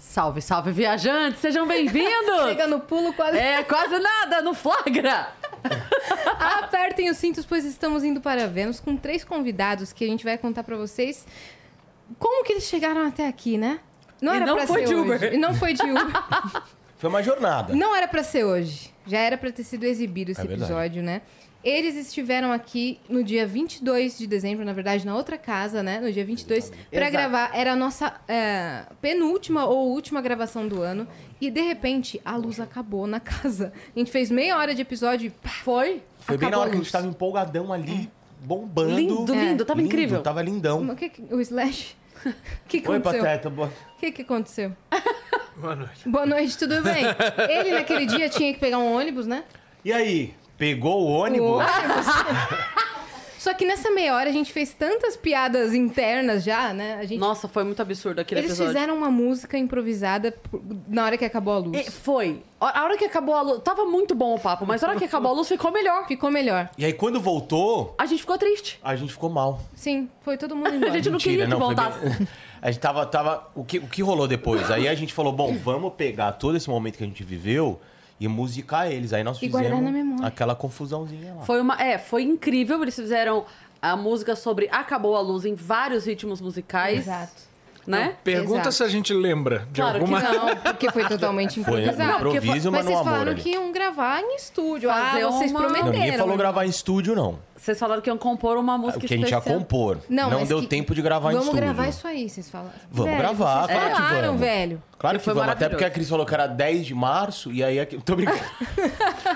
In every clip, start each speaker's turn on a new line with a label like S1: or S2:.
S1: Salve, salve, viajantes! Sejam bem-vindos!
S2: Chega no pulo quase.
S1: é, quase nada no flagra!
S2: Apertem os cintos, pois estamos indo para Vênus com três convidados que a gente vai contar pra vocês como que eles chegaram até aqui, né? Não
S1: E
S2: era
S1: não
S2: pra
S1: foi
S2: ser
S1: de
S2: hoje.
S1: Uber.
S2: E não foi de Uber.
S3: Foi uma jornada.
S2: não era pra ser hoje. Já era pra ter sido exibido esse
S3: É verdade.
S2: episódio, né? Eles estiveram aqui no dia 22 de dezembro, na verdade, na outra casa, né? No dia 22, pra
S1: Exato.
S2: gravar. Era a nossa é, penúltima ou última gravação do ano. E, de repente, a luz acabou na casa. A gente fez meia hora de episódio e pá,
S1: Foi?
S3: Foi bem na
S2: acabou
S3: hora que a
S2: a luz.
S3: gente tava empolgadão ali, bombando.
S1: Lindo, lindo, tava incrível.
S3: Tava lindão.
S2: O que que- o Slash? O que, que
S3: Oi,
S2: aconteceu?
S3: Pateta. Boa...
S2: O que, que aconteceu? Boa noite. Boa noite, tudo bem? Ele naquele dia tinha que pegar um ônibus, né?
S3: E aí? Pegou o
S2: O
S3: ônibus?
S2: ônibus. Só que nessa meia hora a gente fez tantas piadas internas já, né? A gente...
S1: Nossa, foi muito absurdo aquele
S2: Eles
S1: episódio.
S2: fizeram uma música improvisada por- na hora que acabou a luz.
S1: E foi. É, A a hora que acabou a luz. Tava muito bom o papo, mas a hora que acabou a luz ficou melhor.
S2: Ficou melhor.
S3: E aí, quando voltou,
S1: A gente ficou triste.
S3: a gente ficou mal.
S2: Sim, foi todo mundo
S1: A
S2: embora.
S1: gente não queria
S3: foi
S1: que
S3: bem-
S1: voltasse.
S3: A gente tava. tava... O, que, o que rolou depois? Aí a gente falou: bom, vamos pegar todo esse momento que a gente viveu e musicar eles. Aí nós
S2: E guardar na
S3: fizemos
S2: memória.
S3: aquela confusãozinha lá.
S1: Foi uma, é, foi incrível. Eles fizeram a música sobre Acabou a Luz em vários ritmos musicais,
S2: Exato.
S1: né?
S4: Pergunta
S2: Exato.
S4: se a gente lembra de
S1: Claro
S4: alguma.
S1: que não.
S2: Porque foi totalmente
S3: Foi um improviso,
S2: improvisado. ah, Porque foi-
S3: mas não
S2: vocês
S3: amor
S2: falaram
S3: ali.
S2: que iam gravar em estúdio.
S1: Fazer
S2: ah, vocês
S1: uma-
S3: Não,
S2: prometeram.
S3: ninguém falou
S2: né?
S3: gravar em estúdio, não.
S1: Vocês falaram que iam compor uma música
S3: É, o que a gente ia
S1: especial.
S3: compor.
S2: Não,
S3: Não,
S2: mas
S3: deu
S2: que-
S3: tempo de gravar em
S2: vamos
S3: estúdio.
S2: gravar isso aí, vocês falaram.
S3: Vamos
S2: Velho,
S3: gravar,
S2: vocês
S3: claro que
S2: falaram,
S3: vamos.
S2: velho.
S3: Claro
S1: E
S3: que
S1: foi
S3: vamos, até
S1: maravilhoso.
S3: porque a Cris falou que era 10 de março, e aí... aqui- Tô brincando. né,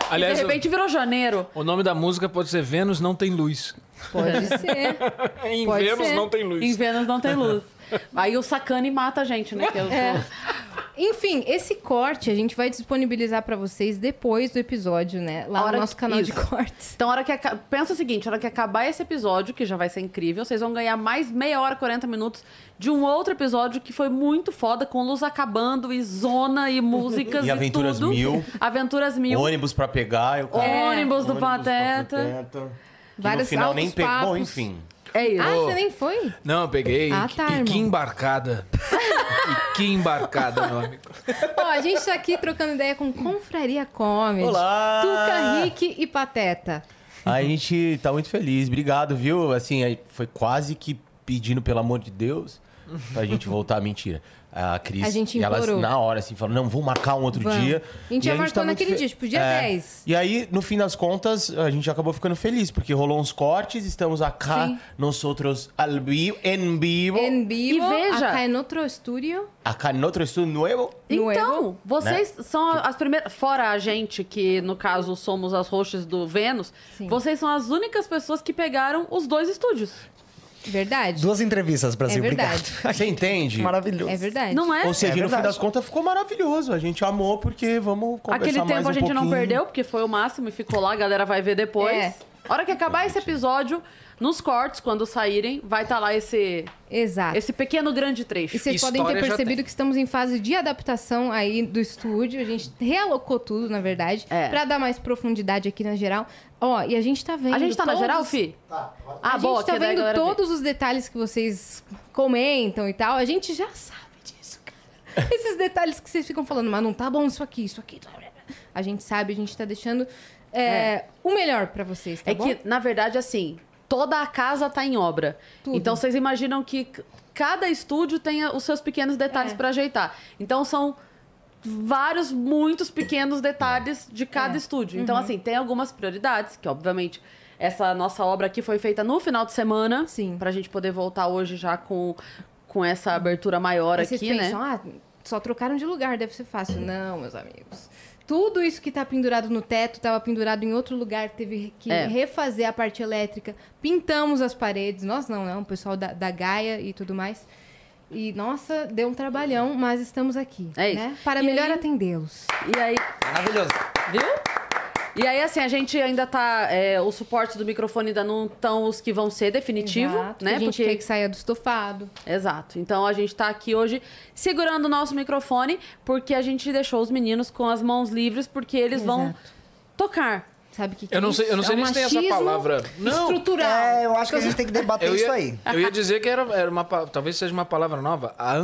S4: Aliás,
S1: De repente virou janeiro.
S4: o, o nome da música pode ser Vênus não tem luz.
S2: Pode ser.
S4: Em
S2: Pode
S4: Vênus
S2: ser.
S4: não tem luz.
S1: Em Vênus não tem luz. Aí o Sacani mata a gente, né? Que eu sou-
S2: É. Enfim, esse corte a gente vai disponibilizar pra vocês depois do episódio, né? Lá
S1: A hora
S2: no nosso
S1: que-
S2: canal de
S1: isso.
S2: cortes.
S1: Então, a hora que aca- pensa o seguinte, a hora que acabar esse episódio, que já vai ser incrível, vocês vão ganhar mais meia hora, 40 minutos de um outro episódio que foi muito foda, com luz acabando e zona e músicas e,
S3: E Aventuras
S1: tudo.
S3: Mil.
S1: Aventuras Mil.
S3: Ônibus É. pra pegar, eu
S1: Ônibus do Pateta.
S3: Que no
S2: Vários
S3: final
S2: altos
S3: nem pegou,
S2: papos.
S3: enfim.
S1: É isso.
S2: Ah, você nem foi?
S4: Não, eu peguei.
S2: Ah,
S4: E-
S2: tá,
S4: e, que
S2: irmão.
S4: embarcada. e que embarcada, meu amigo.
S2: Ó, a gente tá aqui trocando ideia com Confraria Comedy.
S3: Olá!
S1: é
S2: Tuca, Rick e Pateta.
S3: A gente tá muito feliz, obrigado, viu? Assim, aí foi quase que pedindo, pelo amor de Deus, pra gente voltar. Mentira. A Cris,
S2: A gente
S3: ela
S2: implorou.
S3: na hora, assim, falou, não, vamos marcar um outro
S2: Vamos.
S3: dia.
S2: A gente
S3: E
S2: já marcou
S3: muito
S2: naquele
S3: fe- É.
S2: dia, tipo, dia 10.
S3: E aí, no fim das contas, a gente acabou ficando feliz, porque rolou uns cortes, estamos acá,
S2: Sim.
S3: nós outros al vivo, en vivo,
S2: Em vivo,
S1: E veja-
S2: acá em outro estúdio.
S3: acá en otro estudio nuevo.
S1: Então, vocês
S3: Né?
S1: são as primeiras. Fora a gente, que no caso somos as roxas do Vênus,
S2: Sim.
S1: vocês são as únicas pessoas que pegaram os dois estúdios.
S2: Verdade?
S5: Duas entrevistas,
S2: É
S5: Brasil.
S2: verdade.
S5: Obrigado.
S3: Você entende?
S5: Maravilhoso.
S2: É verdade.
S1: Não é?
S3: Ou seja,
S5: É
S3: no fim
S5: verdade.
S3: das contas ficou maravilhoso. A gente amou porque vamos conversar
S1: Aquele
S3: mais
S1: tempo
S3: um
S1: a gente não
S3: pouquinho.
S1: perdeu, porque foi o máximo e ficou lá, a galera vai ver depois.
S2: É.
S1: A hora que acabar esse episódio, nos cortes, quando saírem, vai estar lá esse,
S2: Exato.
S1: esse pequeno grande trecho.
S2: Ah. E vocês
S4: História
S2: podem ter
S4: já
S2: percebido
S4: tem.
S2: que estamos em fase de adaptação aí do estúdio. A gente realocou tudo, na verdade,
S1: É.
S2: pra dar mais profundidade aqui na geral. Ó, e a gente tá vendo.
S1: A gente tá
S2: todos-
S1: na geral, Fi? Tá. Ah,
S2: a
S1: boa,
S2: gente tá
S1: que daí a
S2: vendo
S1: galera vê.
S2: todos os detalhes que vocês comentam e tal. A gente já sabe disso, cara. Esses detalhes que vocês ficam falando, mas não tá bom isso aqui, isso aqui. blá, blá, blá. A gente sabe, a gente tá deixando é, o melhor pra vocês, tá
S1: é
S2: bom?
S1: que, na verdade, assim, toda a casa tá em obra.
S2: Tudo.
S1: Então vocês imaginam que c- cada estúdio tenha os seus pequenos detalhes
S2: É.
S1: pra ajeitar. Então são vários, muitos pequenos detalhes de cada
S2: É.
S1: estúdio. Então, assim, tem algumas prioridades, que obviamente essa nossa obra aqui foi feita no final de semana.
S2: Sim.
S1: Pra gente poder voltar hoje já com, com essa abertura maior
S2: Aí
S1: aqui,
S2: vocês pensam,
S1: né?
S2: ah, só trocaram de lugar, deve ser fácil. Não, meus amigos. Tudo isso que tá pendurado no teto estava pendurado em outro lugar, teve que
S1: É.
S2: refazer a Um parte elétrica. Pintamos as paredes, nós não, né? O pessoal da, da Gaia e tudo mais. E, nossa, deu um trabalhão, mas estamos aqui.
S1: É isso.
S2: né? Para
S1: E
S2: melhor
S1: aí-
S2: atendê-los.
S1: E aí,
S4: Maravilhoso.
S1: viu? E aí, assim, a gente ainda tá. é, o suporte do microfone ainda não estão os que vão ser definitivo,
S2: Exato,
S1: né?
S2: A gente quer que saia do estofado.
S1: Exato. Então a gente tá aqui hoje segurando o nosso microfone, porque a gente deixou os meninos com as mãos livres, porque eles vão
S2: Exato.
S1: tocar.
S2: Sabe o que que
S4: Eu não
S2: é
S4: sei- eu não
S2: isso?
S4: sei
S2: É
S4: nem
S2: um
S4: se tem essa
S2: machismo
S4: palavra. Não.
S2: Estrutural.
S5: É, eu acho que a gente tem que debater
S4: Eu ia,
S5: isso aí.
S4: eu ia dizer que era, era uma. pa- Talvez seja uma palavra nova. A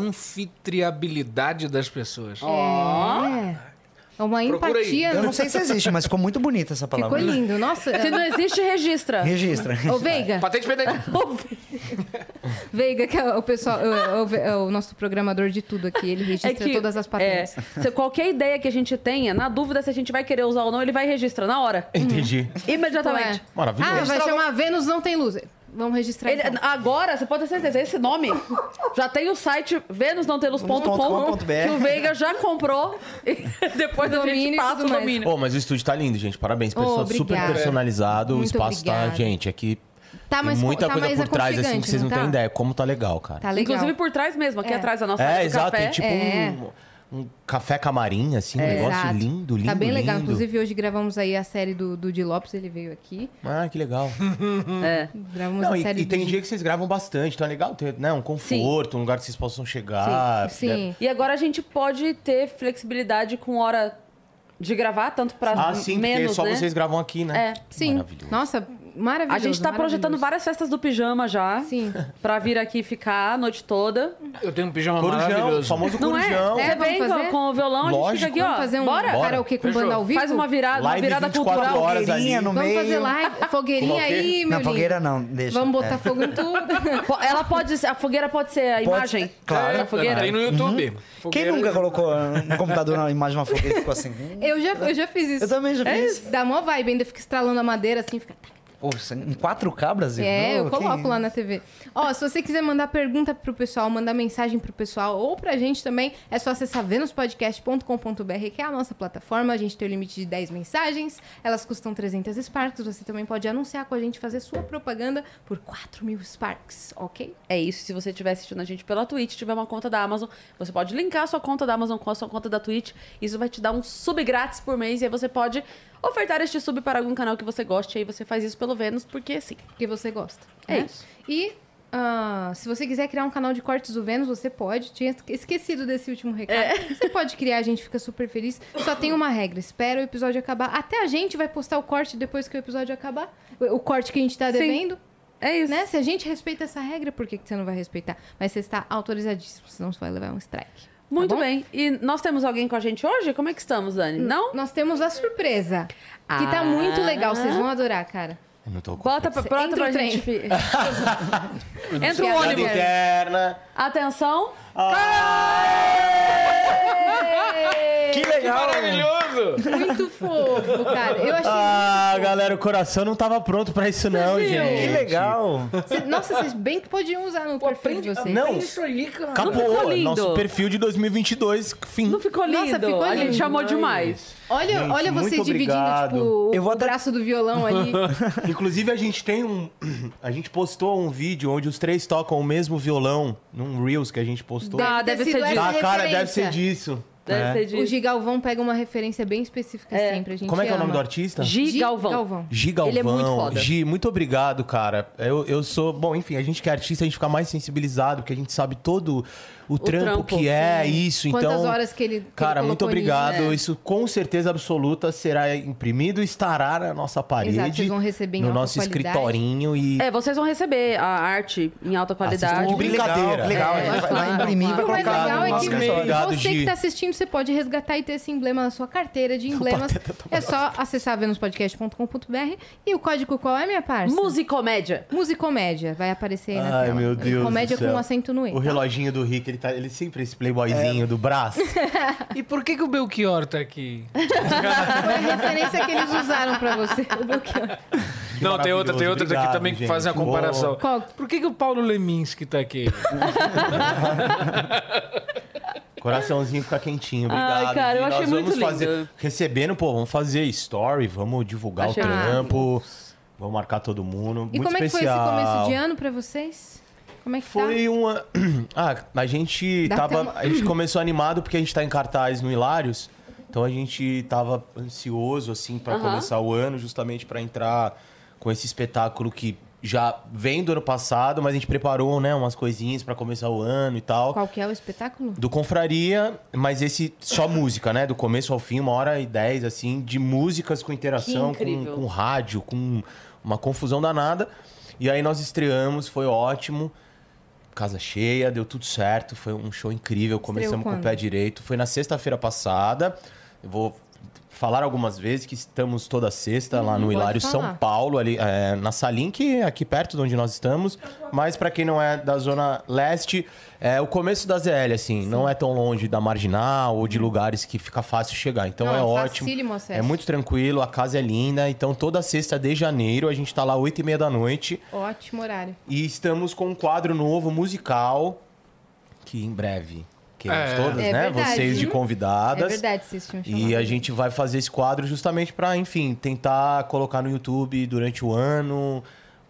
S4: anfitriabilidade das pessoas.
S2: É. É uma
S4: Procura aí.
S2: empatia.
S5: Eu não sei se existe, mas ficou muito bonita essa
S2: Ficou
S5: palavra.
S2: lindo. Nossa.
S1: Se não existe, registra.
S5: Registra.
S2: Ô, Veiga.
S4: É. Patente pendente.
S2: Veiga, que é o pessoal, é o, é o nosso programador de tudo aqui, ele registra
S1: É que-
S2: todas as patentes.
S1: é, se qualquer ideia que a gente tenha, na dúvida se a gente vai querer usar ou não, ele vai registrar na hora.
S3: Entendi.
S2: Ah,
S1: Imediatamente.
S2: Então é.
S3: Maravilhoso.
S2: Ah, vai chamar Vênus não tem luz. Vamos registrar
S1: Ele-
S2: então.
S1: agora, você pode ter certeza, esse nome já tem o site venusnãotelos.com que o Veiga já comprou e depois a gente
S2: Domínio e
S1: passa
S2: tudo
S1: o
S2: mais.
S1: domínio.
S3: Pô, mas o estúdio tá lindo, gente. Parabéns,
S2: Ô,
S3: pessoal. super
S2: obrigada.
S3: personalizado. o
S2: Muito
S3: espaço tá,
S2: obrigada.
S3: gente, aqui.
S2: Tá
S3: tem
S2: mais-
S3: muita
S2: tá
S3: coisa
S2: mais
S3: por trás, assim, que vocês não
S2: aconchegante, não
S3: têm
S2: tá?
S3: ideia. Como tá legal, cara.
S2: Tá legal.
S1: Inclusive por trás mesmo, aqui
S2: É.
S1: atrás da nossa área
S3: é,
S1: do
S3: exato.
S1: café.
S3: É tipo Um, um café camarim, assim, um
S2: É,
S3: negócio
S2: exato.
S3: lindo, lindo.
S2: Tá bem legal.
S3: lindo.
S2: Inclusive, hoje gravamos aí a série do, do Di Lopes, ele veio aqui.
S3: Ah, que legal.
S1: É.
S2: Gravamos
S3: Não,
S2: a
S3: e,
S2: série
S3: e
S2: do
S3: tem
S2: Di-
S3: dia que vocês gravam bastante, então é legal ter né, um conforto, um lugar que vocês possam chegar.
S2: Sim,
S3: né?
S2: sim.
S1: E agora a gente pode ter flexibilidade com hora de gravar, tanto para
S3: Ah, sim, porque
S1: menos,
S3: só
S1: né?
S3: vocês gravam aqui, né?
S1: É,
S2: Sim.
S3: Maravilhoso.
S2: Nossa, maravilhoso.
S1: A gente tá projetando
S2: maravilhoso.
S1: várias festas do pijama já.
S2: Sim.
S1: Pra vir aqui ficar a noite toda.
S3: Uhum.
S4: Eu tenho um pijama
S3: Corujão, o
S4: maravilhoso.
S3: famoso
S1: Não
S3: corujão.
S1: é? Você
S2: É, vamos
S1: vem com,
S2: fazer?
S1: com o violão, a gente
S3: Lógico.
S1: fica aqui, ó.
S2: Vamos fazer um
S1: bora?
S2: karaokê com
S4: Fechou.
S2: banda ao vivo?
S1: Faz uma virada, uma
S3: Live
S1: virada
S3: 24
S1: cultural.
S3: horas
S5: Fogueirinha
S3: ali.
S5: no
S2: Vamos
S5: meio.
S2: fazer live. Fogueirinha
S3: é
S2: aí, meu
S5: Não,
S2: lindo.
S5: fogueira não, deixa. É.
S2: Vamos botar fogo em tudo.
S1: Po- Ela pode ser, a fogueira pode ser a imagem?
S5: claro.
S1: Da fogueira?
S4: É, Tem no YouTube.
S5: Quem
S4: Fogueira.
S5: nunca colocou no computador na imagem de uma fogueira e ficou assim? hum?
S2: Eu já, eu já fiz isso.
S5: Eu também já
S2: É
S5: fiz.
S2: isso. Dá mó vibe, ainda fica estralando a madeira assim, fica.
S5: Pô, isso é em 4K, Brasil?
S2: É,
S5: Ô,
S2: eu
S5: que
S2: coloco
S5: isso.
S2: lá na TV. Ó, se você quiser mandar pergunta pro pessoal, mandar mensagem pro pessoal ou pra gente também, é só acessar venuspodcast.com.br, que é a nossa plataforma. A gente tem o limite de 10 mensagens, elas custam 300 Sparks. Você também pode anunciar com a gente, fazer sua propaganda por 4 mil Sparks, ok?
S1: É isso. Se você estiver assistindo a gente pela Twitch, tiver uma conta da Amazon, você pode linkar a sua conta da Amazon com a sua conta da Twitch. Isso vai te dar um sub grátis por mês e aí você pode ofertar este sub para algum canal que você goste. E aí você faz isso pelo Vênus, porque sim.
S2: que você gosta.
S1: É
S2: né?
S1: isso.
S2: E ah, se você quiser criar um canal de cortes do Vênus, você pode. Tinha esquecido desse último recado.
S1: É.
S2: Você pode criar, a gente fica super feliz. Só tem uma regra: espera o episódio acabar. Até a gente vai postar o corte depois que o episódio acabar. O o corte que a gente tá
S1: Sim.
S2: devendo.
S1: É isso.
S2: Né? Se a gente respeita essa regra, por que, que você não vai respeitar? Mas você está autorizadíssimo, senão você vai levar um strike. tá
S1: Muito
S2: bom?
S1: bem. E nós temos alguém com a gente hoje? Como é que estamos, Dani? Não?
S2: Nós temos a surpresa. Que tá
S1: Ah.
S2: muito legal, vocês vão adorar, cara.
S3: Eu Não tô com
S1: Bota pra, bota
S2: Entra
S1: pra
S2: o trem.
S1: gente. fi- Entra o
S2: Piada
S3: Piada
S1: ônibus.
S3: interna.
S1: Atenção.
S5: Que legal!
S4: Maravilhoso!
S2: Muito fofo, cara. Eu achei
S3: Ah, galera, o coração não tava pronto pra isso, não, gente.
S5: Que legal!
S2: Cê- nossa, vocês bem que podiam usar no perfil de vocês.
S3: Não,
S1: ficou
S3: acabou.
S1: lindo?
S3: Nosso perfil de 2022, fim.
S1: Não ficou lindo?
S2: Nossa, ficou
S1: A gente
S2: lindo.
S1: chamou demais.
S2: Olha,
S3: Gente,
S2: olha você
S3: muito
S2: dividindo,
S3: obrigado.
S2: tipo,
S5: Eu vou
S2: o
S5: até-
S2: braço do violão ali.
S3: Inclusive, a gente tem um. A gente postou um vídeo onde os três tocam o mesmo violão num Reels que a gente postou.
S1: Dá- Ah, deve ser
S2: sido
S1: disso.
S2: essa
S3: Ah, cara,
S2: referência.
S3: deve ser disso.
S1: Deve
S3: É.
S1: ser
S2: O
S1: disso.
S2: G. Galvão pega uma referência bem específica sempre. A gente
S3: Como é que é o nome do
S2: ama.
S3: artista?
S1: G. Galvão.
S3: Gi Galvão.
S1: Ele é muito foda.
S3: Gi, muito obrigado, cara. Eu, eu sou. Bom, enfim, a gente que é artista, a gente fica mais sensibilizado, porque a gente sabe todo o, trampo,
S1: trampo,
S3: que é
S1: sim.
S3: isso.
S2: Quantas
S3: então,
S2: horas que ele- que ele
S3: cara, muito
S2: colocou nisso,
S3: obrigado.
S2: né?
S3: Isso com certeza absoluta será imprimido e estará na nossa parede.
S2: Exato, vocês vão receber em
S3: No
S2: alta
S3: nosso
S2: qualidade.
S3: escritorinho e.
S1: É, vocês vão receber a arte em alta
S3: vocês
S1: qualidade.
S3: vão
S5: Que
S3: brincar.
S5: legal,
S3: Brincadeira.
S5: que legal.
S1: É,
S5: a gente vai,
S1: claro,
S5: vai imprimir e
S3: tá
S5: vai
S2: O mais
S5: colocar
S2: legal
S5: no
S2: é
S5: nosso
S2: que
S5: escritório.
S3: Obrigado,
S2: você
S3: Gi.
S2: que tá assistindo, você pode resgatar e ter esse emblema na sua carteira de emblemas. É só acessar venuspodcast.com.br e o código qual é, minha parça?
S1: Musicomédia.
S2: Musicomédia. Vai aparecer aí na
S3: É. Ai,
S2: tela.
S3: meu Deus.
S2: Comédia
S3: do céu.
S2: com um acento no E.
S3: O reloginho do Rick, ele, tá, ele sempre é esse playboyzinho do braço.
S4: E por que, que o Belchior tá aqui?
S2: Foi a referência que eles usaram pra você. Do que-
S4: Não, tem outra, tem
S3: maravilhoso.
S4: outra
S3: Obrigado,
S4: aqui também que
S3: gente.
S4: fazem a
S3: Boa.
S4: comparação.
S2: Qual?
S4: Por que, que o Paulo Leminski tá aqui?
S3: Coraçãozinho fica quentinho,
S1: Ai,
S3: obrigado.
S1: cara, eu
S3: Gi.
S1: achei
S3: Nós
S1: muito
S3: vamos
S1: lindo.
S3: fazer, recebendo, pô, vamos fazer story, vamos divulgar
S1: Achei
S3: o
S1: lindo.
S3: trampo, vamos marcar todo mundo.
S2: E
S3: muito
S2: como é que foi esse
S3: especial.
S2: começo de ano pra vocês? Como Como é que tá?
S3: Foi uma. Ah, a gente
S2: Dá
S3: tava.
S2: até uma-
S3: A gente começou animado porque a gente tá em cartaz no Hilários. Então a gente tava ansioso, assim, pra
S1: Aham.
S3: começar o ano, justamente pra entrar com esse espetáculo que já vem do ano passado, mas a gente preparou, né, umas coisinhas pra começar o ano e tal.
S2: Qual que é o espetáculo?
S3: Do Confraria, mas esse só música, né? Do começo ao fim, uma hora e dez, assim, de músicas com interação,
S1: Que
S3: com,
S1: incrível.
S3: com rádio, com uma confusão danada. E aí nós estreamos, foi ótimo. Casa cheia, deu tudo certo, foi um show incrível. Começamos com o
S2: quando?
S3: pé direito. Foi na sexta-feira passada. Eu vou falar algumas vezes que estamos toda sexta lá no
S2: pode
S3: Hilário São
S2: falar.
S3: Paulo, ali é, na Salim, que é aqui perto de onde nós estamos. Mas para quem não é da Zona Leste, é o começo da ZL, assim, não é tão longe da Marginal ou de lugares que fica fácil chegar. Então
S2: Não,
S3: é
S2: facílimo
S3: ótimo.
S2: o acesso.
S3: É muito tranquilo, a casa é linda. Então toda sexta de janeiro a gente tá lá 8 e meia da noite.
S2: Ótimo horário.
S3: E estamos com um quadro novo musical que em breve queremos
S4: É.
S3: todas,
S2: É
S3: né?
S2: verdade.
S3: Vocês de convidadas.
S2: É verdade, vocês tinham chamado.
S3: E a gente vai fazer esse quadro justamente pra, enfim, tentar colocar no YouTube durante o ano,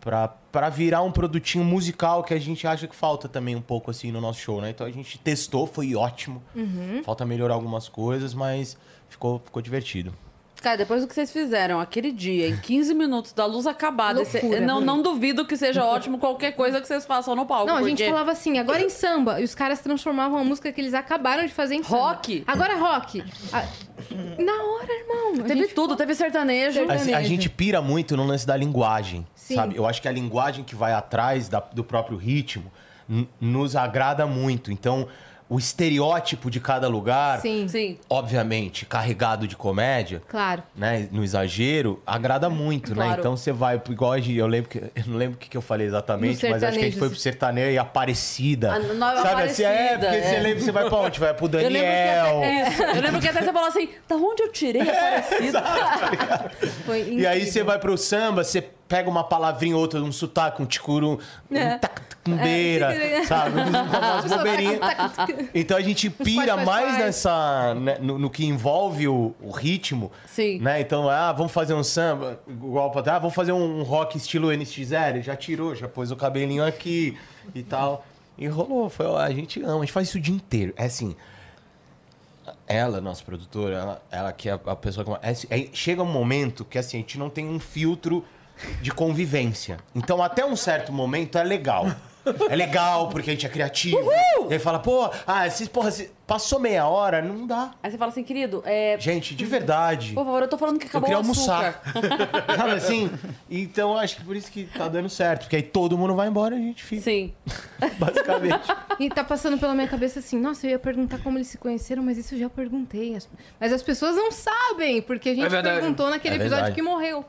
S3: pra pra virar um produtinho musical que a gente acha que falta também um pouco assim no nosso show, né? Então a gente testou, foi ótimo.
S2: Uhum.
S3: Falta melhorar algumas coisas, mas ficou, ficou divertido.
S1: Cara, depois do que vocês fizeram aquele dia, em 15 minutos, da luz acabada,
S2: Loucura,
S1: esse- não,
S2: né?
S1: não duvido que seja ótimo qualquer coisa que vocês façam no palco.
S2: Não, a gente
S1: porque-
S2: falava assim, agora em samba. E os caras transformavam a música que eles acabaram de fazer em samba.
S1: Rock.
S2: Agora rock. A- Na hora, irmão. A
S1: Teve
S2: gente
S1: tudo, teve sertanejo.
S3: Assim, A- A, gente pira muito no lance da linguagem,
S2: Sim.
S3: sabe? Eu acho que a linguagem que vai atrás da- do próprio ritmo n- nos agrada muito. Então, o estereótipo de cada lugar,
S2: Sim.
S1: Sim.
S3: obviamente, carregado de comédia,
S2: Claro.
S3: né, no exagero, agrada muito, né?
S1: É, Claro.
S3: Então você vai, pro- igual a gente- eu lembro que eu não lembro o que, que eu falei exatamente,
S2: No
S3: mas acho que a gente
S2: sertanejo,
S3: foi pro sertanejo e Aparecida.
S1: A nova
S3: Sabe assim, é,
S1: Aparecida,
S3: porque
S1: é.
S3: você lembra, você vai pra onde? Vai pro
S1: Eu
S3: Daniel.
S1: lembro, que até, é, eu lembro que até você falou assim, da onde eu tirei a parecida?
S2: Foi
S3: E aí
S2: incrível.
S3: você vai pro samba, você pega uma palavrinha ou outra, um sotaque, um ticuru,
S1: É.
S3: um tacumbeira,
S2: É.
S3: sabe? Um Umas bobeirinhas.
S2: Tá
S3: Então a gente pira
S2: faz,
S3: mais
S2: faz.
S3: nessa. né, no, no que envolve o, o ritmo.
S1: Sim.
S3: Né? Então, ah, vamos fazer um samba, igual pra. Ah, vamos fazer um rock estilo NX0. Já tirou, já pôs o cabelinho aqui e tal. E rolou, foi, ó, a gente ama, a gente faz isso o dia inteiro. É assim, ela, nossa produtora, ela, ela que é a pessoa que. é assim, é- chega um momento que assim, a gente não tem um filtro de convivência. Então, até um certo momento é legal. É legal, porque a gente é criativo. E aí fala, pô, ah, esses, porra, se- passou meia hora, não dá.
S1: Aí você fala assim, querido, é,
S3: Gente, de verdade.
S1: por favor, eu tô falando que
S3: Eu
S1: acabou
S3: queria
S1: o açúcar.
S3: almoçar. Sabe assim? Então acho que por isso que tá dando certo. Porque aí todo mundo vai embora e a gente fica,
S1: Sim. Ah,
S3: basicamente.
S2: E tá passando pela minha cabeça assim, nossa, eu ia perguntar como eles se conheceram, mas isso eu já perguntei. As- Mas as pessoas não sabem, porque a gente
S4: É verdade.
S2: perguntou naquele
S3: É
S2: episódio
S3: verdade.
S2: que morreu.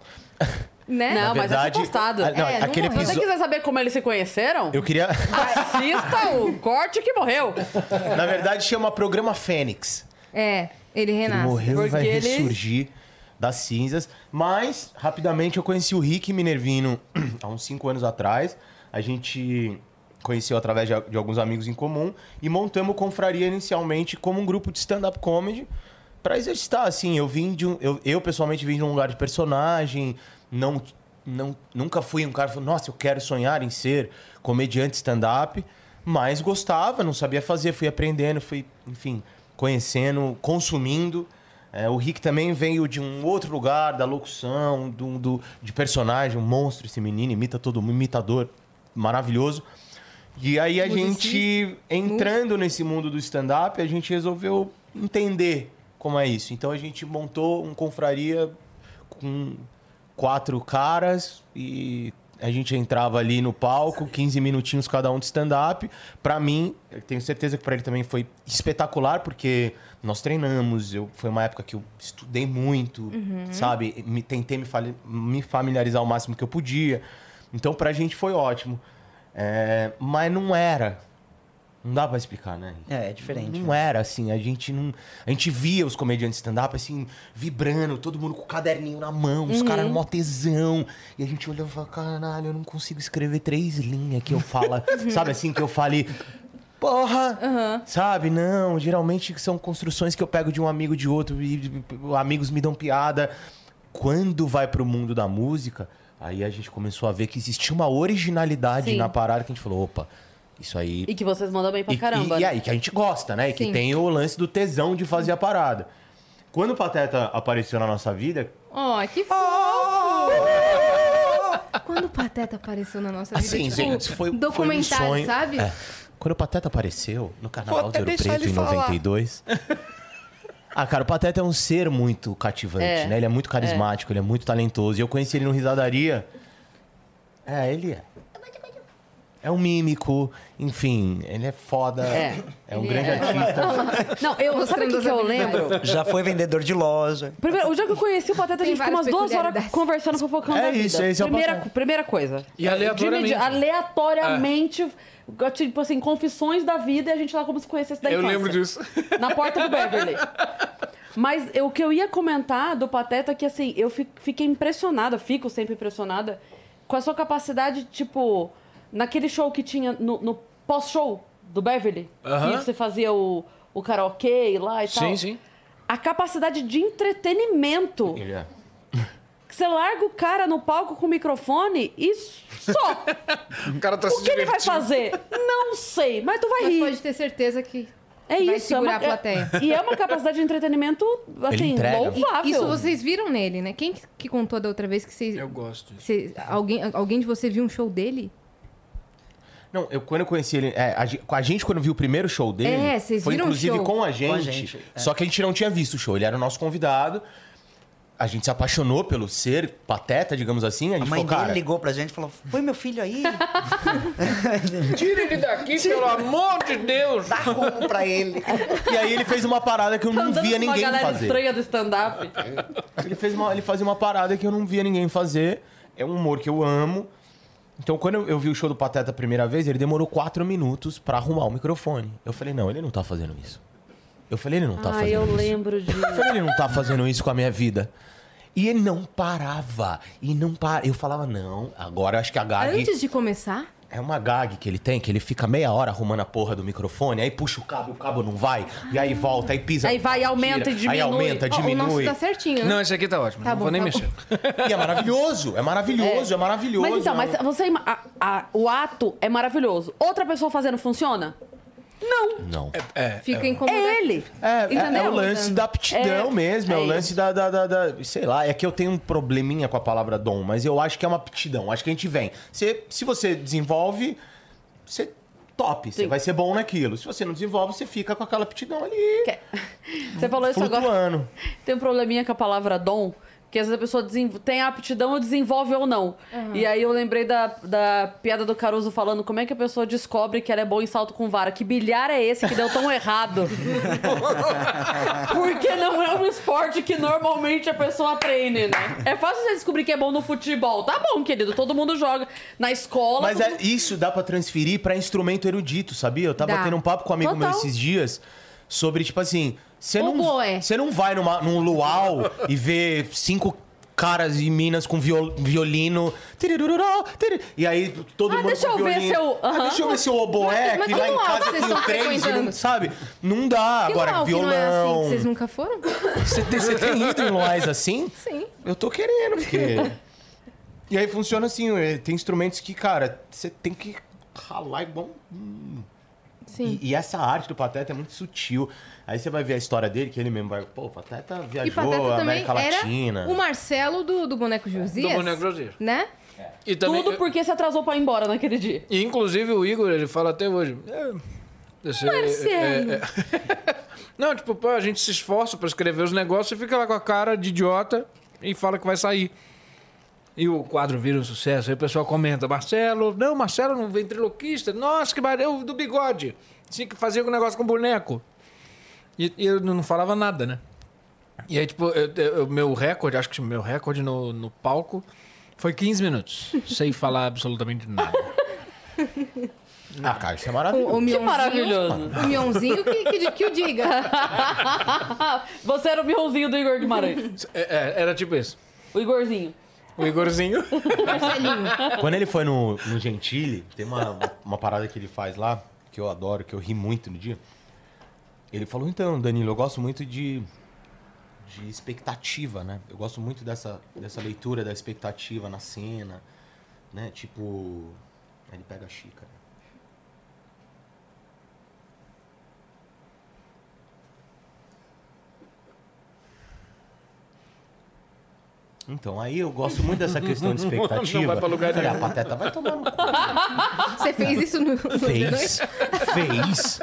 S2: Né?
S1: Não, mas é
S3: verdade,
S1: postado.
S3: a- não,
S2: É, não
S3: aquele
S2: morreu.
S1: Se você
S3: episódio.
S1: quiser saber como eles se conheceram,
S3: Eu queria.
S1: assista o corte que morreu.
S3: Na verdade, chama Programa Fênix.
S2: É,
S3: Ele
S2: ele renasce.
S3: morreu e vai
S1: porque ele-
S3: ressurgir das cinzas. Mas, rapidamente, eu conheci o Rick Minervino há uns cinco anos atrás. A gente conheceu através de, de alguns amigos em comum e montamos o Confraria inicialmente como um grupo de stand-up comedy para exercitar, assim, eu vim de um, eu, eu, pessoalmente vim de um lugar de personagem, não, não nunca fui um cara que falou, nossa, eu quero sonhar em ser comediante stand-up, mas gostava, não sabia fazer, fui aprendendo, fui, enfim, conhecendo, consumindo. É, o Rick também veio de um outro lugar, da locução, do, do- de personagem, um monstro esse menino, imita todo mundo, imitador maravilhoso. E aí a gente, entrando nesse mundo do stand-up, a gente resolveu entender como é isso. Então a gente montou um confraria com quatro caras e a gente entrava ali no palco, 15 minutinhos cada um de stand-up. Pra mim, eu tenho certeza que pra ele também foi espetacular, porque nós treinamos, eu, foi uma época que eu estudei muito, sabe? Me, tentei me, fali- me familiarizar o máximo que eu podia. Então pra gente foi ótimo. É, mas não era. Não dá pra explicar, né? Rick?
S5: É, é diferente.
S3: Não era assim, a gente não. A gente via os comediantes stand-up assim, vibrando, todo mundo com o caderninho na mão,
S5: Uhum.
S3: os caras no mó tesão. E a gente olhava e falava, caralho, eu não consigo escrever três linhas que eu fala.
S5: Uhum.
S3: sabe assim, que eu fale. Porra! Sabe? Não, geralmente são construções que eu pego de um amigo de outro e amigos me dão piada. Quando vai pro mundo da música, aí a gente começou a ver que existia uma originalidade
S1: Sim.
S3: na parada que a gente falou, opa, Isso aí.
S1: E que vocês mandam bem pra
S3: E-
S1: caramba.
S3: E, e
S1: né?
S3: aí, que a gente gosta, né? E que
S2: Sim.
S3: tem o lance do tesão de fazer a parada. Quando o Pateta apareceu na nossa vida,
S2: Ó, que fofo!
S3: Oh!
S2: Quando o Pateta apareceu na nossa vida,
S3: Assim,
S2: tipo,
S3: gente, foi- foi um
S2: documentário,
S3: sonho.
S2: sabe?
S3: É. Quando o Pateta apareceu no
S4: Vou
S3: Carnaval
S4: até
S3: de Ouro
S4: deixar
S3: Preto
S4: ele
S3: em
S4: falar.
S3: 92. ah, cara, o Pateta é um ser muito cativante,
S1: É.
S3: né? Ele é muito carismático, ele é muito talentoso. E eu conheci ele no Risadaria. É, ele é. É um mímico, enfim, ele é foda.
S1: É.
S3: É, um
S2: Ele
S3: grande
S2: é.
S3: artista.
S1: Não, eu,
S2: Mostrando
S1: sabe o que,
S2: as
S1: que eu
S2: habilidades.
S1: lembro?
S5: Já foi vendedor de loja.
S1: Primeiro, o dia que eu conheci o Pateta, a
S2: Tem
S1: gente ficou umas
S2: várias
S1: duas horas
S2: peculiaridades.
S1: conversando, fofocando
S3: É
S1: da vida.
S3: isso, esse é o
S1: primeira,
S3: Pateta.
S1: primeira coisa.
S4: E aleatoriamente.
S1: De imedi- aleatoriamente, tipo assim, confissões da vida e a gente lá como se conhecesse da
S4: Eu
S1: infância.
S4: lembro disso.
S1: Na porta do Beverly. Mas eu- o que eu ia comentar do Pateta é que, assim, eu fi- fiquei impressionada, fico sempre impressionada, com a sua capacidade, tipo, naquele show que tinha no, no pós-show do Beverly,
S4: Aham.
S1: que você fazia o, o karaokê lá e tal.
S4: Sim, sim.
S1: A capacidade de entretenimento.
S3: Ele é.
S1: Que você larga o cara no palco com o microfone e só.
S4: O cara tá
S1: o que ele vai fazer? Não sei, mas tu vai
S2: Mas
S1: rir.
S2: pode ter certeza que
S1: É
S2: vai
S1: isso.
S2: segurar
S1: é
S2: a plateia.
S1: é- e é uma capacidade de entretenimento, assim,
S3: entrega.
S2: E
S1: louvável.
S2: isso vocês viram nele, né? Quem que- que contou da outra vez que vocês...
S4: Eu gosto disso.
S2: vocês- alguém, alguém de você viu um show dele?
S3: Não, eu quando eu conheci ele. é, a, gen- com a gente, quando viu o primeiro show dele.
S2: É, vocês
S3: Foi
S2: viram o
S3: inclusive
S2: show?
S3: com a gente.
S5: gente, é.
S3: Só que a gente não tinha visto o show. Ele era o nosso convidado. A gente se apaixonou pelo ser pateta, digamos assim. A
S5: A
S3: gente
S5: mãe
S3: falou, cara.
S5: dele ligou pra gente e falou: Foi meu filho aí?
S4: Tira ele daqui, pelo amor de Deus!
S5: Dá rumo pra ele.
S3: E aí ele fez uma parada que eu não
S1: Tá Andando
S3: via
S1: com uma
S3: ninguém
S1: galera
S3: fazer.
S1: estranha do stand-up.
S3: Ele, fez uma, ele fazia uma parada que eu não via ninguém fazer. É um humor que eu amo. Então, quando eu, eu vi o show do Pateta a primeira vez, ele demorou quatro minutos pra arrumar o microfone. Eu falei, não, ele não tá fazendo isso. Eu falei, ele não tá
S1: Ah,
S3: fazendo
S1: eu
S3: isso.
S1: lembro disso.
S3: Eu falei, ele não tá fazendo isso com a minha vida. E ele não parava. E não para. Eu falava, não, agora eu acho que a gag.
S2: Antes de começar,
S3: É uma gag que ele tem, que ele fica meia hora arrumando a porra do microfone, aí puxa o cabo, o cabo não vai, e aí volta, aí pisa.
S1: Aí vai, aumenta
S3: tira,
S1: e diminui.
S3: Aí aumenta, é
S2: ó, o nosso
S3: diminui.
S2: tá certinho, né?
S4: Não, esse aqui tá ótimo.
S2: Tá
S4: não
S2: bom,
S4: vou nem
S2: tá
S4: mexer.
S3: E é maravilhoso, é maravilhoso, é, maravilhoso.
S1: Mas então,
S3: é
S1: mas
S3: um-
S1: você. ima- a- a- o ato é maravilhoso. Outra pessoa fazendo funciona? Não.
S3: Não.
S2: Fica incomodado.
S1: É ele.
S3: É, é, é
S1: Entendeu?
S3: o lance da aptidão
S1: É,
S3: mesmo, é,
S1: é
S3: o lance da, da, da- da- Sei lá, é que eu tenho um probleminha com a palavra dom, mas eu acho que é uma aptidão. Acho que a gente vem. Você, se você desenvolve, você top, você
S1: Sim.
S3: vai ser bom naquilo. Se você não desenvolve, você fica com aquela aptidão ali.
S1: Que- Você falou isso agora.
S3: flutuando.
S1: Tem um probleminha com a palavra dom, que às vezes a pessoa desen- tem a aptidão ou desenvolve ou não. E aí eu lembrei da, da piada do Caruso falando como é que a pessoa descobre que ela é boa em salto com vara. Que bilhar é esse que deu tão errado? Porque não é um esporte que normalmente a pessoa treine, né? É fácil você descobrir que é bom no futebol. Tá bom, querido, todo mundo joga. Na escola.
S3: Mas
S1: todo
S3: é-
S1: mundo-
S3: isso dá pra transferir pra instrumento erudito, sabia? Eu tava
S2: Dá.
S3: tendo um papo com um amigo meu
S1: Total.
S3: esses dias sobre, tipo assim, você não,
S2: Oboé.
S3: você não vai numa, num luau e vê cinco caras e minas com viol- violino. tirirururó, tiri- E aí todo
S1: Ah,
S3: mundo
S1: deixa
S3: com
S1: eu ver
S3: violino.
S1: seu-
S3: Ah,
S1: aham.
S3: deixa eu ver seu oboé
S2: Mas- mas
S3: que lá
S2: que
S3: em
S2: luau
S3: casa
S2: vocês
S3: tem
S2: estão
S3: um três, e não,
S2: frequentando?
S3: sabe? Não dá.
S2: Que
S3: Agora,
S2: luau, que
S3: violão.
S2: não é assim, que vocês nunca foram?
S3: Você tem, você tem ido em luais assim?
S2: Sim.
S3: Eu tô querendo, porque. e aí funciona assim, eh, tem instrumentos que, cara, você tem que ralar igual. um-
S2: Sim.
S3: E, e essa arte do Pateta é muito sutil. Aí você vai ver a história dele, que ele mesmo vai. Pô, o Pateta
S2: E
S3: viajou
S2: Pateta
S3: a
S2: também
S3: América Latina.
S2: era o Marcelo do, do Boneco Josias.
S4: Do Boneco Josias.
S2: Né?
S4: E também,
S1: Tudo porque você atrasou pra ir embora naquele dia.
S4: E, inclusive o Igor, ele fala até hoje. "É, você-
S2: Marcelo.
S4: é, é." Não, tipo, pô, a gente se esforça pra escrever os negócios e fica lá com a cara de idiota e fala que vai sair. E o quadro vira um sucesso. Aí o pessoal comenta, Marcelo, não, Marcelo não ventriloquista. Nossa, que barulho do bigode. Tinha que fazer um negócio com boneco. E, e eu não falava nada, né? E aí, tipo, eu- eu- o meu recorde, acho que o meu recorde no, no palco foi 15 minutos, sem falar absolutamente nada.
S3: Ah, cara, isso é
S2: O,
S3: maravilhoso.
S2: o Mionzinho-
S1: maravilhoso.
S2: O Mionzinho que, que, que o diga.
S1: Você era o mionzinho do Igor Guimarães.
S4: É, é, era tipo isso.
S1: O Igorzinho.
S4: O Igorzinho.
S3: Quando ele foi no, no Gentile, tem uma, uma- uma parada que ele faz lá, que eu adoro, que eu ri muito no dia. Ele falou, então, Danilo, eu gosto muito de, de expectativa, né? Eu gosto muito dessa, dessa leitura da expectativa na cena, né? Tipo, aí ele pega a xícara. Então, aí eu gosto muito dessa questão de expectativa.
S4: Não vai pra lugar
S3: Eu falei,
S4: nenhum.
S3: "Ah, pateta vai tomar no cu."
S2: Você fez isso no... no-
S3: Fez. Fez.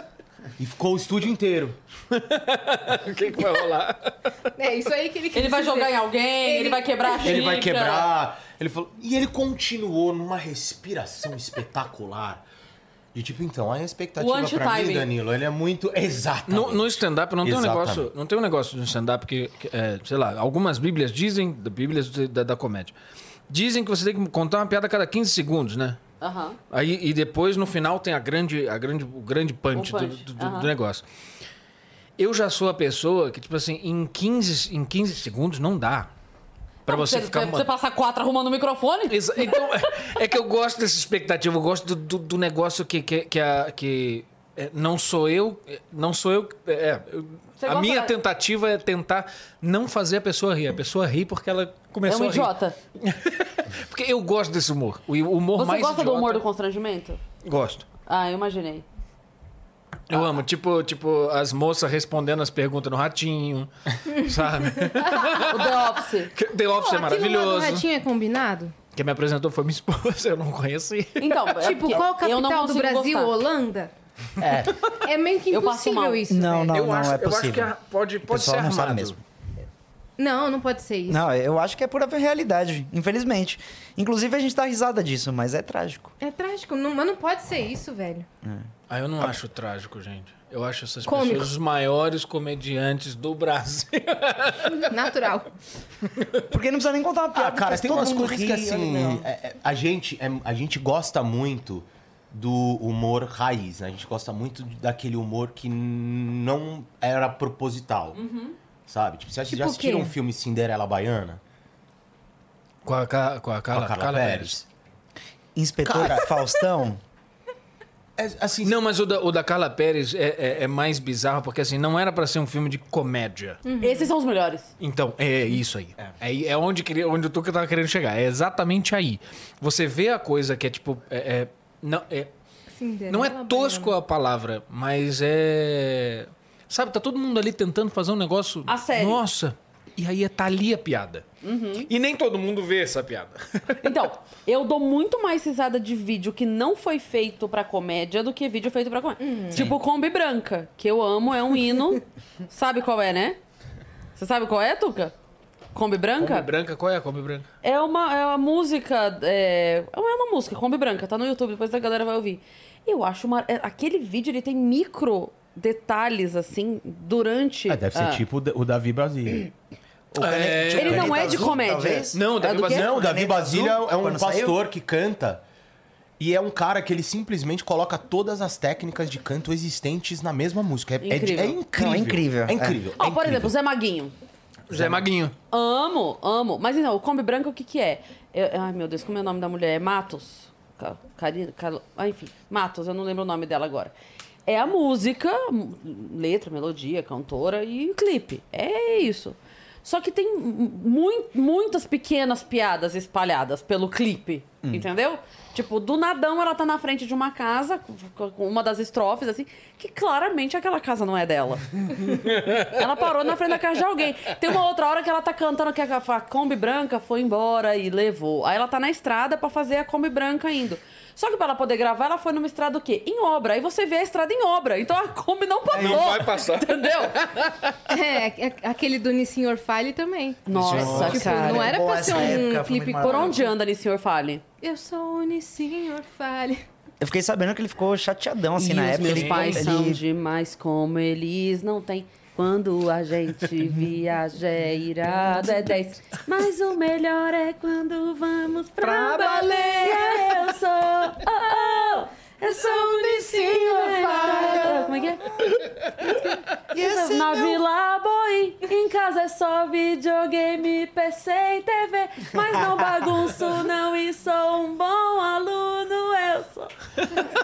S3: E ficou o estúdio inteiro.
S4: O que, que vai rolar?
S2: É isso aí que ele quis
S1: Ele vai
S2: dizer.
S1: jogar em alguém, ele,
S2: Ele-
S1: vai quebrar a
S3: Ele vai
S1: xícara.
S3: quebrar. Ele falou. E ele continuou numa respiração espetacular. E tipo, então, a
S1: O
S3: expectativa pra
S1: anti-timing.
S3: mim, Danilo, ele é muito. Exato.
S4: No, no stand-up não tem um
S3: Exatamente.
S4: negócio, não tem um negócio no stand-up que, que, é, sei lá, algumas bíblias dizem, da bíblias de- da, da comédia, dizem que você tem que contar uma piada a cada 15 segundos, né?
S1: Aham.
S4: Aí, e depois, no final, tem a grande, a grande, o grande punch,
S1: O
S4: do-
S1: punch,
S4: Do, do-
S1: aham.
S4: do negócio. Eu já sou a pessoa que, tipo assim, em 15, em 15 segundos não dá. Pra
S1: Não,
S4: você, ficar...
S1: Você passa quatro arrumando o microfone?
S4: Exa- Então, é- é que eu gosto dessa expectativa, eu gosto do, do- do negócio que, que, que, a- que, é, não sou eu. é, Não sou eu. é, eu-
S1: Você
S4: a
S1: gosta
S4: minha
S1: da-
S4: tentativa é tentar não fazer a pessoa rir. A pessoa ri porque ela
S1: É
S4: começou
S1: um
S4: a rir.
S1: idiota.
S4: Porque eu gosto desse humor. O humor
S1: Você
S4: mais
S1: gosta do
S4: idiota-
S1: humor do constrangimento?
S4: Gosto.
S1: Ah, eu imaginei.
S4: Eu amo, tipo, tipo, as moças respondendo as perguntas no ratinho, sabe?
S1: O The Office.
S4: The Office é
S2: Pô, aquilo lá do
S4: maravilhoso.
S2: ratinho é combinado?
S4: Quem me apresentou foi minha esposa, eu não conheci.
S1: Então, é
S2: Tipo,
S1: porque
S2: qual a
S1: eu não
S2: capital do
S1: consigo
S2: Brasil?
S1: gostar.
S2: Holanda? É. É meio que
S1: Eu passo mal.
S2: impossível isso.
S5: Não,
S2: velho.
S5: não,
S4: eu
S5: não
S4: acho,
S5: é
S4: eu acho
S5: possível.
S4: que a- pode, pode ser
S5: pessoal não
S4: armado.
S5: sabe mesmo.
S2: Não, não pode ser isso.
S5: Não, eu acho que é pura realidade, infelizmente. Inclusive, a gente dá risada disso, mas é trágico.
S2: É trágico, não- mas não pode ser isso, velho.
S4: Ah, eu não acho trágico, gente. Eu acho essas
S2: Cômico.
S4: pessoas os maiores comediantes do Brasil.
S2: Natural.
S5: Porque não precisa nem contar uma piada.
S3: Ah, cara,
S5: faz
S3: tem
S5: todo
S3: umas
S5: mundo
S3: coisas
S5: rir,
S3: que
S5: olha,
S3: assim.
S5: não.
S3: é- é- a, gente, é- a gente gosta muito do humor raiz, né? A gente gosta muito daquele humor que não era proposital. Sabe? Tipo, vocês
S2: Tipo
S3: já
S2: o
S3: assistiram
S2: quê?
S3: um filme Cinderela Baiana?
S4: Com a, Ca- com a
S3: Com
S4: Carla,
S3: a Carla
S4: Carla Pérez.
S3: Pérez.
S5: Inspetor Faustão.
S3: É, assim,
S4: Não, mas o da, o da Carla Pérez é, é- é mais bizarro, porque assim, não era pra ser um filme de comédia.
S1: Uhum. Esses são os melhores.
S4: Então, é isso aí. É, é onde, queria- onde eu tô que eu tava querendo chegar. É exatamente aí. Você vê a coisa que é tipo. é- é- não, é,
S2: Cinderela
S4: não é tosco
S1: né?
S4: a palavra, mas é. Sabe, tá todo mundo ali tentando fazer um negócio.
S1: A sério.
S4: Nossa! E aí é tá ali a piada.
S1: Uhum.
S4: E nem todo mundo vê essa piada.
S1: Então, eu dou muito mais risada de vídeo que não foi feito pra comédia do que vídeo feito pra comédia.
S2: Hum.
S1: tipo Kombi Branca, que eu amo, é um hino. sabe qual é, né? Você sabe qual é, Tuca? Kombi Branca?
S4: Kombi branca, qual é a Kombi branca?
S1: É uma, é uma música. É, é uma música, Kombi Branca, tá no YouTube, depois a galera vai ouvir. Eu acho uma. é, Aquele vídeo ele tem micro detalhes, assim, durante.
S3: Ah, deve ser
S1: a-
S3: tipo o Da- o Davi Brasília.
S4: É,
S1: Ele não é de
S5: Azul,
S1: comédia.
S5: talvez?
S4: Não,
S1: É
S4: deve
S1: do quê?
S3: Não, o Davi
S5: Caneta
S3: Brasília
S5: Azul,
S3: é um
S5: quando
S3: pastor
S5: saiu?
S3: que canta. E é um cara que ele simplesmente coloca todas as técnicas de canto existentes na mesma música. É é de- é
S1: Incrível.
S3: incrível.
S5: Não, é incrível,
S3: É incrível.
S1: Ó,
S3: é
S1: por
S3: incrível.
S1: exemplo, Zé Maguinho.
S4: Zé Maguinho.
S1: Amo, amo. Mas então, o Kombi Branca, o que que é? Eu- ai, meu Deus, como é o nome da mulher? É Matos? Ca- Karina? Carla- ah, enfim, Matos, eu não lembro o nome dela agora. É a música, m- letra, melodia, cantora e clipe. É isso. Só que tem mui- muitas pequenas piadas espalhadas pelo clipe, entendeu? Tipo, do nadão ela tá na frente de uma casa, com- com uma das estrofes, assim, que claramente aquela casa não é dela. Ela parou na frente da casa de alguém. Tem uma outra hora que ela tá cantando que a, a Kombi branca foi embora e levou. Aí ela tá na estrada pra fazer a Kombi branca indo. Só que pra ela poder gravar, ela foi numa estrada o quê? Em obra. Aí você vê a estrada em obra. Então a Kombi não passou.
S4: Não vai passar.
S1: Entendeu?
S2: É, é, aquele do Nissin Orfale também.
S1: Nossa,
S2: tipo,
S1: cara.
S2: não era
S5: é Boa,
S2: pra ser
S5: essa época
S2: um
S5: foi
S2: clipe
S5: muito
S1: é- Por
S2: por
S1: onde anda ali, senhor Fale?
S2: Eu sou o Nissin Orfale.
S5: Eu fiquei sabendo que ele ficou chateadão, assim,
S4: E
S5: na
S4: os
S5: época.
S4: meus
S5: ele,
S1: Pais
S5: ele-
S1: são demais como eles não tem. Quando a gente viaja é irado, é 10. Mas o melhor é quando vamos pra, baleia. Eu sou, oh, oh, eu sou o Nissinho. Como é que é?
S5: E esse
S1: Na
S5: meu-
S1: Vila Boi, em casa é só videogame, PC e TV. Mas não bagunço não e sou um bom aluno, eu sou...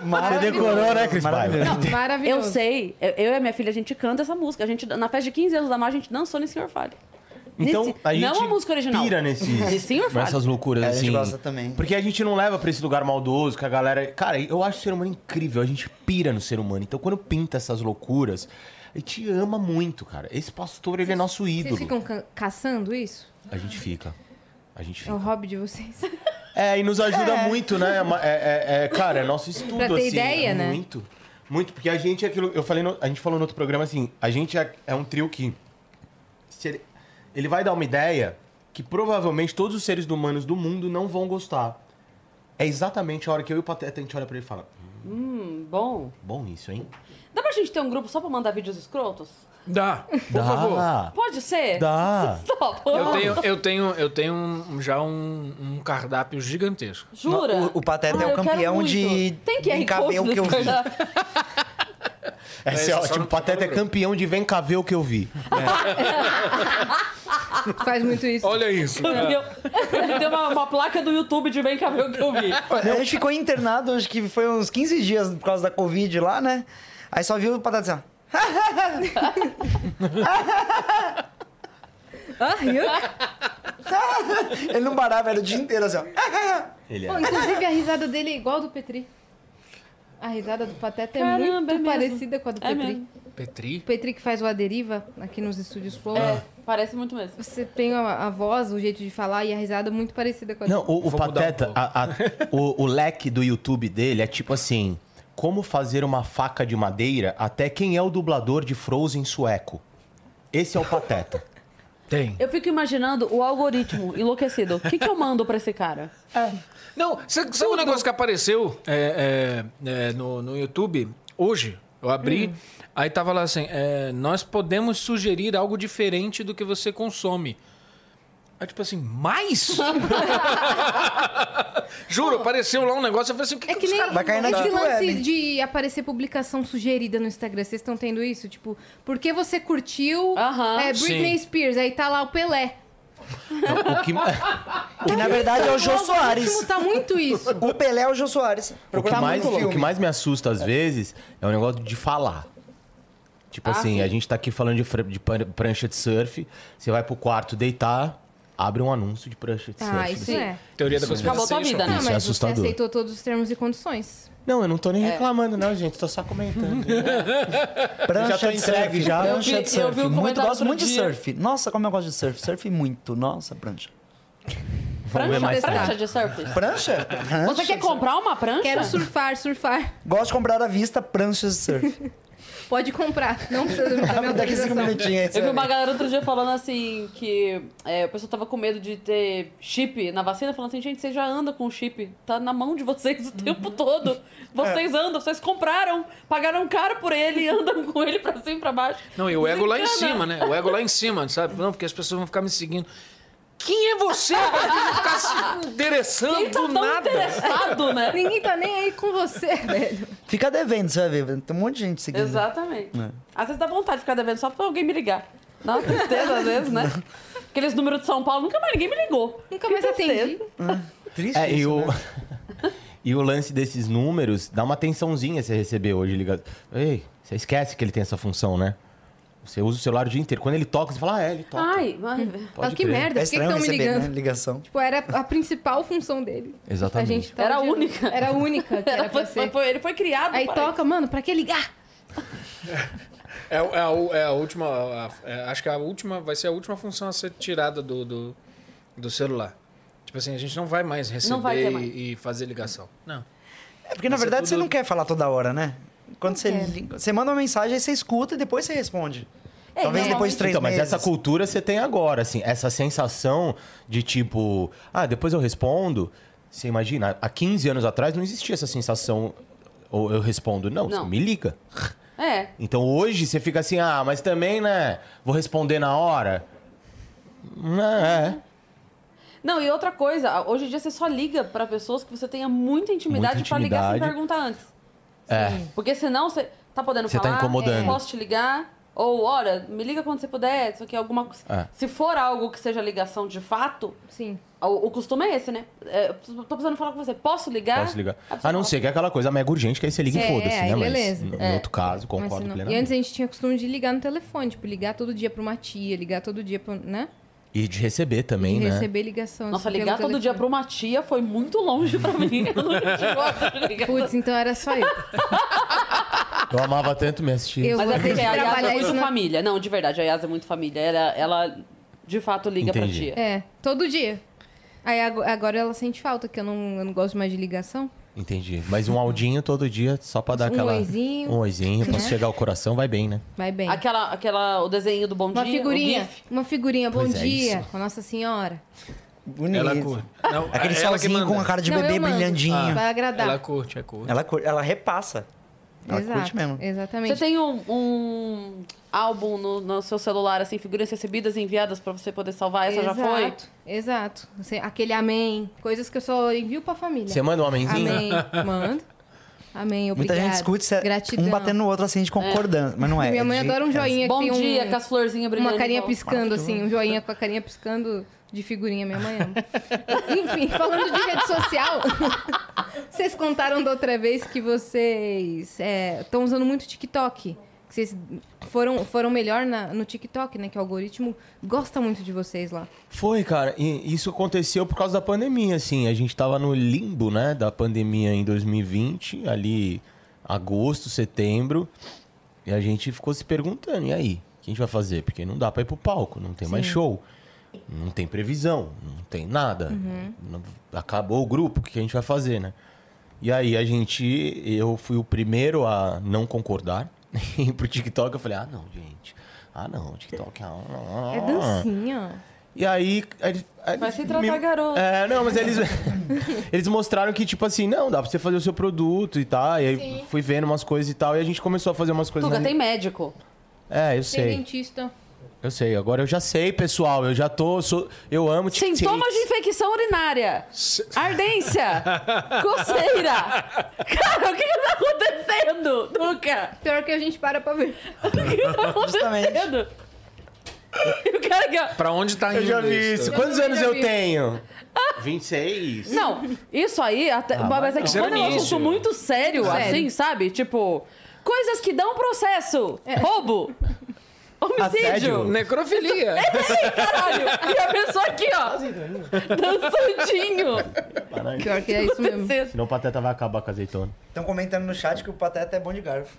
S5: Maravilhoso,
S3: decorou, né, Cris
S5: maravilhoso.
S3: Paiva?
S2: Maravilhoso.
S1: Eu sei, eu, eu e a minha filha, a gente canta essa música. A gente, na festa de 15 anos da Mar, a gente dançou nesse Senhor Fale.
S3: Então,
S1: Nesse-
S3: a gente
S1: não a música original.
S3: pira nesses,
S1: Nesse Senhor Fale.
S3: nessas loucuras,
S5: É, a
S3: assim.
S5: gente gosta também.
S3: Porque a gente não leva pra esse lugar maldoso, que a galera... Cara, eu acho o ser humano incrível, a gente pira no ser humano. Então, quando pinta essas loucuras, a gente ama muito, cara. Esse pastor, ele é nosso
S2: Vocês
S3: ídolo.
S2: ficam ca- caçando isso?
S3: A gente fica. A gente
S2: É o
S3: fica.
S2: hobby de vocês.
S3: É, e nos ajuda muito, né? É uma- É, é- é- cara, é nosso estudo,
S2: Pra ter
S3: assim.
S2: ideia,
S3: é
S2: né?
S3: Muito. Muito, porque a gente é aquilo. Eu falei, no- a gente falou no outro programa assim, a gente é, é um trio que. se ele, ele vai dar uma ideia que provavelmente todos os seres humanos do mundo não vão gostar. É exatamente a hora que eu e o Pateta a gente olha pra ele e fala:
S1: Hum, bom.
S3: Bom, isso, hein?
S1: Dá pra gente ter um grupo só pra mandar vídeos escrotos?
S4: Dá, por
S3: Dá.
S4: favor.
S1: Pode ser?
S3: Dá.
S1: Topa.
S4: Eu tenho, eu tenho, eu tenho um- já um, um cardápio gigantesco.
S1: Jura? Ah,
S5: O- o Pateta é
S1: eu
S5: o
S1: quero
S5: campeão
S1: muito.
S5: de-
S1: Tem QR
S5: em cabelo
S1: Code no
S5: que eu vi.
S1: cardápio.
S3: Essa
S4: É, essa
S3: é
S4: só
S3: ótima.
S4: no
S3: O Pateta é
S4: programa.
S3: campeão de vem cá ver o que eu vi.
S2: Faz muito isso.
S4: Olha isso.
S1: Entendeu? Tem uma, uma placa do YouTube de bem cabelo que eu vi.
S5: A gente ficou internado, acho que foi uns 15 dias por causa da Covid lá, né? Aí só viu o Pateta assim, ó.
S2: Ah, yuck.
S5: Ele não parava, era o dia inteiro assim, ó.
S3: Ele
S2: Pô,
S3: é.
S2: inclusive, a risada dele é igual a do Petri. A risada do Pateta é
S1: Caramba, é
S2: muito
S1: mesmo.
S2: parecida com a do
S1: É
S2: Petri.
S1: mesmo.
S4: Petri?
S2: o Petri que faz o A Deriva aqui nos estúdios Flow.
S5: Ah.
S1: Parece muito mesmo.
S2: Você tem a, a voz, o jeito de falar e a risada muito parecida com a
S3: Não,
S2: do
S3: o, o
S4: Vou mudar
S3: Pateta,
S4: um pouco.
S3: a- a- o, o leque do YouTube dele é tipo assim: como fazer uma faca de madeira até quem é o dublador de Frozen sueco. Esse é o Pateta.
S4: Tem.
S1: Eu fico imaginando o algoritmo enlouquecido. O que, que eu mando pra esse cara?
S4: Não, sa- sabe um negócio que apareceu é, é, é, no, no YouTube hoje? Eu abri, aí tava lá assim: é, nós podemos sugerir algo diferente do que você consome. Aí, tipo assim, mais? Juro, apareceu lá um negócio. Eu falei assim: o que,
S2: É
S4: que
S2: que
S4: os
S2: nem
S4: caras
S5: vai cair na né?
S2: esse
S5: deep
S2: lance
S5: web.
S2: de aparecer publicação sugerida no Instagram. Vocês estão tendo isso? Tipo, por que você curtiu
S1: Aham.
S2: é, Britney
S4: Sim.
S2: Spears? Aí tá lá o Pelé.
S3: Então, O que, o
S5: Que na verdade é o Jô Soares.
S2: Tipo, tá muito isso.
S5: O Pelé é o Jô Soares.
S3: que
S5: Procurar
S3: mais,
S5: muito
S3: o
S5: filme.
S3: que mais me assusta às vezes é o negócio de falar. Tipo
S2: Ah,
S3: assim, a gente tá aqui falando de, fran- de pran- prancha de surf, você vai pro quarto deitar, abre um anúncio de prancha de surf.
S2: Ah, isso
S3: Você-
S2: é.
S4: Teoria da conspiração.
S1: Acabou tua vida, né?
S2: Ah,
S3: Isso é
S2: mas você
S3: assustador.
S2: aceitou todos os termos e condições.
S3: Não, eu não tô nem
S2: é.
S3: reclamando, não, gente. Tô só comentando.
S5: tá né? Prancha
S3: Já tô
S5: de
S3: entregue,
S5: surf,
S3: já.
S5: Prancha
S1: Eu vi- eu
S5: de
S1: vi
S5: surf.
S1: um
S5: muito,
S1: comentário
S5: gosto
S1: outro
S5: muito de
S1: dia.
S5: surf. Nossa, como eu gosto de surf. Surf muito. Nossa, prancha.
S3: ver mais
S1: Prancha, prancha
S2: tarde.
S1: de surf.
S5: Prancha?
S1: Você quer comprar uma prancha?
S2: Quero surfar, surfar.
S5: Gosto de comprar à vista pranchas de surf.
S2: Pode comprar. Não precisa de minha
S5: Daqui cinco
S2: autorização.
S5: minutinhos.
S1: Eu vi
S5: aí.
S1: uma galera outro dia falando assim que é, o pessoal tava com medo de ter chip na vacina, falando assim, gente, vocês já andam com chip, tá na mão de vocês o tempo todo. Vocês andam, vocês compraram, pagaram caro por ele, andam com ele pra cima e pra baixo.
S4: Não, e o ego lá em
S1: Desencana.
S4: cima, né? O ego lá em cima, sabe? Não, porque as pessoas vão ficar me seguindo. Quem é você? Vai ficar se
S1: Ele
S4: interessando
S1: tá
S4: do
S1: tão
S4: nada.
S1: interessado, né?
S2: Ninguém tá nem aí com você, velho.
S5: Fica devendo, você vai ver. Tem um monte de gente seguindo.
S1: Exatamente. Às vezes dá vontade de ficar devendo só pra alguém me ligar. Dá uma tristeza, às vezes, né? Aqueles números de São Paulo, nunca mais ninguém me ligou.
S2: Nunca mais atendi.
S5: Triste
S3: É, e
S5: isso,
S3: o,
S5: né?
S3: e o lance desses números dá uma tensãozinha você receber hoje ligado. Ei, você esquece que ele tem essa função, né? Você usa o celular o dia inteiro. Quando ele toca, você fala, ah, é, ele toca.
S1: Ai, ai,
S2: Fala, que
S3: crer.
S2: merda,
S5: É
S2: por que que
S5: estranho
S2: estão me
S5: receber, né?
S2: ligando?
S5: Ligação.
S2: Tipo, era a principal função dele.
S3: Exatamente.
S2: A gente tava
S1: Era a
S2: odiando.
S1: única.
S2: Era a única que era pra ser.
S1: ele foi criado
S2: Aí
S1: para
S2: toca, mano, pra que ligar?
S4: É, é a, u- é a última. a- é, acho que a última vai ser a última função a ser tirada do, do, do celular. Tipo assim, a gente não vai mais receber
S1: Não vai ter mais.
S4: E, e fazer ligação. Não.
S5: É porque, na verdade, você não quer falar toda hora, né? Quando você,
S2: quero.
S5: liga- você manda uma mensagem, aí você escuta e depois você responde.
S1: É,
S5: Talvez
S1: normalmente-
S5: depois de três
S3: então, mas
S5: meses.
S3: essa cultura você tem agora, assim, essa sensação de tipo, ah, depois eu respondo. Você imagina, há 15 anos atrás não existia essa sensação, ou eu respondo, não,
S1: Não.
S3: você me liga.
S1: É.
S3: Então hoje você fica assim, ah, mas também, né? Vou responder na hora. Hum, É.
S1: Não, e outra coisa, hoje em dia você só liga pra pessoas que você tenha muita intimidade,
S3: Muita
S1: pra ligar sem
S3: intimidade.
S1: perguntar antes.
S3: É.
S1: Porque senão você tá podendo
S3: Você tá
S1: falar,
S3: incomodando.
S1: é, posso te ligar? Ou, olha, me liga quando você puder, isso aqui é alguma coisa.
S3: É.
S1: Se for algo que seja ligação de fato,
S2: Sim.
S1: o, o costume é esse, né? É, eu preciso- tô precisando falar com você, posso ligar?
S3: Posso ligar?
S1: Aí você
S3: A não
S1: fala,
S3: ser que é aquela coisa mega urgente, que aí você liga
S2: Ah, É,
S3: e foda-se,
S2: aí
S3: né? Mas
S2: beleza.
S3: no, no
S1: É.
S3: outro caso,
S2: Mas
S3: concordo
S2: senão- E
S3: plenamente.
S2: antes a gente tinha costume de ligar no telefone, tipo, ligar todo dia pra uma tia, ligar todo dia pra, né?
S3: E de receber também,
S2: E
S3: né?
S2: receber ligação.
S1: Nossa,
S2: assim, pelo
S1: ligar todo dia
S2: telefone.
S1: pra uma tia foi muito longe pra mim. Eu não gosto de ligar.
S2: Putz, então era só eu.
S3: Eu amava tanto me assistir.
S2: Eu
S1: Mas
S2: vou
S1: é
S2: ter
S1: porque
S2: que
S1: a Yas é
S2: trabalhar isso
S1: muito
S2: na...
S1: família. Não, de verdade, a Yas é muito família. Ela, ela de fato liga
S3: Entendi.
S1: pra tia.
S2: É, todo dia. Aí ago- agora ela sente falta, que eu não, eu não gosto mais de ligação.
S3: Entendi. Mas um aldinho todo dia, só pra dar
S2: Um
S3: aquela.
S2: oizinho.
S3: Um oizinho, pra
S2: Né?
S3: chegar ao coração, vai bem, né?
S2: Vai bem.
S1: Aquela, aquela, o desenho do bom
S2: Uma
S1: dia, o
S2: figurinha,
S1: GIF.
S2: uma figurinha, bom
S3: Pois é,
S2: dia,
S3: isso.
S2: com a Nossa Senhora.
S5: Bonito.
S4: Ela curte. Não,
S5: Aquele
S4: ela que
S5: solzinho
S4: manda.
S5: com a cara de
S2: Não,
S5: bebê
S2: eu mando.
S5: brilhandinha.
S2: Vai agradar.
S4: Ela curte, é curte.
S5: Ela, cur- ela repassa. Ela
S2: Exato,
S5: curte mesmo.
S2: Exatamente.
S1: Você tem um, um álbum no, no seu celular, assim, figurinhas recebidas e enviadas pra você poder salvar? Essa já foi?
S2: Exato, Exato. Você- aquele amém. Coisas que eu só envio pra família.
S3: Você manda um amenzinho?
S2: Amém. Mando. Amém,
S5: Muita
S2: obrigado.
S5: gente discute se é
S2: Gratidão.
S5: um batendo no outro assim de concordância. Mas não é.
S2: Minha
S5: é
S2: mãe
S5: de-
S2: adora um
S5: é-
S2: joinha que
S1: Bom
S2: tem um-
S1: dia, com as florzinhas brilhando.
S2: uma carinha
S1: em volta.
S2: piscando, assim. Um joinha com a carinha piscando de figurinha. Minha mãe ama. Enfim, falando de rede social, vocês contaram da outra vez que vocês estão usando muito TikTok. Que vocês foram, foram melhor na- no TikTok, né? Que o algoritmo gosta muito de vocês lá.
S3: Foi, cara. E isso aconteceu por causa da pandemia, assim. A gente tava no limbo, né, da pandemia em 2020, ali agosto, setembro. E a gente ficou se perguntando, e aí? O que a gente vai fazer? Porque não dá pra ir pro palco, não tem mais show. Não tem previsão, não tem nada.
S2: Uhum.
S3: Não- Acabou o grupo, o que a gente vai fazer, né? E aí a gente, eu fui o primeiro a não concordar. E pro TikTok eu falei, ah não, gente. Ah não, TikTok. Ah, ah, ah.
S2: É dancinha.
S3: E aí. aí- aí
S1: Vai se
S3: eles
S1: tratar, garoto.
S3: É, não, mas eles. eles mostraram que, tipo assim, não, dá pra você fazer o seu produto e tal. E aí fui vendo umas coisas e tal. E a gente começou a fazer umas coisas.
S1: Tuga,
S3: na-
S1: tem médico.
S3: É, eu
S2: Tem
S3: sei.
S2: dentista.
S3: Eu sei. Agora eu já sei, pessoal. Eu já tô. sou- Eu amo TikTok.
S1: Sintomas de infecção urinária. Ardência. Coceira. Cara, o que que tá acontecendo, Tuca?
S2: Pior que a gente para pra ver.
S1: O que que tá acontecendo? E o cara que... ó,
S4: Pra onde tá indo
S3: Eu já vi isso.
S2: Eu
S3: Quantos
S2: também
S3: anos
S2: já
S3: eu
S2: vi.
S3: tenho?
S1: Ah!
S3: 26.
S1: Não, isso aí... Até... mas é que
S4: Isso era
S1: quando é um
S4: início.
S1: assunto muito sério,
S2: Sério.
S1: assim, sabe? Tipo, coisas que dão processo. Roubo. Homicídio.
S3: Assédio.
S4: Necrofilia.
S5: É.
S1: Ei, caralho! E a pessoa aqui, ó, dançandinho.
S2: Pior que é isso mesmo.
S3: Senão o Pateta vai acabar com a azeitona.
S5: Estão comentando no chat que o Pateta é bom de garfo.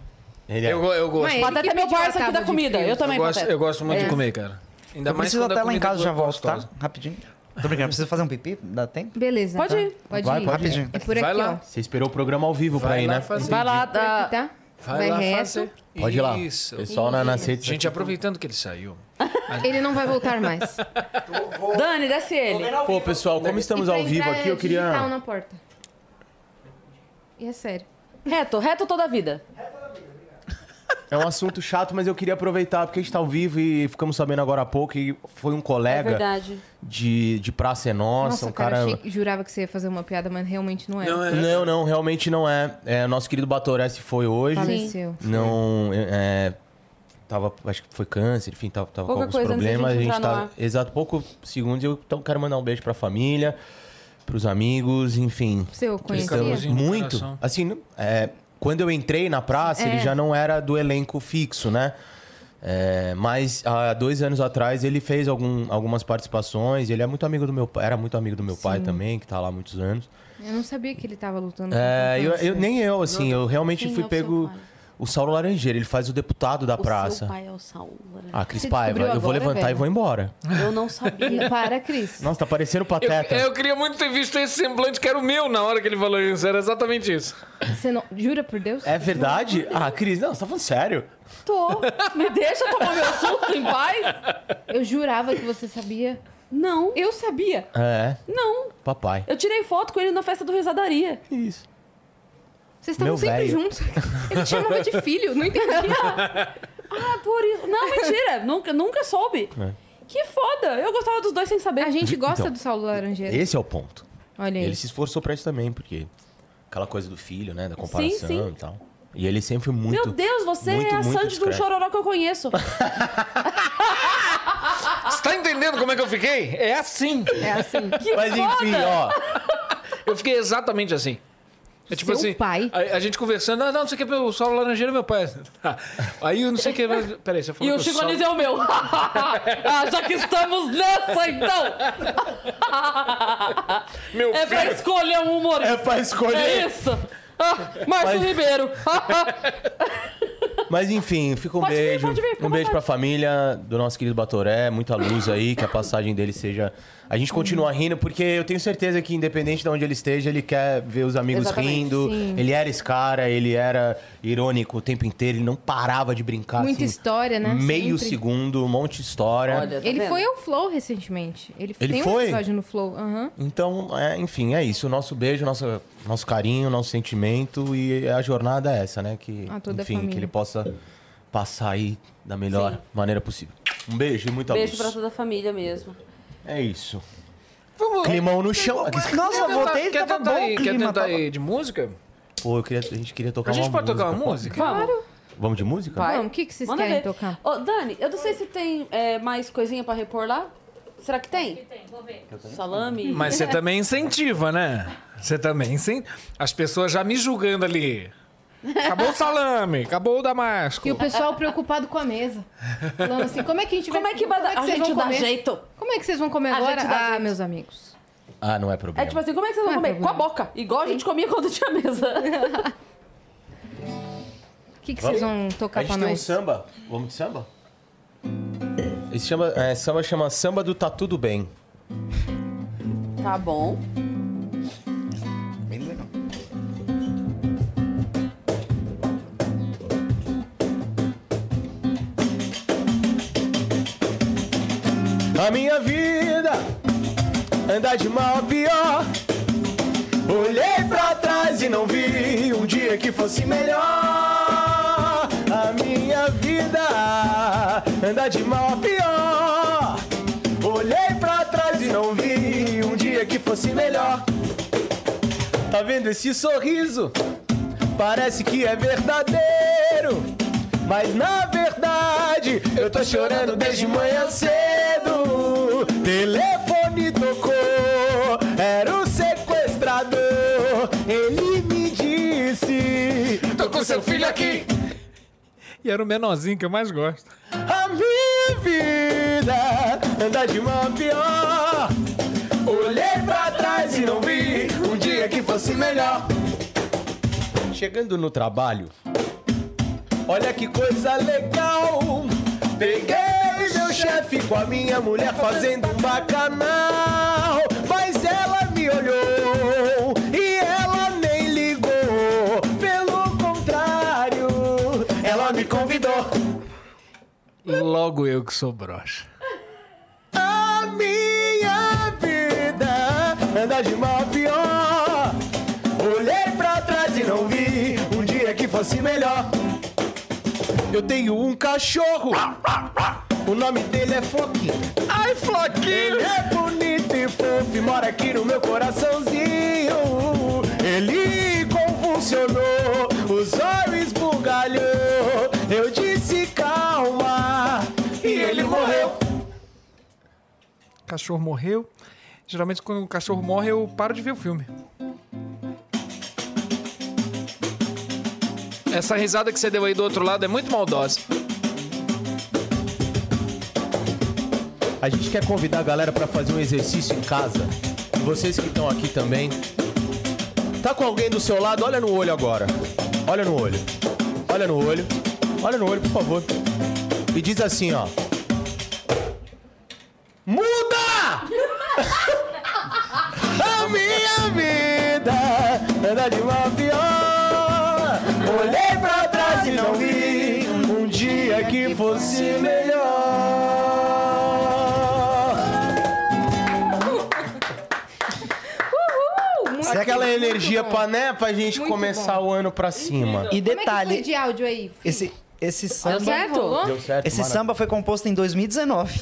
S3: Ele é.
S4: Eu, go- eu gosto.
S2: Mas
S4: Eu
S2: ele
S1: Pateta
S2: que
S1: é meu
S2: pediu a
S1: parça aqui
S2: tábua
S1: da
S2: de
S1: comida.
S2: frios.
S1: Eu também,
S4: gosto-
S1: Pateta.
S4: eu gosto muito de comer, cara. Ainda
S5: Eu
S4: mais
S5: preciso
S4: quando a
S5: até lá em
S4: comida é
S5: casa, já volto, tá?
S4: gostosa.
S5: Rapidinho. Tô brincando, preciso fazer um pipi? Dá tempo?
S2: Beleza.
S1: Pode ir.
S2: Pode
S3: Vai,
S2: ir.
S3: pode
S5: ir.
S2: É por
S4: Vai
S2: aqui,
S4: lá.
S2: ó.
S3: Você esperou o programa ao vivo pra ir,
S4: lá
S3: né?
S4: fazer.
S1: Vai lá,
S2: Por aqui,
S1: tá.
S2: tá?
S4: Vai lá
S2: reto.
S4: fazer.
S3: Pode ir lá.
S4: Isso.
S3: Pessoal na, na sede.
S5: é
S4: Gente, aproveitando que ele saiu.
S2: Ele não vai voltar mais.
S1: Dani, desce ele.
S3: Pô, pessoal, como estamos
S2: E pra
S3: ao vivo
S2: entrar
S3: aqui, eu
S2: é digital
S3: queria.
S2: na porta. E é sério.
S1: Reto, reto toda a vida.
S3: É um assunto chato, mas eu queria aproveitar, porque a gente tá ao vivo e ficamos sabendo agora há pouco que foi um
S1: É
S3: colega
S1: verdade.
S3: de, de Praça é Nossa,
S2: Nossa,
S3: um
S2: cara,
S3: cara.
S2: achei que- jurava que você ia fazer uma piada, mas realmente não era.
S4: Não, é-
S3: Não, não, realmente não é. É, Nosso querido Batoresse foi hoje.
S1: Ah,
S2: Faleceu.
S3: Não. é, tava, acho que foi câncer, enfim, tava, tava com
S1: Pouca
S3: alguns
S1: coisa antes da
S3: problemas. A
S1: gente
S3: gente
S1: entrar no
S3: tá. Exato, poucos segundos. Eu então, quero mandar um beijo pra família, pros amigos, enfim.
S2: Você o
S3: Estamos
S2: conhecia?
S4: no
S3: muito.
S4: coração.
S3: Assim, não- é, quando eu entrei na praça,
S1: É.
S3: ele já não era do elenco fixo, né? É, mas há dois anos atrás ele fez algum- algumas participações. Ele é muito amigo do meu pai, era muito amigo do meu pai também, que tá lá há muitos anos.
S2: Eu não sabia que ele tava lutando.
S3: É,
S2: contra
S3: eu,
S2: câncer.
S3: eu- nem eu, assim, eu realmente
S1: Quem
S3: fui
S1: é o seu
S3: pego.
S1: pai?
S3: O Saulo Laranjeira, ele faz o deputado da
S1: O seu
S3: praça.
S1: pai é o Saul. né?
S3: Ah, Cris
S2: Você
S3: Paiva,
S2: descobriu
S3: eu vou
S2: agora,
S3: levantar e
S2: velho?
S3: vou embora.
S1: Eu não sabia.
S2: Para, Cris.
S3: Nossa, tá parecendo o
S4: Eu,
S3: Pateta.
S4: eu queria muito ter visto esse semblante que era o meu na hora que ele falou isso. Era exatamente isso.
S2: Você não... Jura por Deus?
S3: É verdade? Ah, Cris, não, você tá falando sério?
S1: Tô. Me deixa tomar meu suco em paz?
S2: Eu jurava que você sabia.
S1: Não,
S2: Eu sabia.
S3: É,
S1: não.
S3: papai.
S1: Eu tirei foto com ele na festa do Risadaria.
S3: Isso.
S2: Vocês estavam
S3: Meu
S2: sempre
S3: velho.
S2: juntos. Ele te chamava de filho, não entendi.
S1: Ah, por isso. Não, mentira. nunca, nunca soube. Que foda. Eu gostava dos dois sem saber.
S2: A gente gosta
S3: Então,
S2: do Saulo Laranjeira.
S3: Esse é o ponto.
S2: Olha aí.
S3: Ele se esforçou pra isso também, porque aquela coisa do filho, né? Da comparação
S1: sim.
S3: e tal. E ele sempre foi muito.
S1: Meu Deus, você
S3: muito,
S1: é a
S3: muito
S1: Sandy do
S3: discreto.
S1: chororó que eu conheço.
S4: Você tá entendendo como é que eu fiquei? É assim.
S2: É assim.
S1: Que
S3: Mas
S1: foda.
S3: enfim, é ó.
S4: Eu fiquei exatamente assim. É tipo
S2: Seu
S4: assim,
S2: pai?
S4: A, a gente conversando, ah, não, não sei o que, o Saulo Laranjeira é meu pai. Tá. Aí eu não sei o que. mas- Peraí, você
S1: E
S4: falou
S1: o
S4: que
S1: Chico
S4: Saulo-
S1: Anísio é o meu. ah, já que estamos nessa, então.
S4: Meu
S1: é pra escolher um humorista.
S3: É pra escolher.
S1: É isso. Ah, Márcio
S3: Mas-
S1: Ribeiro.
S3: Mas enfim, fica um
S1: Pode vir,
S3: beijo.
S1: pode vir, fica à
S3: um beijo
S1: vontade.
S3: pra família do nosso querido Batoré, muita luz aí, que a passagem dele seja. A gente continua rindo, porque eu tenho certeza que, independente de onde ele esteja, ele quer ver os amigos
S1: Exatamente,
S3: rindo.
S2: sim.
S3: Ele era esse cara, ele era irônico o tempo inteiro, ele não parava de brincar.
S2: Muita
S3: assim,
S2: história, né?
S3: Meio
S2: Sempre.
S3: segundo, um monte de história.
S1: Olha, tá
S2: Ele
S1: vendo?
S2: foi ao Flow recentemente. Ele,
S3: Ele
S2: tem um
S3: foi?
S2: episódio no Flow. Aham.
S3: Então, é, enfim, é isso. O nosso beijo, nosso, nosso carinho, nosso sentimento e a jornada é essa, né? Que,
S2: A toda a
S3: enfim,
S2: família.
S3: que ele possa passar aí da melhor maneira possível. Um beijo e muita
S1: Beijo pra
S3: luz.
S1: toda a família mesmo.
S3: É isso.
S4: Vamos,
S3: Climão no chão.
S5: Nossa,
S4: Quer tentar-
S5: voltei
S4: quer
S5: tava
S4: tentar
S5: bom
S4: aí,
S5: o
S4: quer
S5: clima,
S4: tentar
S5: tava-
S4: aí de música?
S3: Pô, eu queria, a gente queria tocar
S4: A gente
S3: uma
S4: pode tocar uma
S3: pô.
S4: música?
S1: Claro.
S3: Vamos de música?
S1: Vai.
S2: Vamos, o que que vocês
S1: Manda
S2: querem
S1: ver.
S2: tocar?
S1: Ô, Dani, eu não sei se tem é, mais coisinha pra repor lá. Será que tem? Tem, vou ver. Salame.
S4: Mas você também incentiva, né? Você também incentiva. As pessoas já me julgando ali. Acabou o salame, acabou o damasco.
S2: E o pessoal preocupado com a mesa. Falando assim, como é que a gente
S1: Como
S2: vai...
S1: é que vai dar? A
S2: vocês
S1: gente
S2: vão
S1: dá
S2: comer?
S1: jeito.
S2: Como é que vocês vão comer
S1: A
S2: agora?
S1: gente dá
S2: Ah,
S1: jeito.
S2: meus amigos.
S3: Ah, não é
S1: É
S3: problema.
S1: tipo assim, como é que vocês vão
S2: Não é
S1: comer? Com a
S2: problema.
S1: boca. Igual a gente comia quando tinha mesa.
S2: O que que vocês vão
S3: a
S2: tocar
S3: gente
S2: pra
S3: tem um
S2: nós?
S3: samba. Vamos de samba? Esse chama, é, samba chama Samba do Tá Tudo Bem.
S1: Tá bom.
S5: Bem legal.
S3: A minha vida anda de mal a pior. Olhei pra trás e não vi um dia que fosse melhor. A minha vida anda de mal a pior. Olhei pra trás e não vi um dia que fosse melhor. Tá vendo esse sorriso? Parece que é verdadeiro. Mas na verdade, eu tô chorando desde manhã cedo. Telefone tocou, era o sequestrador. Ele me disse: Tô com seu filho aqui.
S4: E era o menorzinho que eu mais gosto.
S3: A minha vida anda de mal a pior. Olhei pra trás e não vi um dia que fosse melhor. Chegando no trabalho, olha que coisa legal. Peguei meu chefe com a minha mulher fazendo um bacanal. Mas ela me olhou e ela nem ligou. Pelo contrário, ela me convidou.
S4: Logo eu que sou broxa.
S3: A minha vida anda de mal a pior. Olhei pra trás e não vi um dia que fosse melhor. Eu tenho um cachorro. O nome dele é Floquinho. Ai, Floquinho! Ele é bonito e fofo e mora aqui no meu coraçãozinho. Ele convulsionou, os olhos esbugalhou. Eu disse calma e ele morreu.
S4: O cachorro morreu. Geralmente quando o cachorro morre eu paro de ver o filme. Essa risada que você deu aí do outro lado é muito maldosa.
S3: A gente quer convidar a galera pra fazer um exercício em casa. E vocês que estão aqui também. Tá com alguém do seu lado? Olha no olho agora. Olha no olho. Olha no olho. Olha no olho, por favor. E diz assim, ó. Muda! A minha vida anda de uma viola. Olhei pra trás e não vi um dia que fosse melhor.
S2: Muito
S3: É aquela
S2: bom, muito
S3: energia
S2: bom.
S3: pra, né, pra gente
S2: Muito
S3: começar
S2: bom.
S3: o ano pra cima.
S2: Como é que foi
S5: E detalhe,
S2: de áudio aí? Fih? Tá
S5: esse, esse
S1: Deu
S5: samba,
S1: certo?
S2: Rolou?
S3: Deu certo,
S5: esse
S3: maravilha.
S5: samba foi composto em 2019.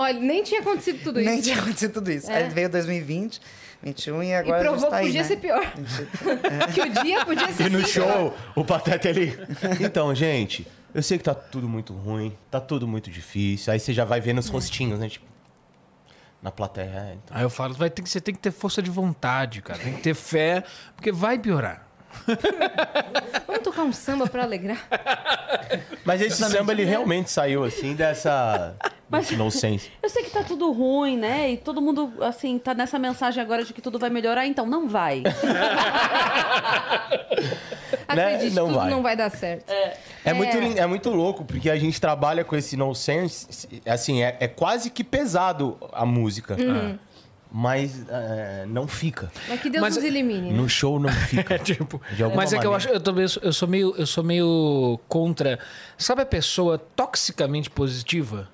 S2: Olha, nem tinha acontecido tudo isso. É.
S5: Nem tinha acontecido tudo isso. Aí veio 2020, 21
S2: e
S5: e agora a gente
S2: provou
S5: tá
S2: que
S5: aí,
S2: podia
S5: né?
S2: ser pior. que o dia podia ser
S3: E no
S2: pior.
S3: show, o Pateta ele. Então, gente, eu sei que tá tudo muito ruim, tá tudo muito difícil. Aí você já vai vendo os rostinhos, né? Tipo, na plateia. é, então.
S4: Aí eu falo, vai ter que, você tem que ter força de vontade, cara. Tem que ter fé, porque vai piorar.
S2: Vamos tocar um samba pra
S3: Né?
S2: alegrar.
S3: Mas esse samba ele realmente saiu assim dessa. Mas... nonsense.
S1: Eu sei que tá tudo ruim, né? E todo mundo, assim, tá nessa mensagem agora de que tudo vai melhorar, então não vai.
S2: Acredite,
S3: Não
S2: tudo
S3: vai.
S2: não vai dar certo.
S3: É, muito, lin- é muito louco, porque a gente trabalha com esse nonsense. Assim, é, é quase que pesado a música.
S2: Uhum.
S3: Mas é, não fica.
S2: Mas que Deus
S4: Mas-
S2: nos elimine. né?
S3: No show não fica.
S4: É tipo.
S3: De alguma
S4: Mas é que eu
S3: maneira.
S4: acho. Eu também sou- eu sou meio, eu sou meio contra. Sabe a pessoa toxicamente positiva?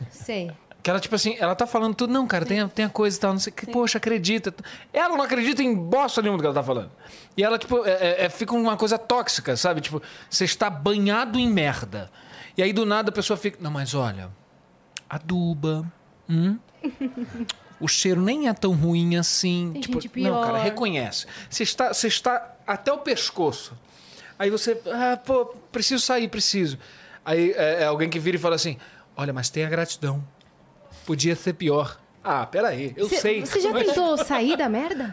S2: né? Sei.
S4: Que ela, tipo assim, ela tá falando tudo, não, cara, tem, a- tem a coisa e tal, não sei o que, poxa, acredita. Ela não acredita em bosta nenhuma do que ela tá falando. E ela, tipo, é- é- é- fica uma coisa tóxica, sabe? Tipo, você está banhado em merda. E aí, do nada, a pessoa fica, não, mas olha, aduba, hum? o cheiro nem é tão ruim assim.
S2: Tem
S4: tipo,
S2: gente
S4: não, cara,
S2: pior.
S4: reconhece. Você está, você está até o pescoço. Aí você, ah, pô, preciso sair, preciso. Aí é, é alguém que vira e fala assim, olha, mas tenha gratidão. Podia ser pior. Ah, peraí, eu
S2: Cê-
S4: sei.
S2: Você já
S4: mas-
S2: tentou sair da merda?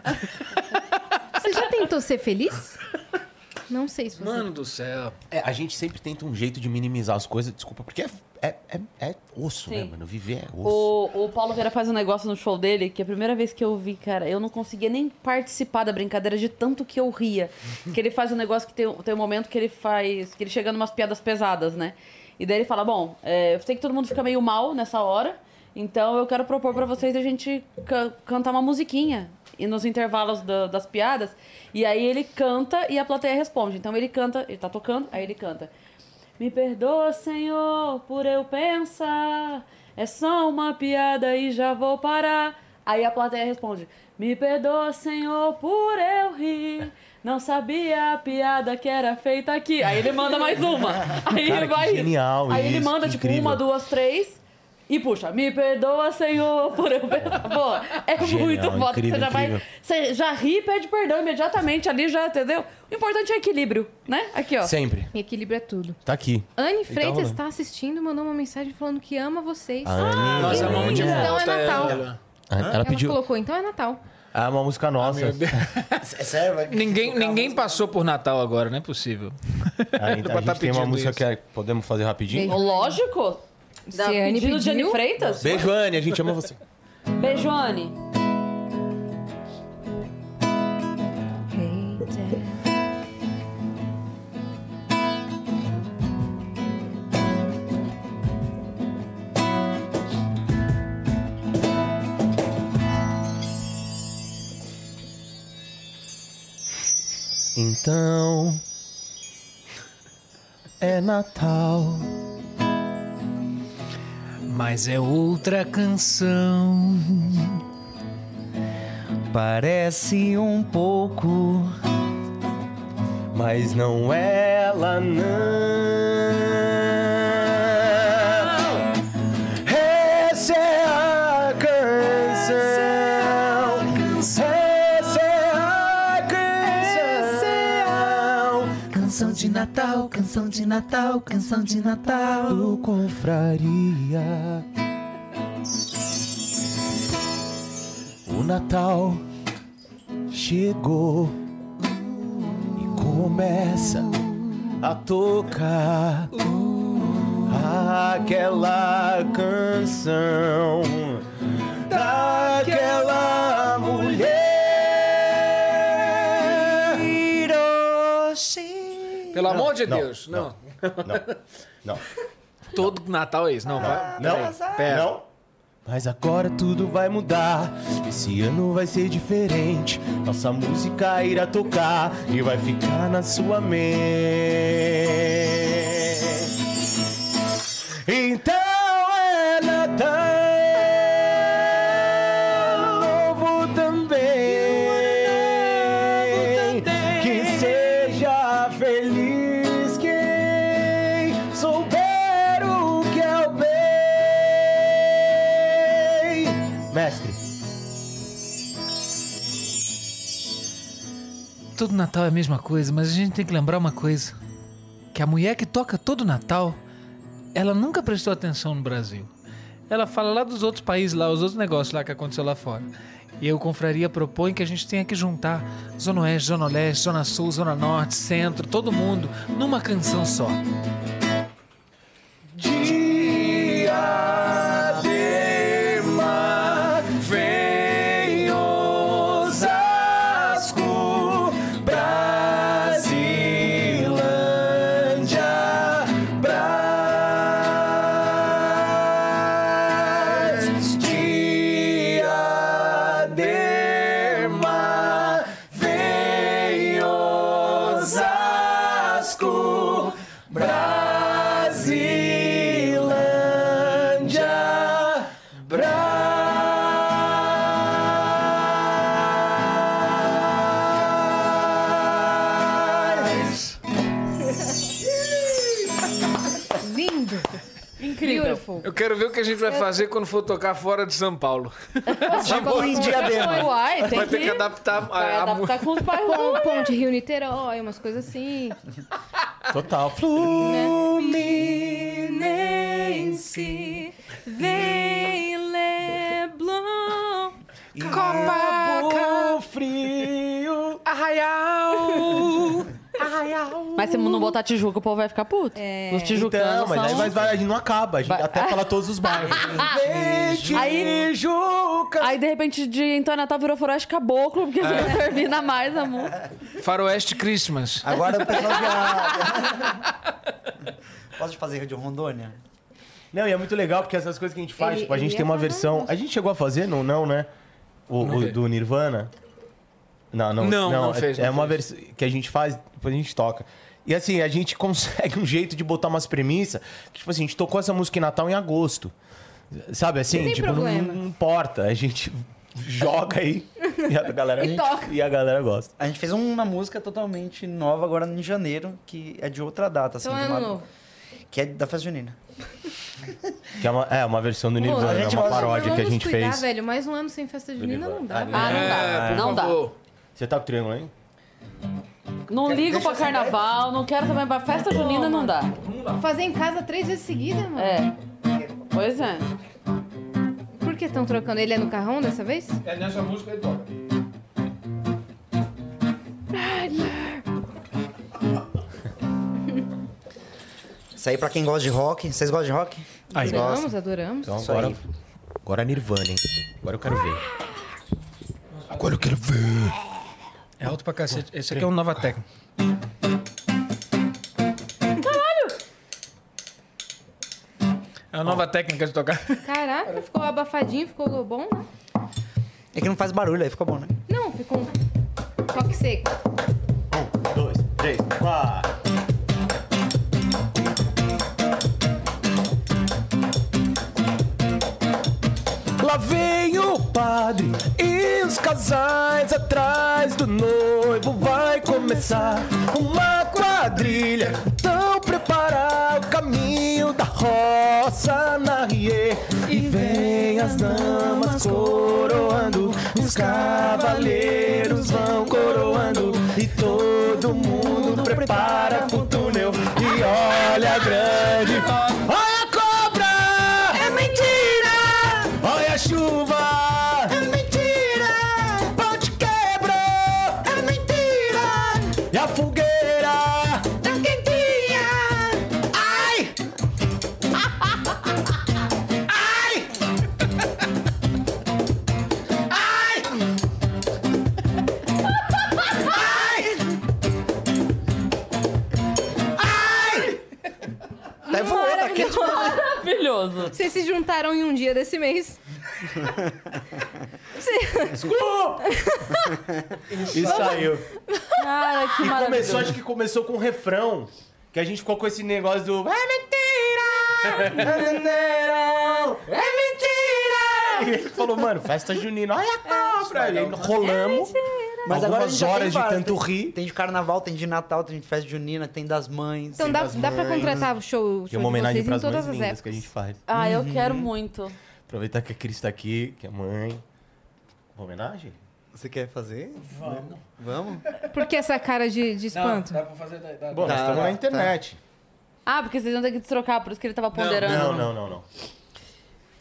S2: Você já tentou ser feliz? Não sei se você.
S4: Mano do céu.
S3: É, a gente sempre tenta um jeito de minimizar as coisas, desculpa, porque é, é, é, é osso, né,
S1: Sim.
S3: mano? Viver é osso.
S1: O, o Paulo Vera faz um negócio no show dele que a primeira vez que eu vi, cara, eu não conseguia nem participar da brincadeira de tanto que eu ria. Que ele faz um negócio que tem, um- tem um momento que ele faz. que ele chega numas piadas pesadas, né? E daí ele fala: Bom, é, eu sei que todo mundo fica meio mal nessa hora, então eu quero propor pra vocês a gente ca- cantar uma musiquinha. E nos intervalos da- das piadas. E aí ele canta e a plateia responde. Então ele canta, ele tá tocando, aí ele canta. Me perdoa, Senhor, por eu pensar. É só uma piada e já vou parar. Aí a plateia responde: Me perdoa, Senhor, por eu rir. Não sabia a piada que era feita aqui. Aí ele manda mais uma. Aí
S3: Cara,
S1: ele
S3: que
S1: vai. rindo.
S3: genial
S1: Aí ele
S3: isso,
S1: manda
S3: que
S1: tipo
S3: incrível.
S1: uma, duas, três. E puxa, me perdoa, Senhor, por eu pensar. Pô, é
S3: Genial,
S1: muito foda.
S3: incrível,
S1: você já vai.
S3: incrível.
S1: Você já ri e pede perdão imediatamente ali, já, entendeu? O importante é equilíbrio, né? Aqui, ó.
S3: Sempre.
S2: Equilíbrio é tudo.
S3: Tá aqui.
S2: Anne Freitas
S3: rolando.
S2: está assistindo, mandou uma mensagem falando que ama vocês.
S3: Ah, Anne,
S4: Nossa,
S3: Anne.
S4: mão de
S2: Então Ah, é
S4: volta,
S2: Natal.
S4: ela.
S3: Ah, Ela,
S2: Ela
S3: pediu.
S2: colocou, então é Natal.
S3: Ah, uma música nossa.
S5: É sério, vai-
S4: Ninguém, ninguém passou por Natal agora, não é possível.
S3: A gente, a
S4: Pra tá
S3: gente tem uma
S4: pedindo
S3: música
S4: isso.
S3: que é- podemos fazer rapidinho.
S1: Ô, Lógico. Da
S2: Se a Anne
S1: pedido de Anne
S2: pediu-
S1: Freitas?
S3: Beijo, Anne, a gente ama você.
S1: Beijo, Anne.
S3: Então é Natal.
S4: Mas é outra canção.
S5: Parece um pouco.
S3: Mas não é ela não. Essa é a canção. Essa é a canção.
S5: Canção de Natal, canção de Natal, canção de
S3: Do
S5: Natal.
S3: confraria. O Natal chegou e começa a tocar aquela canção daquela mulher.
S4: Pelo amor de Deus, não.
S3: Não,
S4: Todo Natal é isso, não. vai-
S3: não,
S4: pera.
S3: não. Mas agora tudo vai mudar. Esse ano vai ser diferente. Nossa música irá tocar e vai ficar na sua mente. Então é Natal um novo também. Que seja feliz quem souber o que é o bem. Mestre.
S4: Todo Natal é a mesma coisa, mas a gente tem que lembrar uma coisa: que a mulher que toca todo Natal, ela nunca prestou atenção no Brasil. Ela fala lá dos outros países, lá, os outros negócios lá que aconteceu lá fora. E eu, confraria, propõe que a gente tenha que juntar Zona Oeste, Zona Leste, Zona Sul, Zona Norte, Centro, todo mundo, numa canção só.
S3: Diadema vem Osasco, Brasil.
S2: Então,
S5: Paulo.
S4: Eu quero ver o que a gente vai fazer quando for tocar fora de São Paulo.
S5: Tipo em Diadema.
S1: Uai, tem
S4: Vai ter
S1: que,
S4: que adaptar
S1: Uhum. vai
S4: a, a mu-
S1: adaptar com os pais.
S2: Pon- Ponte um Rio Niterói, umas coisas assim.
S3: Total.
S2: Fluminense, vem Leblon.
S4: Copacabana, frio, arraial.
S1: Mas se não botar Tijuca, o povo vai ficar puto. Os tijucanos
S3: Então, mas aí
S1: são...
S3: vai, vai- não acaba, a gente até falar todos os bairros.
S1: Aí-
S3: Tijuca! É.
S1: Aí, de repente, de então Natal virou Foroeste Caboclo, porque você não termina mais a música.
S4: Faroeste Christmas.
S5: Agora o pessoal já. Posso fazer de Rondônia?
S3: Não, e é muito legal porque essas coisas que a gente faz,
S2: Ele-
S3: tipo, a
S2: ele
S3: gente
S2: ia
S3: tem uma
S2: falar
S3: versão.
S2: isso.
S3: A gente chegou a fazer? Não, não, né? O, o do Nirvana? Não, não,
S4: Não, não
S3: é,
S4: fez,
S3: é
S4: não
S3: uma
S4: fez.
S3: versão que a gente faz, depois a gente toca. E assim, a gente consegue um jeito de botar umas premissas. que, Tipo assim, a gente tocou essa música em Natal em agosto. Sabe assim?
S2: Não tem
S3: tipo, não-
S2: problema.
S3: Não, importa. A gente joga aí e a galera,
S2: E toca.
S3: e a galera gosta.
S5: A gente fez uma música totalmente nova agora em janeiro, que é de outra data, assim.
S2: Então
S5: de
S2: é
S5: uma-
S2: ano novo.
S5: Que é da festa junina.
S3: Que é uma, é uma versão do
S2: a
S3: Nirvana, é
S5: gente
S3: uma
S5: vai-
S3: paródia que a
S2: Vamos
S3: gente
S2: cuidar,
S3: fez.
S2: velho, mais um ano sem festa junina não dá.
S3: Ah,
S2: velho.
S1: Ah,
S4: É,
S1: não
S4: por
S1: dá. Não dá.
S4: favor.
S3: Você tá com o triângulo aí?
S1: Não ligo pra carnaval, não quero também pra festa junina, não dá.
S2: Fazer em casa três vezes seguida, mano.
S1: É. Pois é.
S2: Por que estão trocando? Ele é no carrão dessa vez?
S4: É nessa música ele toca.
S5: Isso aí pra quem gosta de rock. Vocês gostam de rock?
S3: Aí,
S2: adoramos, adoramos.
S3: Então
S5: Isso
S3: agora.
S5: aí.
S3: Agora é Nirvana, hein? Agora eu quero ver.
S4: Agora eu quero ver. É alto pra cacete. Esse aqui é um Nova Técnica. Caralho! É uma nova técnica de tocar.
S2: Caraca, ficou abafadinho, ficou bom, né?
S5: É que não faz barulho, aí fica bom, né?
S2: Não, ficou um toque seco.
S3: Um, dois, três, quatro. Lá vem o padre e os casais atrás do noivo vai começar uma quadrilha. Então prepara o caminho da roça na rie e vem as damas coroando, os cavaleiros vão coroando e todo mundo prepara pro túnel e olha a grande. Olha a cobra! É mentira! Olha a chuva! É mentira! Pau de quebra! É mentira! E a fogueira! Tá quentinha! Ai! Ai! Ai! Ai! Ai!
S5: Até voou daqui.
S1: Maravilhoso.
S2: Vocês se juntaram em um dia desse mês.
S3: E saiu.
S1: Cara, que
S3: E começou,
S1: maravilhoso.
S3: acho que começou com um refrão. Que a gente ficou com esse negócio do. É mentira! É mentira! É mentira! E ele falou, mano, festa junina,
S2: É,
S3: olha a cobra! E aí rolamos.
S5: Mas agora a
S3: algumas
S5: gente já tem
S3: horas de
S5: várias.
S3: tanto
S5: Tem-
S3: rir.
S5: Tem de carnaval, tem de Natal, tem de festa junina, tem das mães.
S2: Então dá, dá pra contratar o show, o
S3: E é uma
S2: show de
S3: homenagem
S2: vocês em
S3: pras mães
S2: todas as
S3: lindas
S2: épocas.
S3: que a gente faz.
S1: Ah, eu quero muito.
S3: Aproveitar que a Cris tá aqui, que é mãe. Uma homenagem?
S5: Você quer fazer? Vamos. Vamos?
S2: Por que essa cara de, de espanto?
S4: pra fazer da,
S3: Bom, nós
S5: Tá,
S3: estamos
S5: tá.
S3: na internet.
S1: Ah, porque vocês vão ter que trocar, por isso que ele tava
S2: Tá.
S1: ponderando.
S3: Não, não, não, não.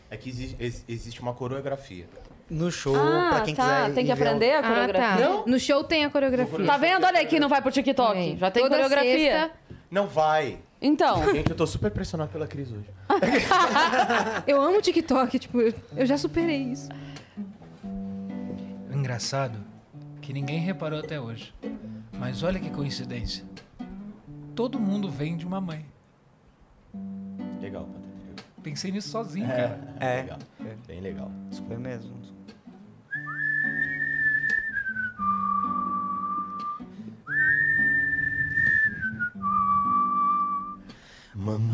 S3: É que exi- ex- existe uma coreografia.
S5: No show,
S1: Ah,
S5: pra quem
S1: tá.
S5: quiser.
S1: tem que
S5: ir
S3: um-
S5: ver
S1: aprender a
S2: Ah,
S1: coreografia.
S2: tá. No show tem a coreografia.
S1: Tá vendo? Olha aí que não vai pro TikTok.
S2: Também.
S1: Já tem
S2: Toda
S1: coreografia.
S2: sexta,
S3: Não vai!
S1: Então,
S3: Gente, eu tô super pressionado pela Cris hoje.
S2: eu amo TikTok, tipo, eu- eu já superei isso.
S4: Engraçado que ninguém reparou até hoje. Mas olha que coincidência. Todo mundo vem de uma mãe.
S3: Legal, Patrícia.
S4: Pensei nisso sozinho, cara.
S5: o- É,
S3: Legal. Bem legal.
S5: foi mesmo.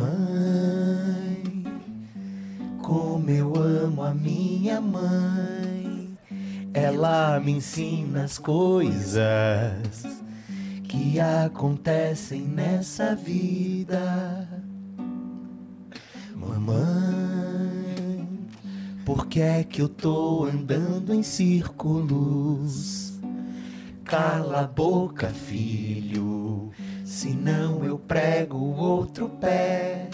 S3: Mamãe, como eu amo a minha mãe, ela me ensina as coisas que acontecem nessa vida. Mamãe. Por que é que eu tô andando em círculos? Cala a boca, filho, senão eu prego o outro pé.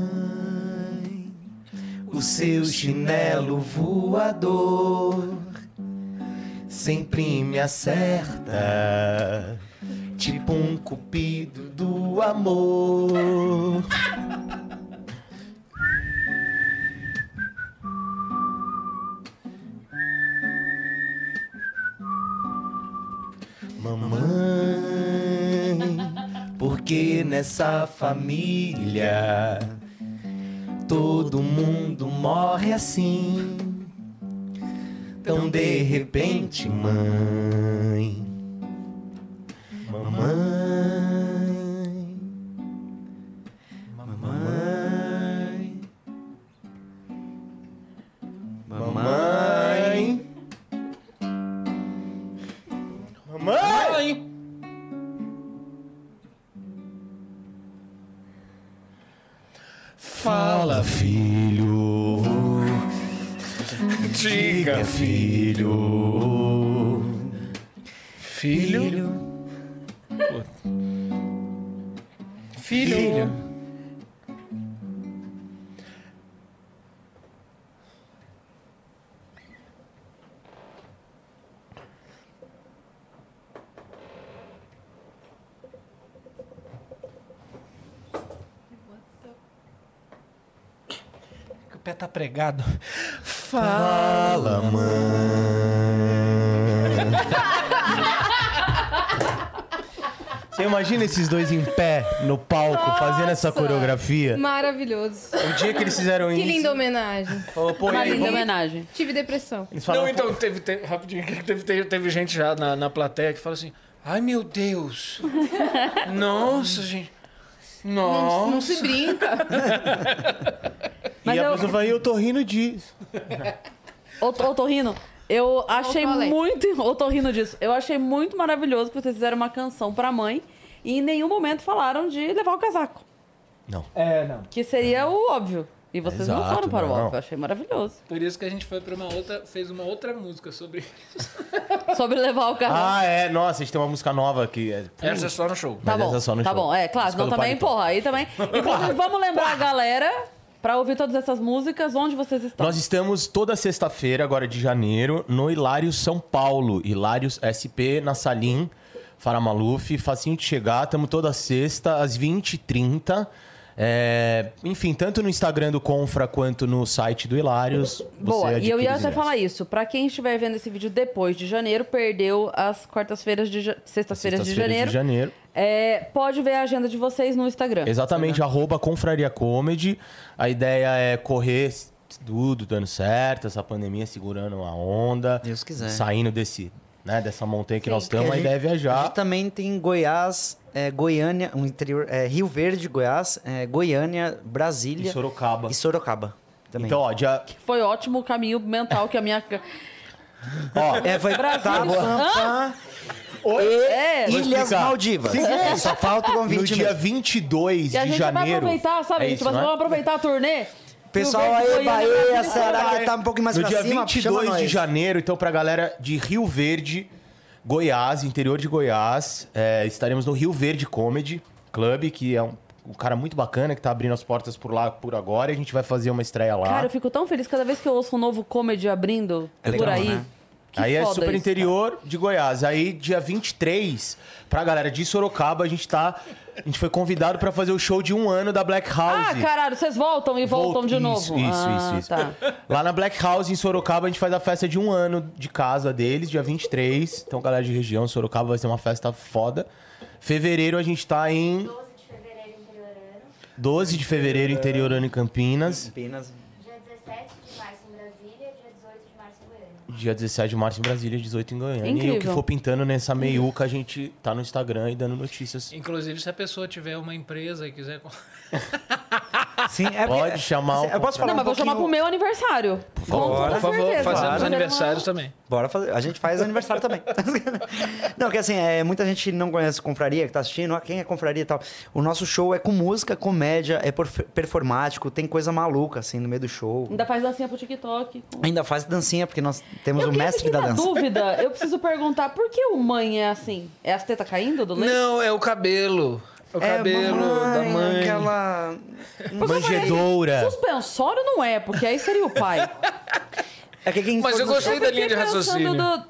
S3: Mamãe, o seu chinelo voador sempre me acerta, tipo um cupido do amor. Mamãe, porque nessa família todo mundo morre assim. Tão Então, de repente, mãe, mamãe, mamãe, mamãe, mamãe. Fala, filho. Diga, filho. Filho. Filho.
S4: O pé tá pregado.
S3: Fala, mãe. Você imagina esses dois em pé no palco fazendo essa coreografia?
S2: Maravilhoso.
S3: O dia que eles fizeram
S2: Que
S3: É. isso.
S2: linda homenagem.
S3: Falou, pô,
S1: Uma
S3: e aí,
S1: linda
S3: vamos-
S1: homenagem.
S2: Tive depressão.
S3: eles falaram,
S4: Não, então, teve, teve- rapidinho, que teve, teve, teve gente já na, na plateia que fala assim: ai meu Deus! Nossa, gente! Nossa!
S2: Não se brinca.
S3: pô,
S1: Mas
S3: e a
S1: eu-
S3: pessoa vai, eu tô rindo disso.
S1: Otorrino, eu achei
S2: Otorrino.
S1: muito. Otorrino disso. Eu achei muito maravilhoso que vocês fizeram uma canção pra mãe e em nenhum momento falaram de levar o casaco.
S3: Não.
S4: É, não.
S1: Que seria o óbvio. E vocês não
S3: Exato,
S1: foram para o
S3: não.
S1: óbvio. Eu achei maravilhoso.
S4: Por isso que a gente foi pra uma outra. fez uma outra música sobre.
S1: Sobre levar o casaco.
S3: Ah, é, nossa, a gente tem uma música nova aqui. é-
S4: Essa é só no show.
S3: mas
S1: Tá bom,
S3: essa só no
S1: tá
S3: show.
S1: bom. É, claro,
S3: Música
S1: não
S3: do
S1: também,
S3: Paletó.
S1: porra, aí também. Inclusive, vamos lembrar a galera pra ouvir todas essas músicas, onde vocês estão.
S3: Nós estamos toda sexta-feira, agora de janeiro, no Hilários São Paulo. Hilários SP, na Salim, Faramaluf. Facinho de chegar. Estamos toda sexta, às 20h30. É, enfim, tanto no Instagram do Confra quanto no site do Hilários.
S1: Boa, e eu ia até falar
S3: isso.
S1: isso. Pra quem estiver vendo esse vídeo depois de janeiro, perdeu as quartas-feiras de ja- sextas-feiras de janeiro.
S3: de janeiro.
S1: É, pode ver a agenda de vocês no Instagram.
S3: Exatamente, arroba Confraria Comedy. A ideia é correr s- tudo dando certo, essa pandemia segurando a onda.
S5: Deus quiser.
S3: Saindo desse, né, dessa montanha que nós
S5: Porque
S3: estamos, a
S5: gente-
S3: ideia é
S5: A
S3: viajar.
S1: tá
S5: gente também tem Goiás, é, Goiânia, um interior, é, Rio Verde, Goiás, é, Goiânia, Brasília
S3: E Sorocaba.
S5: e Sorocaba também.
S3: Então, ó, dia...
S1: Foi ótimo o caminho mental que a minha.
S3: ó
S5: é, foi Brasília,
S1: É,
S3: Vou
S5: Ilhas
S3: explicar.
S5: Maldivas.
S3: Sim, sim.
S5: Só falta o
S3: no
S5: convite
S3: dia
S5: mesmo.
S3: 22
S1: e a
S3: de
S1: gente vai
S3: janeiro...
S1: aproveitar, sabe?
S3: É
S1: gente?
S3: isso,
S1: Vocês
S3: né?
S1: vão aproveitar a turnê.
S5: Pessoal,
S1: Rio Verde,
S5: aí,
S1: Goiânia,
S5: Bahia,
S1: Brasília,
S5: será que tá um pouquinho mais
S3: No
S5: pra
S3: dia
S5: cima? Chama
S3: 22 de
S5: nós.
S3: janeiro, então, pra galera de Rio Verde, Goiás, interior de Goiás, é, estaremos no Rio Verde Comedy Club, que é um, um cara muito bacana que tá abrindo as portas por lá por agora. E a gente vai fazer uma estreia lá.
S1: Cara, eu fico tão feliz cada vez que eu ouço um novo comedy abrindo
S5: É legal,
S1: por aí.
S5: né?
S1: Que
S3: Aí é
S1: foda
S3: super
S1: isso,
S3: interior de Goiás. Aí, dia 23, pra galera de Sorocaba, a gente tá. A gente foi convidado pra fazer o show de um ano da Black House.
S1: Ah, caralho, vocês voltam e voltam
S3: Volta-
S1: de
S3: isso,
S1: novo.
S3: Isso,
S1: ah,
S3: isso, isso.
S1: Tá.
S3: Lá na Black House, em Sorocaba, a gente faz a festa de um ano de casa deles, dia 23. Então, galera de região, Sorocaba vai ser uma festa foda. Fevereiro a gente tá em 12 de fevereiro, interiorano em Campinas.
S5: Campinas.
S6: Dia 17 de março em Brasília, dia 18 de março em
S3: Dia 17 de março em Brasília, 18 em Goiânia. E
S6: Goiânia.
S1: Incrível.
S3: o que for pintando nessa meiuca, a gente tá no Instagram e dando notícias.
S4: Inclusive, se a pessoa tiver uma empresa e quiser.
S5: Sim, é porque-
S3: Pode chamar
S5: assim,
S3: o
S5: Eu posso falar
S1: Não, mas
S5: um
S1: vou chamar pro
S5: pouquinho-
S1: meu aniversário.
S4: Bora,
S1: Com toda
S4: por favor,
S1: certeza.
S4: fazemos
S1: Claro.
S4: aniversários também.
S5: Bora fazer. A gente faz aniversário também. não, que assim, é, muita gente não conhece confraria que tá assistindo. Ah, quem é confraria e tal? O nosso show é com música, comédia, é perf- performático, tem coisa maluca, assim, no meio do show.
S1: Ainda faz dancinha pro TikTok. Com...
S5: Ainda faz dancinha, porque nós temos
S1: Eu
S5: o
S1: queria
S5: mestre
S1: fiquei
S5: da
S1: na
S5: dança.
S1: dúvida, eu preciso perguntar, por que o mãe é assim? É as tetas caindo do leite?
S4: Não, é o cabelo. É O cabelo da mãe.
S5: Aquela.
S3: Manjedoura.
S1: é assim. Suspensório não é, porque aí seria o pai.
S5: É que quem
S4: Mas
S5: for
S4: eu
S5: no-
S4: gostei da linha de
S1: fiquei pensando
S4: raciocínio.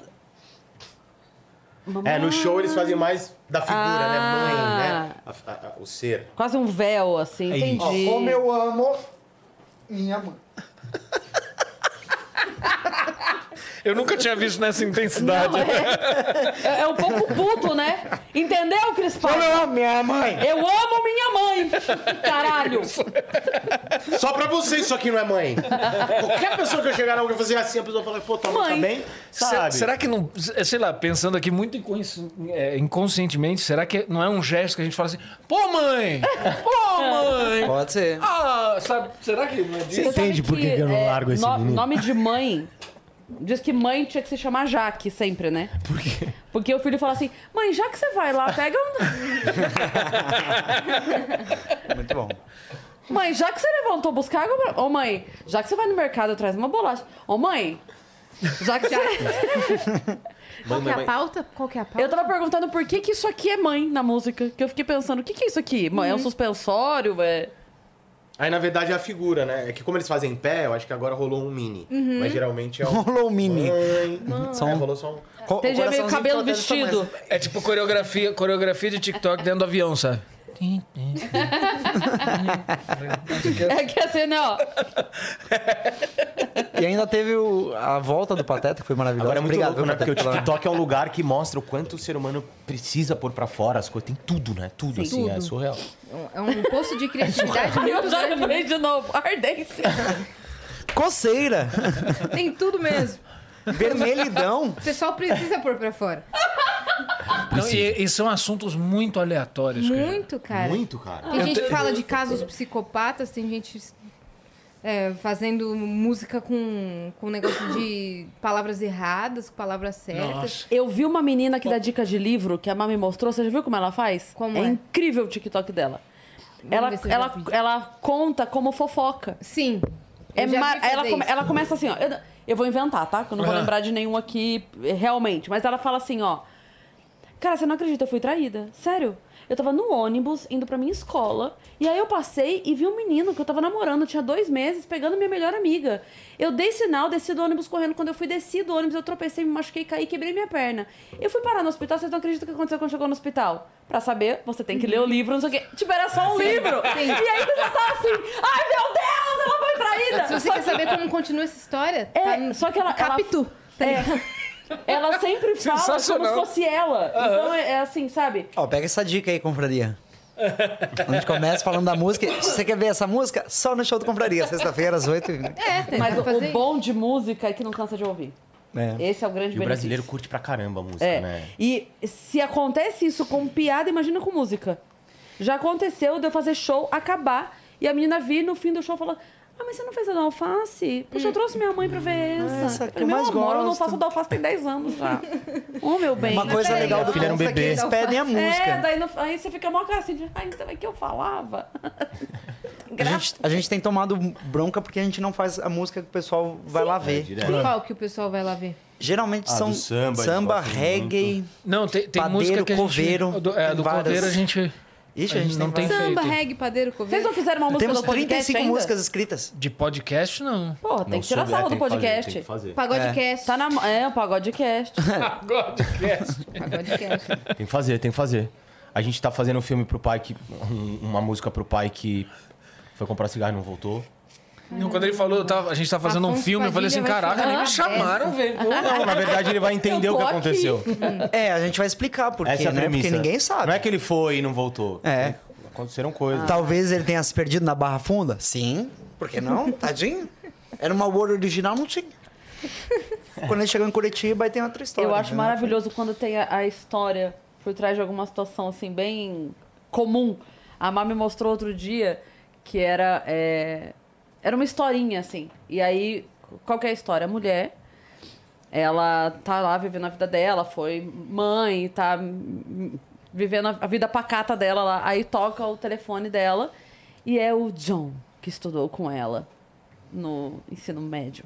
S1: do-
S3: É, no show eles fazem mais da figura, né? Mãe,
S1: Ah.
S3: né? A- a- a- o ser.
S1: Quase um véu, assim.
S3: isso.
S1: Entendi.
S5: Como eu amo minha mãe.
S4: Eu nunca tinha visto nessa intensidade.
S1: É, é um pouco puto, né? Entendeu, Crispal?
S5: Como eu amo minha mãe.
S1: Eu amo minha mãe! Caralho!
S3: Só pra você isso aqui não é mãe. Qualquer pessoa que eu chegar na rua e fazer assim, a pessoa fala, pô, tua mãe tá
S1: Mãe.
S3: bem?
S4: Se-
S3: Sabe?
S4: Será que não. é, Sei lá, pensando aqui muito inconsci- é, inconscientemente, será que não é um gesto que a gente fala assim, pô, mãe! Pô, mãe!
S5: Pode ser.
S4: Ah, sabe? Será que não é disso?
S1: Você
S3: entende
S1: sabe
S3: por que que eu não
S1: é,
S3: largo esse menino?
S1: Nome de mãe. Diz que mãe tinha que se chamar Jaque sempre, né? Por quê? Porque o filho fala assim: mãe, já que você vai lá, pega um.
S5: Muito bom.
S1: Mãe, já que você levantou buscar água. pra- Ô, mãe, já que você vai no mercado, traz uma bolacha. Ô, mãe, já que você.
S2: Qual que é a pauta? Qual que é a pauta?
S1: Eu tava perguntando por que, que isso aqui é mãe na música. Que eu fiquei pensando: o que, que é isso aqui? Mãe,
S2: Hum.
S1: é um suspensório? É...
S3: Aí, na verdade, é a figura, né? É que como eles fazem em pé, eu acho que agora rolou um mini. Mas geralmente é um...
S5: Rolou o mini.
S3: Mãe.
S5: Só um-
S3: É, rolou só um...
S5: Co-
S1: Tem já meio
S5: coraçãozinho
S1: cabelo
S5: todo desse tamanho.
S1: vestido.
S4: É tipo coreografia, coreografia de TikTok dentro do avião, sabe?
S1: É que assim, né, ó.
S5: E ainda teve o- a volta do Pateta, que foi maravilhosa.
S3: Agora é muito
S5: Obrigado,
S3: louco, né?
S5: Pateta,
S3: Porque o
S5: pela-
S3: TikTok é um lugar que mostra o quanto o ser humano precisa pôr pra fora as coisas. Tem tudo, né? Tudo, assim, é
S2: Tudo.
S3: surreal.
S2: É um poço de criatividade
S1: Aí eu
S2: muito
S1: já
S2: grande.
S1: lembrei de novo. Ardência.
S5: Coceira!
S2: Tem tudo mesmo.
S5: Vermelhidão!
S2: O pessoal precisa pôr pra fora.
S4: Não, e, e são assuntos muito aleatórios. cara.
S2: é. Muito, cara.
S3: Muito, cara.
S2: Tem gente Ah, que fala de casos psicopatas, tem gente é, fazendo música com, com negócio de palavras erradas, com palavras certas.
S4: Nossa.
S1: Eu vi uma menina que dá dica de livro que a Má me mostrou. Você já viu como ela faz?
S2: Como
S1: é?
S2: é?
S1: incrível o TikTok dela. Ela,
S2: ver se eu já
S1: ela,
S2: vi.
S1: ela conta como fofoca.
S2: Sim.
S1: É
S2: eu já vi
S1: mar-
S2: fazer
S1: ela, come-
S2: isso.
S1: ela começa assim, ó. Eu, eu vou inventar, tá? Que eu não vou
S4: Ah.
S1: lembrar de nenhum aqui eh, realmente. Mas ela fala assim, ó. Cara, você não acredita, eu fui traída. Sério. Eu tava no ônibus, indo pra minha escola. E aí eu passei e vi um menino que eu tava namorando, tinha dois meses, pegando minha melhor amiga. Eu dei sinal, desci do ônibus correndo. Quando eu fui descer do ônibus, eu tropecei, me machuquei, caí, quebrei minha perna. Eu fui parar no hospital, vocês não acreditam o que aconteceu quando chegou no hospital. Pra saber, você tem que ler o livro, não sei o quê. Tipo, era só um livro. E aí tu já tá assim, ai meu Deus, ela foi traída.
S2: Se você
S1: Só
S2: quer saber como continua essa história,
S1: é,
S2: tá no-
S1: só que ela.
S2: Capitu.
S1: Ela, é. ela sempre fala como se
S4: Sensacional.
S1: fosse ela. Então é, é assim, sabe?
S5: Ó, pega essa dica aí, confraria. A gente começa falando da música. Se você quer ver essa música, só no show do Confraria, sexta-feira, às 8 e-
S2: É, tem
S1: Mas
S2: que
S1: o,
S2: fazer
S1: o bom de música é que não cansa de ouvir.
S5: é.
S1: Esse é
S3: E
S1: o grande
S3: o
S1: benefício.
S3: brasileiro curte pra caramba a música,
S1: É.
S3: né?
S1: E se acontece isso com piada, imagina com música. Já aconteceu de eu fazer show, acabar, e a menina vir no fim do show falando. Ah, mas você não fez a da alface? Puxa, eu trouxe minha mãe pra ver essa.
S5: Hum. Ah, Essa
S1: Eu falei,
S5: que eu
S1: Meu
S5: mais
S1: amor, eu não
S5: gosto."
S1: faço a da alface tem 10 anos já. Ô, meu bem.
S5: Uma coisa
S2: peraí,
S5: legal
S2: a
S5: do
S3: filha era um
S5: Confra é que
S3: bebê.
S5: eles pedem a
S1: É,
S5: música.
S1: daí no- aí você fica mó cara assim, de, ah, então é que eu falava.
S5: A
S1: Graças
S5: gente, a gente tem tomado bronca porque a gente não faz a música que o pessoal vai lá
S3: É,
S5: ver.
S3: direto.
S2: qual que o pessoal vai lá ver.
S5: Geralmente
S3: Ah,
S5: são
S3: do samba, eles gostam
S5: reggae.
S4: Não, tem, tem
S5: Padeiro,
S4: música que a gente...
S5: coveiro,
S4: Do, é,
S5: tem
S4: do
S5: várias.
S4: coveiro a gente...
S5: Ixi, a gente
S4: não
S5: tem
S4: tem
S5: várias.
S2: Samba,
S4: feito.
S2: reggae, padeiro,
S1: Vocês
S2: coveiro.
S1: não fizeram uma música
S5: Temos
S1: do podcast
S5: 35
S1: ainda?
S5: músicas escritas.
S4: De podcast, não.
S1: Porra, tem
S3: Não
S1: que tirar
S3: soube, é,
S1: sarro do
S3: tem que fazer,
S1: podcast.
S3: tem que fazer.
S2: Pagodecast.
S1: Tá na... É, o pagodecast.
S4: Podcast.
S2: Pagodecast.
S3: Tem que fazer, tem que fazer. A gente tá fazendo um filme pro pai que. um- uma música pro pai que foi comprar cigarro e não voltou.
S4: Não, quando ele falou, eu tava- a gente tá fazendo um
S2: Afonso
S4: filme, eu falei assim,
S2: Padilha vai
S4: caraca,
S2: chorar
S4: nem me
S2: dessa.
S4: chamaram, velho. Pô,
S3: Não, na verdade ele vai entender
S1: Eu
S3: o que
S1: tô aqui.
S3: aconteceu.
S5: É, a gente vai explicar por
S3: Essa é
S5: quê,
S3: a
S5: né?
S3: premissa.
S5: Porque ninguém sabe.
S3: Não é que ele foi e não voltou.
S5: É. Tá.
S3: Aconteceram coisas.
S5: Talvez ele tenha se perdido na Barra Funda? Sim. Por que não? Tadinho. Era uma Word original, não tinha. Quando ele chegou em Curitiba, aí tem outra história.
S1: Eu acho
S5: né?
S1: maravilhoso quando tem a, a história por trás de alguma situação, assim, bem comum. A Má me mostrou outro dia que era. é, Era uma historinha, assim. E aí, qual que é a história? A mulher, ela tá lá vivendo a vida dela, foi mãe, tá hum, vivendo a a vida pacata dela lá. Aí toca o telefone dela e é o John que estudou com ela no ensino médio.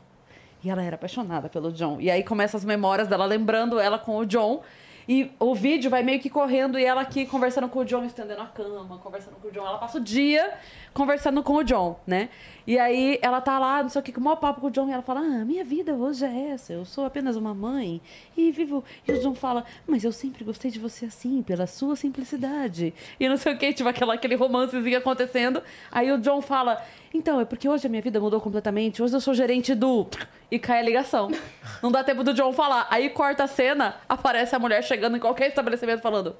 S1: E ela era apaixonada pelo John. E aí começa as memórias dela lembrando ela com o John. E o vídeo vai meio que correndo e ela aqui conversando com o John, estendendo a cama, conversando com o John. Ela passa o dia conversando com o John, né? E aí ela tá lá, não sei o que, com o maior papo com o John. E ela fala: Ah, minha vida hoje é essa. Eu sou apenas uma mãe e vivo. E o John fala: Mas eu sempre gostei de você assim, pela sua simplicidade. E não sei o que, tipo aquela, aquele romancezinho acontecendo. Aí o John fala: Então, é porque hoje a minha vida mudou completamente. Hoje eu sou gerente do. E cai a ligação. Não dá tempo do John falar. Aí corta a cena, aparece a mulher chegando em qualquer estabelecimento falando: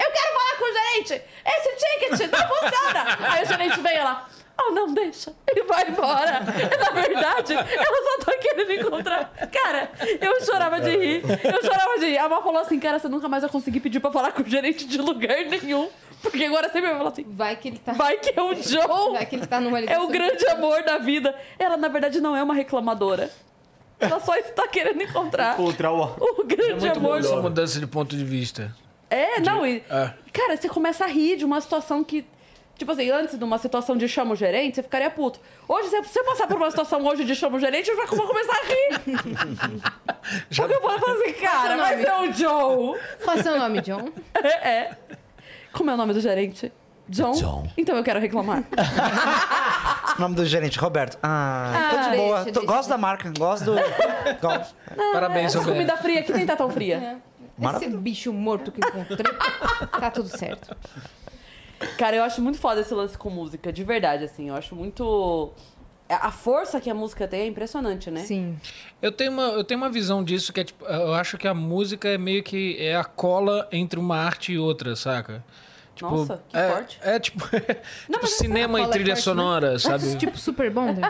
S1: Eu quero falar com o gerente! Esse ticket não funciona! Aí o gerente vem lá. Oh, não, deixa. Ele vai embora. É, Na verdade, ela só tá querendo encontrar. Cara, eu chorava de rir. Eu chorava de rir. A Má falou assim, cara, você nunca mais vai conseguir pedir pra falar com o gerente de lugar nenhum. Porque agora sempre vai falar assim,
S2: Vai que ele tá.
S1: vai que é o John.
S2: Vai que ele tá numa
S1: É o grande amor da vida. Ela, na verdade, não é uma reclamadora. Ela só está querendo encontrar
S3: Contra o...
S1: o grande amor.
S4: Essa mudança de ponto de vista.
S1: É, não, e.
S4: é.
S1: Cara, você começa a rir de uma situação que. Tipo assim, antes de uma situação de chama o gerente, você ficaria puto. Hoje, se você passar por uma situação hoje de chama o gerente, eu já vou começar a rir. Porque eu vou falar assim,
S2: Qual é
S1: cara,
S2: o nome?
S1: mas é o Joe.
S2: Qual é seu nome, John?
S1: É, é. Como é o nome do gerente? John?
S4: John.
S1: Então eu quero reclamar.
S5: O nome do gerente, Roberto. Ah, tô de
S2: deixa,
S5: boa.
S2: deixa.
S5: Tô- gosto da marca, gosto do. gosto.
S4: Parabéns,
S1: Essa
S4: Roberto.
S1: comida fria aqui nem tá tão fria.
S2: Esse
S5: Maravilha.
S2: bicho morto que encontrei. Tá tudo certo. É.
S1: Cara, eu acho muito foda esse lance com música, de verdade, assim. Eu acho muito. é, A a força que a música tem é impressionante, né?
S2: Sim.
S4: Eu tenho, uma, eu tenho uma visão disso que é tipo, eu acho que a música é meio que é a cola entre uma arte e outra, saca? Tipo,
S1: Nossa, que
S4: é,
S1: forte.
S4: É tipo, tipo
S2: mas
S4: cinema
S2: essa
S4: e
S2: cola é
S4: trilha
S2: forte, né?
S4: sonora, sabe?
S2: Tipo Super Bonder.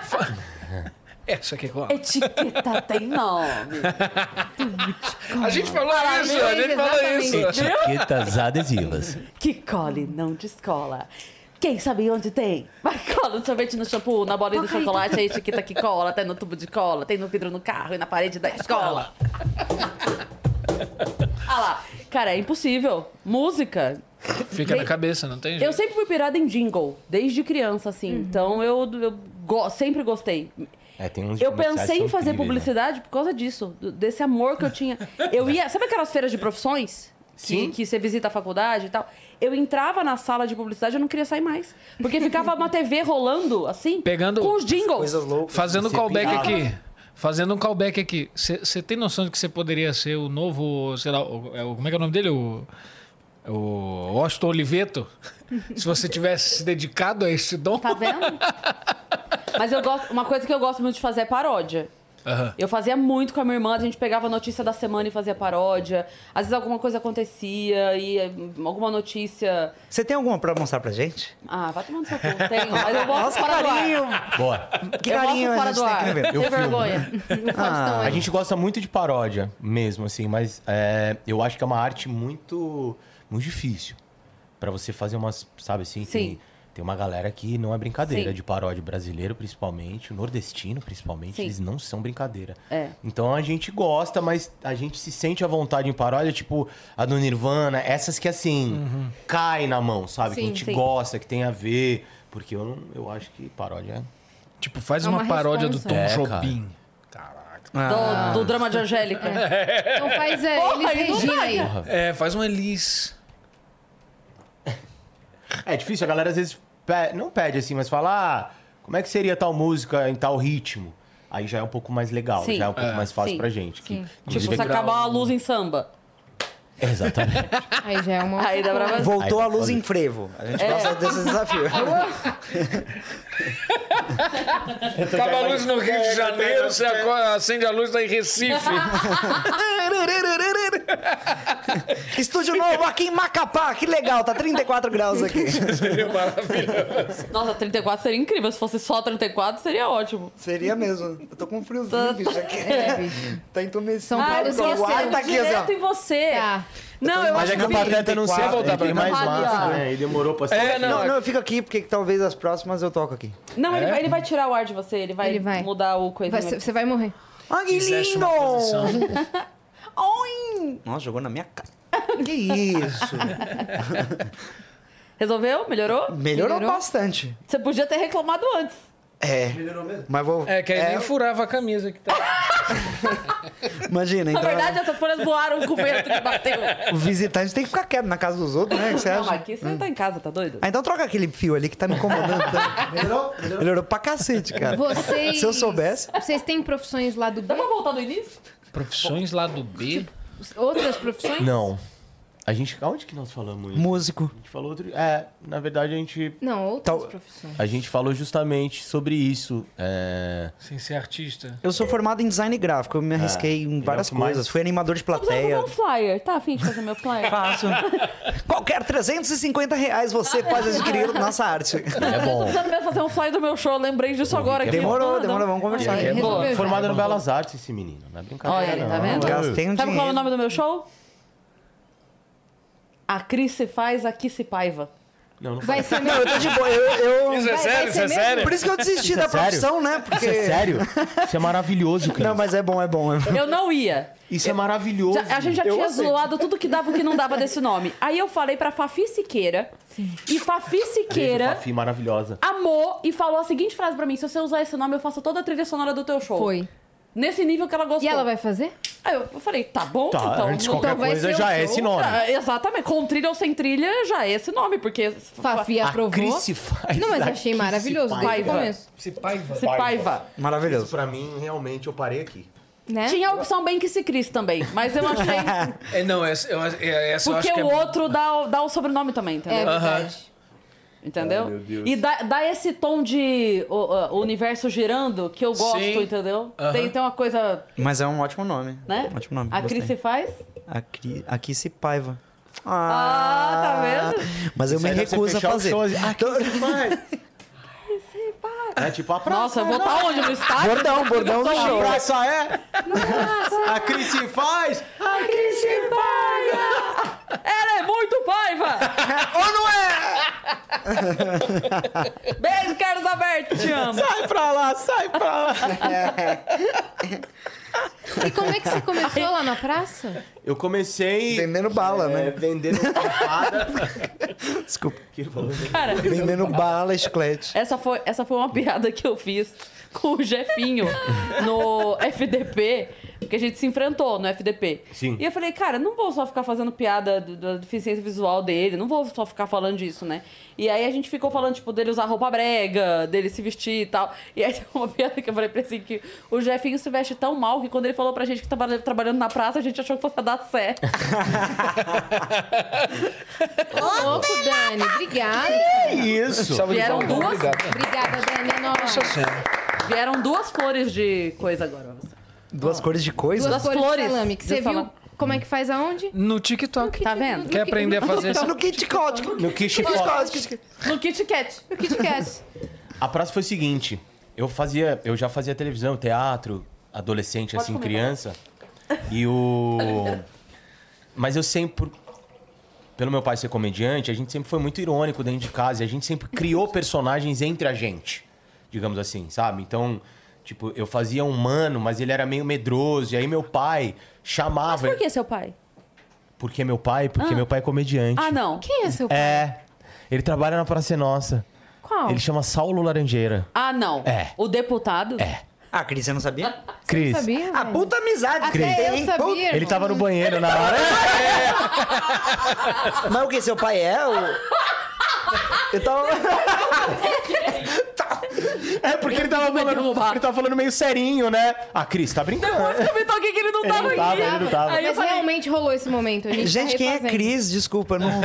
S4: Essa que é cola.
S1: Etiqueta tem nome.
S4: A gente falou isso, a gente falou isso.
S3: Etiquetas adesivas.
S1: Que cole, não descola. Quem sabe onde tem? Mas cola no sorvete, no shampoo, na bolinha do chocolate, a etiqueta que cola, tem no tubo de cola, tem no vidro no carro e na parede da escola. ah lá. Cara, é impossível. Música.
S4: Fica na cabeça, não tem
S1: Eu
S4: jeito.
S1: sempre fui pirada em jingle, desde criança, assim. Então eu, eu go- sempre gostei.
S3: É, tem uns
S1: Eu
S3: comerciais
S1: pensei
S3: que
S1: em
S3: são
S1: fazer
S3: incríveis, né?
S1: publicidade por causa disso, do- desse amor que eu tinha. Eu ia. Sabe aquelas feiras de profissões? Que,
S3: Sim.
S1: que você visita a faculdade e tal. Eu entrava na sala de publicidade eu não queria sair mais. Porque ficava uma TV rolando, assim,
S4: Pegando
S1: com os jingles.
S5: Coisas loucas.
S4: Fazendo um
S3: Você
S4: callback
S3: pirava.
S4: aqui. Fazendo um callback aqui. Você tem noção de que você poderia ser o novo, sei lá, o- é o- como é que é o nome dele? O, o Austin Oliveto? Se você tivesse se dedicado a esse dom.
S1: Tá vendo? Mas eu gosto. Uma coisa que eu gosto muito de fazer é paródia.
S4: Aham.
S1: Eu fazia muito com a minha irmã, a gente pegava a notícia da semana e fazia paródia. Às vezes alguma coisa acontecia e eh, alguma notícia.
S5: Você tem alguma pra mostrar pra gente?
S1: Ah, vai tomando seu cu. Tem, mas eu boto
S5: Nossa, que
S1: fora do ar.
S5: carinho!
S3: Boa.
S5: Que
S1: eu mostro
S5: carinho a
S1: fora
S5: gente
S1: do
S5: tem
S1: ar.
S5: aqui no evento.
S1: Tem
S5: né?
S1: vergonha.
S5: Ah,
S2: Faustão,
S3: A
S2: é.
S3: gente gosta muito de paródia mesmo, assim, mas é, eu acho que é uma arte muito, muito difícil. Pra você fazer umas, sabe assim,
S1: Sim.
S3: Tem, tem uma galera que não é brincadeira
S1: Sim.
S3: de paródia, brasileiro principalmente, nordestino principalmente,
S1: Sim.
S3: eles não são brincadeira.
S1: É.
S3: Então a gente gosta, mas a gente se sente à vontade em paródia, tipo a do Nirvana, essas que assim, cai na mão, sabe? que
S2: Sim,
S3: a gente
S2: sim.
S3: gosta, que tem a ver, porque eu, não- eu acho que paródia
S4: Tipo, faz
S2: É
S4: uma,
S2: uma
S4: paródia do
S2: responsa.
S4: Tom
S3: É, cara.
S4: Jobim.
S5: Ah,
S1: Do, do drama de Angélica. Tipo,
S2: Então faz é,
S1: Porra,
S2: eles
S1: aí não
S2: Regina
S1: vai.
S2: aí.
S4: É, faz uma Elis.
S3: É difícil, a galera às vezes pe- não pede assim, mas fala, ah, como é que seria tal música em tal ritmo? Aí já é um pouco mais legal,
S1: Sim.
S3: já é um pouco
S4: É.
S3: mais fácil
S1: Sim.
S3: pra gente. que-
S1: Tipo,
S3: inclusive- é
S1: se acabar a luz em samba.
S3: Exatamente.
S2: Aí já é uma.
S1: Aí dá pra fazer.
S5: Ah. Voltou
S3: Aí vai
S5: a luz
S3: fazer.
S5: em frevo. A gente gosta desse desafio.
S4: Acaba a luz no Rio de Janeiro, você acorda- acende a luz lá em Recife.
S5: Estúdio novo aqui em Macapá, que legal, tá 34 graus aqui.
S1: Nossa, 34 seria incrível. Se fosse só 34, seria ótimo.
S5: Seria mesmo. Eu tô com um friozinho, bicho, aqui.
S2: É, bicho.
S5: Tá entumecido.
S2: São Paulo
S5: O
S2: esqueceu.
S5: ar tá aqui, assim, ó.
S1: Direto em você.
S2: Tá.
S1: Não, eu
S3: Mas
S1: acho
S3: é que o
S1: que...
S3: Pateta não sei voltar pra
S4: ele
S3: cá.
S4: tem
S3: mais
S1: mais Ali, massa, ó.
S3: massa,
S1: né?
S3: né? E demorou pra
S4: É,
S3: ser.
S4: não.
S5: Não, não, eu fico aqui, porque talvez as próximas eu toco aqui.
S1: Não, ele, vai, ele vai tirar o ar de você. Ele vai,
S2: Ele vai.
S1: mudar o coisa.
S2: Vai- Você vai morrer.
S5: Ah, que
S7: Fizeste
S5: lindo!
S7: uma posição.
S1: Oi!
S5: Nossa, jogou na minha cara. Que isso!
S1: Resolveu? Melhorou?
S5: Melhorou,
S2: Melhorou?
S5: bastante.
S1: Você podia ter reclamado antes.
S5: É. Melhorou mesmo? Mas vou.
S4: É, que aí nem furava a camisa que tá.
S1: Na
S5: Imagina, então.
S1: verdade, essas folhas voaram com o vento que bateu.
S5: O visitante tem que ficar quieto na casa dos outros, né? O que Você
S1: Não, mas
S5: acha?
S1: aqui você tá em casa, tá doido?
S5: Ah, então troca aquele fio ali que tá me incomodando. tanto. Melhorou? Melhorou pra cacete, cara.
S2: Vocês.
S5: É. Se eu soubesse.
S2: Vocês têm profissões lá do B?
S1: Dá pra voltar do início?
S7: Profissões lá do B.
S2: Outras profissões?
S3: Não. A gente. Aonde que nós falamos isso?
S5: Músico.
S3: A gente falou outro. É, na verdade a gente.
S2: Não, outras
S5: Tal-
S2: profissões.
S3: A gente falou justamente sobre isso. É.
S4: Sem ser artista.
S5: Eu sou formado em design gráfico, eu me arrisquei em
S3: ele é
S5: várias
S3: o que mais-
S5: coisas. Fui animador de
S1: Precisava fazer
S5: plateia.
S1: um flyer. Tá afim de fazer meu flyer?
S5: Faço. Qualquer 350 reais você pode adquirir nossa arte.
S3: É
S1: Eu tô
S3: bom.
S1: precisando mesmo fazer um flyer do meu show, lembrei disso agora. aqui.
S5: Demorou,
S1: Manda.
S5: demorou, vamos conversar.
S1: É,
S2: Resolveu
S1: boa.
S2: já.
S3: Formado no Belas Artes esse menino. Não é brincadeira.
S1: Olha ele, tá
S3: não.
S1: vendo?
S5: Gastei
S1: Sabe
S5: um
S1: qual é o
S5: dinheiro.
S1: nome do meu show? A Cris se faz, aqui se paiva.
S3: Não, não
S2: Vai ser
S5: Não,
S2: mesmo.
S5: eu tô de boa. Eu, eu-
S4: Isso é sério? Isso é sério?
S5: Por isso que eu desisti da
S3: é sério?
S5: profissão, né? Porque...
S3: Isso é sério? Isso é maravilhoso, cara.
S5: Não, mas é bom, é bom. é bom.
S1: Eu não ia.
S3: Isso é maravilhoso.
S1: Já- a gente já tinha zoado tudo que dava e o que não dava desse nome. Aí eu falei pra Fafi Siqueira. E Fafi
S3: Beijo,
S1: Siqueira
S3: Fafi, maravilhosa.
S1: amou e falou a seguinte frase pra mim: se você usar esse nome, eu faço toda a trilha sonora do teu show.
S2: Foi.
S1: Nesse nível que ela gostou.
S2: E ela vai fazer?
S1: Aí eu eu falei: tá bom,
S3: Tá,
S1: então.
S3: antes de
S1: então
S3: qualquer
S2: vai
S3: coisa
S2: ser
S3: já
S2: o
S3: é
S2: show.
S3: esse nome.
S1: Ah, exatamente, com trilha ou sem trilha já é esse nome, porque
S2: Fafi aprovou.
S3: Cris se faz
S2: Não, mas achei maravilhoso desde o
S1: paiva.
S2: começo.
S4: Se paiva.
S1: se paiva.
S5: Maravilhoso.
S3: Pra mim, realmente, eu parei aqui.
S2: Né?
S1: Tinha a opção bem que se Cris também, mas eu achei.
S4: É, não, essa, eu, acho- é, essa eu
S1: Porque
S4: acho que é...
S1: o outro dá, o- dá o sobrenome também,
S2: É
S1: entendeu?
S2: verdade.
S1: entendeu? E dá, dá esse tom de o, o- o universo girando que eu gosto,
S4: Sim.
S1: entendeu?
S4: Aham.
S1: Tem, tem uma coisa,
S5: Mas é um ótimo nome.
S1: né?
S5: Ótimo nome.
S1: a Cris se faz.
S5: Aqui, aqui se paiva.
S1: Ah, tá vendo?
S5: Mas eu me
S3: Aí deve ser
S5: recuso a
S3: fechar o
S5: fazer.
S3: show assim, Ah, Cris se faz. É tipo a praça.
S1: Nossa, eu vou estar onde? No estádio?
S5: Bordão, bordão do
S3: A
S5: show.
S3: praça é? A Cris se faz?
S1: A Cris se faz! Ela é muito paiva!
S5: Ou não é?
S1: Beijo, Carlos Alberto, te amo!
S3: Sai pra lá, sai pra lá.
S2: E como é que você começou lá na praça?
S3: Eu comecei...
S5: Vendendo bala,
S3: é,
S5: né?
S3: Vendendo papada. É.
S5: Desculpa.
S3: Que falou?
S1: Cara,
S5: Vendendo bala, chiclete.
S1: Essa foi, essa foi uma piada que eu fiz com o Jefinho no FDP, porque a gente se enfrentou no FDP.
S3: Sim.
S1: E eu falei, cara, não vou só ficar fazendo piada do- da deficiência visual dele, não vou só ficar falando disso, né? E aí a gente ficou falando, tipo, dele usar roupa brega, dele se vestir e tal. E aí tem uma piada que eu falei pra ele assim, que o Jefinho se veste tão mal que quando ele falou pra gente que tava trabalhando na praça, a gente achou que fosse dar certo.
S2: Ô, louco, Dani. Obrigada.
S3: Que isso?
S1: Vieram duas,
S2: Obrigada, Dani. É nóis.
S1: vieram duas flores de coisa agora.
S5: Duas cores de coisa?
S2: Duas
S1: Duas
S2: cores de
S1: flores.
S2: salame. Que
S1: Deixa
S2: você
S1: eu
S2: viu
S1: falar.
S2: como é que faz aonde?
S4: No TikTok.
S1: Tá vendo?
S4: Quer aprender a fazer isso?
S5: No kit Kat.
S3: No Kish Fox.
S1: No Kit Kat.
S2: No Kit Kat.
S3: A praça foi o seguinte: eu fazia, eu já fazia televisão, teatro, adolescente, assim,
S1: comer,
S3: criança. E o. Mas eu sempre. por- Pelo meu pai ser comediante, a gente sempre foi muito irônico dentro de casa e a gente sempre criou personagens entre a gente, digamos assim, sabe? Então, tipo, eu fazia um mano, mas ele era meio medroso, e aí meu pai chamava.
S1: Por que seu pai?
S3: Porque meu pai? Porque meu pai é comediante.
S1: Ah, não.
S2: Quem é seu pai?
S3: É. Ele trabalha na Praça é Nossa.
S2: Qual?
S3: Ele chama Saulo Laranjeira.
S1: Ah, não.
S3: É.
S1: O deputado? É.
S5: Ah, Cris, você não sabia?
S3: Cris.
S2: Sabia?
S5: Ah,
S2: velho?
S5: puta amizade, Cris.
S2: Até eu
S5: hein?
S2: sabia.
S3: Ele
S2: irmão.
S3: tava no banheiro na hora.
S5: Puta- Mas o que? Seu pai é? O... Eu tava.
S3: É porque ele tava
S1: Vai derrubar.
S3: falando, ele tava falando meio serinho, né? Ah, Cris, tá brincando?
S1: Depois que é eu me toquei que ele não tava
S3: não tava,
S1: aqui.
S3: ele não tava.
S1: Aí eu
S2: Mas
S1: falei,
S2: realmente rolou esse momento. A gente,
S5: Gente,
S2: tá
S5: quem é
S2: refazendo.
S5: Cris? Desculpa, eu não.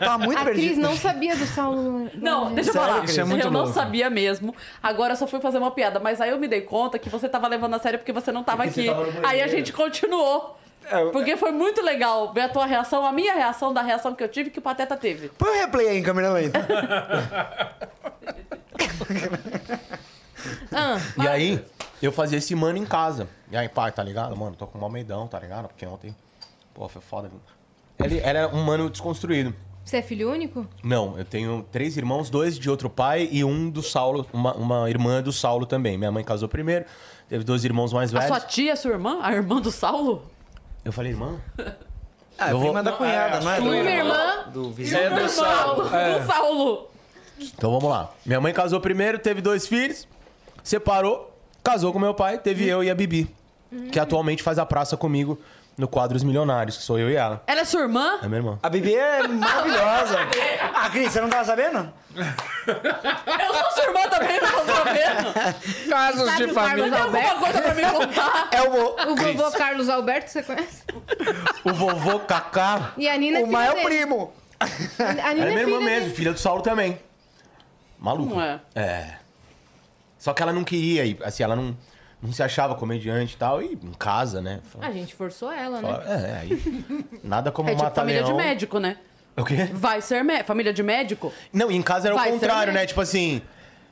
S5: Tá muito
S2: A
S5: perdido.
S2: Cris não sabia do Saulo.
S1: não, deixa eu
S5: Sério,
S1: falar.
S5: Cris?
S4: Isso é muito
S1: eu não
S4: louco.
S1: sabia mesmo. Agora eu só fui fazer uma piada. Mas aí eu me dei conta que você tava levando a sério porque você não tava aqui. aí a gente continuou. Porque foi muito legal ver a tua reação, a minha reação da reação que eu tive que o Pateta teve.
S5: Põe o replay aí em câmera lenta.
S2: Ah,
S3: E aí, eu fazia esse mano em casa. E aí, pai, tá ligado? Mano, tô com mal meidão, tá ligado? Porque ontem, pô, foi foda. viu? Ele era um mano desconstruído.
S2: você é filho único?
S3: Não, eu tenho três irmãos, dois de outro pai e um do Saulo, uma, uma irmã do Saulo também. Minha mãe casou primeiro, teve dois irmãos mais
S1: A
S3: velhos.
S1: sua tia, sua irmã, a irmã do Saulo?
S3: Eu falei, irmã?
S5: Ah, é
S3: Eu vou-
S5: prima da cunhada, não é?
S2: Minha
S5: Do-
S2: irmã.
S5: Do vizinho.
S4: É do Saulo.
S1: Do Saulo!
S3: Então vamos lá. Minha mãe casou primeiro, teve dois filhos, separou, casou com meu pai, teve eu e a Bibi, que atualmente faz a praça comigo no Quadros Milionários, que sou eu e ela.
S1: Ela é sua irmã?
S3: É minha irmã.
S5: A Bibi é maravilhosa.
S2: é.
S5: Ah, Cris, você não tava sabendo?
S1: Eu sou sua irmã também, não tô sabendo.
S4: Casos
S2: Sabe
S4: de
S2: o Carlos
S4: família.
S1: Alguma
S2: Alberto?
S1: coisa pra me contar?
S5: É o, vo-
S2: O vovô Carlos Alberto, você conhece?
S3: O vovô Kaká.
S2: E a Nina é
S5: o
S2: filha
S5: maior
S2: dele.
S5: primo.
S2: A Nina
S3: Era minha
S2: é
S3: irmã
S2: filha
S3: mesmo,
S2: dele.
S3: filha do Saulo também. Maluco.
S1: Não é?
S3: É. Só que ela não queria ir, assim, ela não, não se achava comediante e tal, e em casa, né? Fala-
S2: A gente forçou ela, né?
S3: fala- É, é, aí. Nada como
S1: É tipo
S3: matar
S1: família de
S3: leão.
S1: médico, né?
S3: O quê?
S1: Vai ser mé- família de médico?
S3: Não, e em casa era
S1: Vai
S3: o
S1: ser
S3: contrário, né?
S1: médico.
S3: Tipo assim,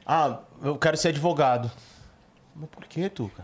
S3: ah, eu quero ser advogado. Mas por que, Tuca?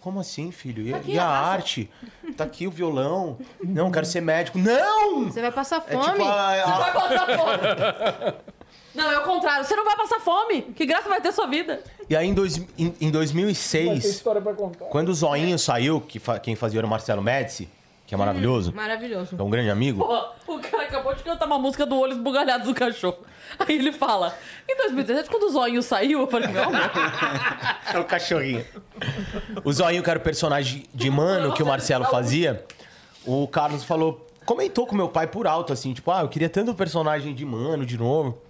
S3: Como assim, filho? E,
S2: aqui
S3: e a
S2: a massa.
S3: arte? Tá aqui o violão. Não, eu quero ser médico. Não!
S2: Você vai passar
S3: É tipo
S2: fome.
S3: a, a-
S1: Vai passar fome. Não, é o contrário. Você não vai passar fome. Que graça vai ter sua vida.
S3: E aí, em, dois, em, em 2006,
S4: História pra contar.
S3: quando o Zoinho saiu, que fa- quem fazia era o Marcelo Médici, que é maravilhoso,
S2: Hum, Maravilhoso.
S3: é um grande amigo.
S1: Pô, o cara acabou de cantar uma música do Olho Esbugalhado do Cachorro. Aí ele fala, em 2017, quando o Zoinho saiu, eu falei, né?" meu amor,
S3: É o cachorrinho. O Zoinho, que era o personagem de mano que o Marcelo fazia, o Carlos falou, comentou com meu pai por alto, assim, tipo, ah, eu queria tanto o personagem de mano de novo.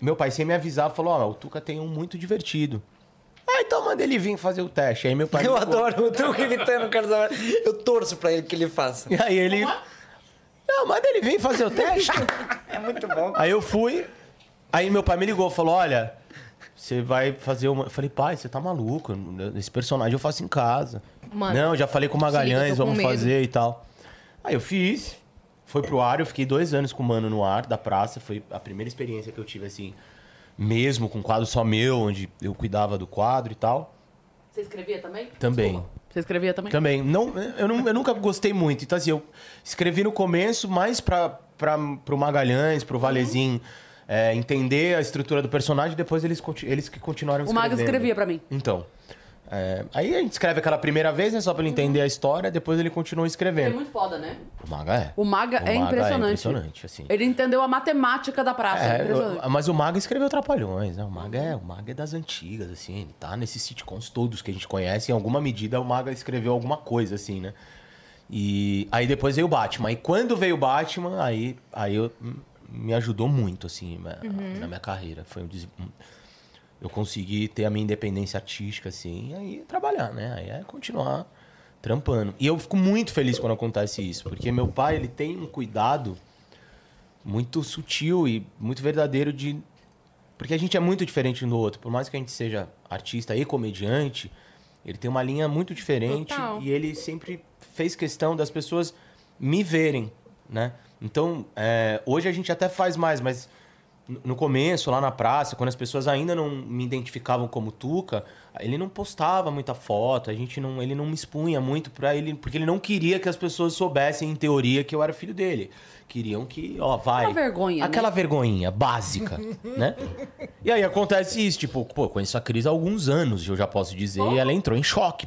S3: Meu pai, sem me avisar, falou, ó, o Tuca tem um muito divertido. Ah, então manda ele vir fazer o teste. Aí meu pai...
S5: Eu
S3: me falou-
S5: adoro o truque imitando o Carlos Alberto. Eu torço pra ele que ele faça.
S3: E aí ele... Não, manda ele vir fazer o teste.
S5: É muito bom.
S3: Aí eu fui, aí meu pai me ligou, falou: Olha, você vai fazer uma. Eu falei, pai, você tá maluco? Esse personagem eu faço em casa.
S2: Mano,
S3: Não, eu já falei com o
S2: se liga,
S3: Magalhães,
S2: tô com
S3: vamos
S2: medo.
S3: fazer e tal. Aí eu fiz, foi pro ar, eu fiquei dois anos com o mano no ar da praça, foi a primeira experiência que eu tive assim, mesmo com um quadro só meu, onde eu cuidava do quadro e tal.
S1: você escrevia também?
S3: Também.
S1: Você escrevia também?
S3: Também. Não, eu, não- eu nunca gostei muito. Então, assim, eu escrevi no começo mais pra, pra, pro Magalhães, pro Valezin é, entender a estrutura do personagem, depois eles, conti- eles que continuaram
S1: O Mago
S3: escrevendo.
S1: escrevia pra mim.
S3: Então. é, aí a gente escreve aquela primeira vez, né? Só pra ele entender a história, depois ele continua
S1: Ele é
S3: escrevendo.
S1: muito foda, né?
S3: O Maga é.
S1: O Maga é impressionante.
S3: impressionante, assim.
S1: Ele entendeu a matemática da praça.
S3: É,
S1: impressionante.
S3: eu- mas o Maga escreveu Trapalhões, né? O Maga, é, o Maga é das antigas, assim, ele tá nesses sitcoms todos que a gente conhece. Em alguma medida, o Maga escreveu alguma coisa, assim, né? E aí depois veio o Batman. E quando veio o Batman, aí, aí eu, hum, me ajudou muito, assim, na- na minha carreira. Foi um, des- um- eu consegui ter a minha independência artística, assim, e aí trabalhar, né? Aí é continuar trampando. E eu fico muito feliz quando acontece isso, porque meu pai, ele tem um cuidado muito sutil e muito verdadeiro de porque a gente é muito diferente um do outro por mais que a gente seja artista e comediante ele tem uma linha muito diferente
S2: Total.
S3: e ele sempre fez questão das pessoas me verem né então é, hoje a gente até faz mais mas no- no começo lá na praça quando as pessoas ainda não me identificavam como Tuca ele não postava muita foto a gente não ele não me expunha muito para ele porque ele não queria que as pessoas soubessem em teoria que eu era filho dele queriam que ó vai
S1: Aquela vergonha, né?
S3: Aquela vergonhinha básica, né? E aí acontece isso, tipo, pô, eu conheço a Cris há alguns anos, eu já posso dizer, e ela entrou em choque.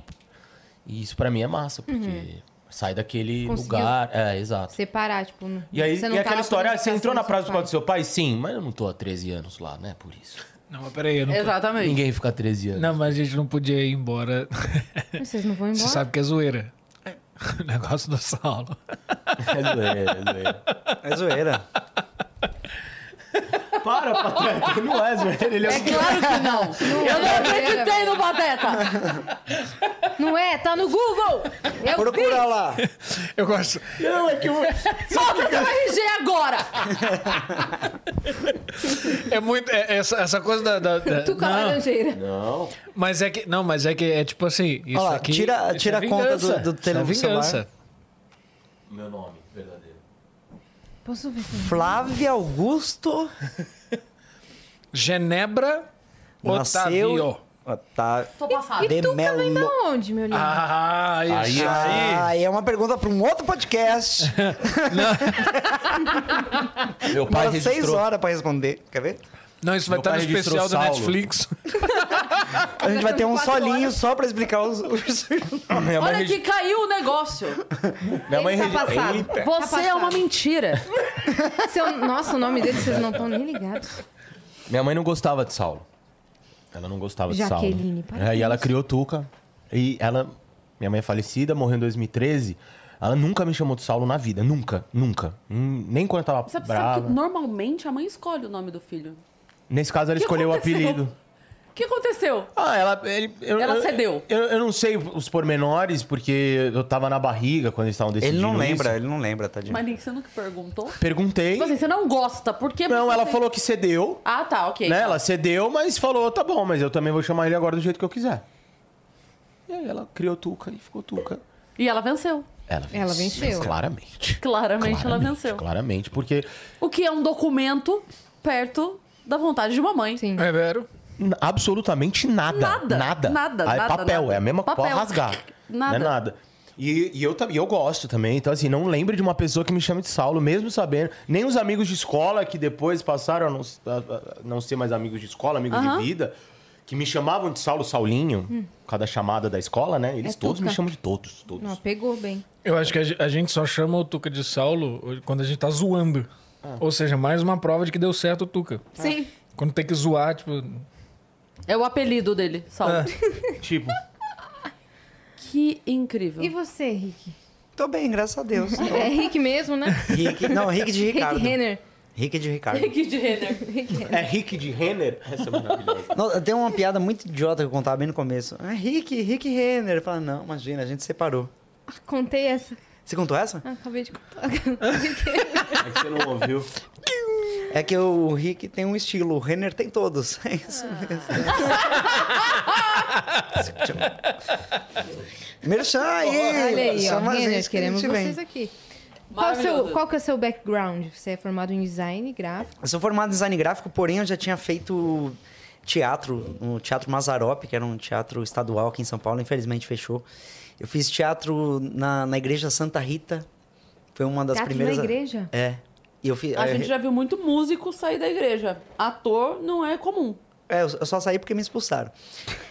S3: E isso pra mim é massa, porque sai daquele
S2: Conseguiu.
S3: lugar. É, exato.
S2: Separar, tipo.
S3: E aí,
S2: você
S3: e
S2: não tá
S3: aquela
S2: na
S3: história, ah, você entrou na praça do
S2: comunicação
S3: quarto do seu pai? Sim, mas eu não tô há 13 anos lá, né? Por isso.
S4: Não, mas peraí, eu não.
S1: Exatamente.
S3: Ninguém fica há 13 anos.
S4: Não, mas a gente não podia ir embora.
S2: pai. Vocês não vão
S4: Você
S2: embora?
S4: sabe que é zoeira. O negócio do Saulo.
S3: É zoeira, é zoeira.
S5: É zoeira.
S3: Para, Pateta, não é zoeira, ele é
S1: É claro que não. Eu não acreditei no Pateta.
S2: Não é? Tá no Google! É Eu
S5: Procura lá.
S4: Eu gosto.
S3: Não, é que eu...
S1: Solta seu RG agora.
S4: É muito. é- é essa, essa coisa da. da- da-
S2: vi! Tu com a
S4: não,
S2: laranjeira.
S3: Não.
S4: mas é que. Não, mas é que é tipo assim. Isso
S5: Olha lá,
S4: aqui.
S5: tira-
S4: isso
S5: tira
S4: é
S5: a conta
S4: vingança,
S5: do-
S4: isso
S5: do
S4: é
S5: telefone
S4: vingança.
S5: celular.
S3: Meu nome verdadeiro.
S2: Posso ver? também?
S5: Flávio Augusto
S4: Genebra Otavio.
S5: nasceu... Otávio.
S1: Tô passada.
S5: De
S2: E Tuca vem da
S5: Melo.
S2: onde, meu lindo?
S4: Ah, isso aí.
S5: Ah, é uma pergunta para um outro podcast.
S3: Meu pai
S5: Demora seis
S3: registrou.
S5: horas para responder. Quer ver?
S4: Não, isso vai
S3: Meu
S4: estar no
S3: pai registrou
S4: especial da
S3: Saulo.
S4: Netflix.
S5: A gente vai ter um
S2: Quatro
S5: solinho
S2: horas.
S5: só para explicar os. os-
S3: Minha mãe, é
S1: Olha que
S3: regi-
S1: caiu o negócio.
S3: minha mãe
S2: Ele tá
S3: regi-
S2: passado.
S3: Eita.
S1: Você é uma mentira.
S2: Seu- Nossa, o nome dele vocês não estão nem ligados.
S3: Minha mãe não gostava de Saulo. Ela não gostava
S2: Jaqueline,
S3: de Saulo.
S2: parabéns.
S3: É, e ela criou Tuca. E ela, minha mãe é falecida, morreu em 2013. Ela nunca me chamou de Saulo na vida, nunca, nunca. Hum, Nem quando eu tava
S1: Sabe, sabe
S3: brava.
S1: que normalmente a mãe escolhe o nome do filho.
S3: Nesse caso ela
S1: que
S3: escolheu o
S1: aconteceu?
S3: apelido.
S1: O que aconteceu?
S3: Ah, ela. ele- eu,
S1: Ela
S3: eu-
S1: cedeu.
S3: Eu, eu não sei os pormenores, porque eu tava na barriga quando eles estavam decidindo.
S5: Ele não lembra,
S3: isso.
S5: ele não lembra, tadinho.
S1: Mas nem você nunca perguntou.
S3: Perguntei.
S1: Tipo assim, você não gosta, por quê?
S3: Não,
S1: Porque
S3: ela
S1: você-
S3: falou que cedeu.
S1: Ah, tá, ok.
S3: Né? Ela cedeu, mas falou: tá bom, mas eu também vou chamar ele agora do jeito que eu quiser. E aí ela criou Tuca e ficou Tuca.
S1: E ela venceu.
S3: Ela
S2: Ela venceu.
S3: Claramente.
S1: Claramente, ela venceu.
S3: Claramente, porque
S1: O que é um documento perto da vontade de uma mãe.
S2: Sim.
S4: É vero.
S3: n- absolutamente nada.
S1: Nada,
S3: Nada. Nada.
S1: nada,
S3: Ah, é
S1: nada,
S3: papel,
S1: nada.
S3: é a mesma
S1: Papel.
S3: coisa rasgar.
S1: Nada.
S3: Não é nada. E, e eu, tam- e eu gosto também, então assim, não lembro de uma pessoa que me chame de Saulo, mesmo sabendo. Nem os amigos de escola que depois passaram a não, s- a- a- a não ser mais amigos de escola, amigos
S1: Aham. Hum.
S3: de vida, que me chamavam de Saulo Saulinho, por cada chamada da escola, né? Eles
S2: É
S3: todos me
S2: Tuca.
S3: chamam de todos, todos.
S2: Não, pegou bem.
S4: Eu acho que a ge- a gente só chama o Tuca de Saulo quando a gente tá zoando. Ou seja, mais uma prova de que deu certo o Tuca.
S2: Tá.
S1: Sim.
S4: Quando tem que zoar, tipo.
S1: É o apelido dele, Saulo.
S3: Tipo,
S1: Que incrível.
S2: E você, Rick?
S5: Tô bem, graças a Deus.
S2: É Rick mesmo, né?
S5: Rick, não, Rick de Ricardo.
S2: Rick Renner.
S5: Rick de Ricardo.
S1: Rick de Renner.
S3: é Rick de Renner? Essa é maravilhosa.
S5: Não, tem uma piada muito idiota que eu contava bem no começo. Ah, Rick, Rick Renner. Eu falava, não, imagina, a gente separou.
S2: Ah, Contei essa.
S5: Você contou essa?
S2: Ah, acabei de contar.
S3: É que você não ouviu.
S5: É que o Rick tem um estilo, o Renner tem todos. É isso mesmo. Merchan
S2: Olha
S5: aí!
S2: aí, ó.
S5: Chama a
S2: Renner,
S5: gente que a
S2: queremos
S5: gente vem.
S2: vocês aqui. Qual, o seu,
S1: Maravilhoso.
S2: qual que é o seu background? Você é formado em design gráfico?
S5: Eu sou formado em design gráfico, porém eu já tinha feito teatro no Teatro Mazarop, que era um teatro estadual aqui em São Paulo, infelizmente fechou. Eu fiz teatro na, na Igreja Santa Rita. Foi uma das
S2: Teatro na
S5: primeiras.
S2: igreja?
S5: É. E eu fiz.
S1: Ah, A gente já viu muito músico sair da igreja. Ator não é comum.
S5: É, eu só saí porque me expulsaram.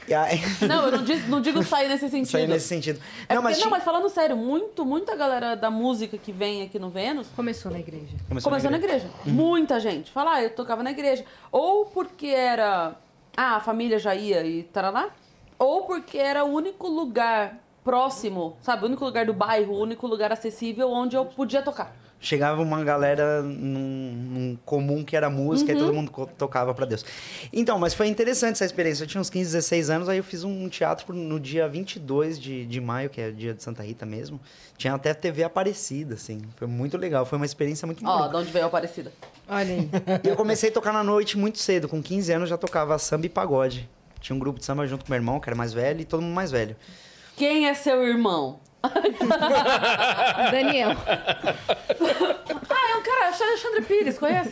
S5: E aí-
S1: Não, eu não digo, não digo sair nesse sentido.
S5: saí nesse sentido.
S1: É
S5: não,
S1: porque- não,
S5: mas, tinha-
S1: mas falando sério, muito, muita galera da música que vem aqui no Vênus
S2: Começou na igreja.
S5: Começou,
S1: Começou na igreja. Muita gente. Fala, ah, eu tocava na igreja. Ou porque era. Ah, a família já ia e tarará. Ou porque era o único lugar próximo, sabe? O único lugar do bairro, o único lugar acessível onde eu podia tocar.
S5: Chegava uma galera num, num comum que era música e todo mundo co- tocava pra Deus. Então, mas foi interessante essa experiência. Eu tinha uns 15, 16 anos, aí eu fiz um teatro no dia 22 de, de maio, que é o dia de Santa Rita mesmo. Tinha até TV Aparecida, assim. Foi muito legal, foi uma experiência muito
S1: Ó,
S5: boa.
S1: de onde veio a Aparecida.
S2: Olha aí.
S5: E eu comecei a tocar na noite muito cedo. Com 15 anos já tocava samba e pagode. Tinha um grupo de samba junto com meu irmão, que era mais velho, e todo mundo mais velho.
S1: Quem é seu irmão?
S2: Daniel.
S1: Ah, é um cara, é o Alexandre Pires, conhece?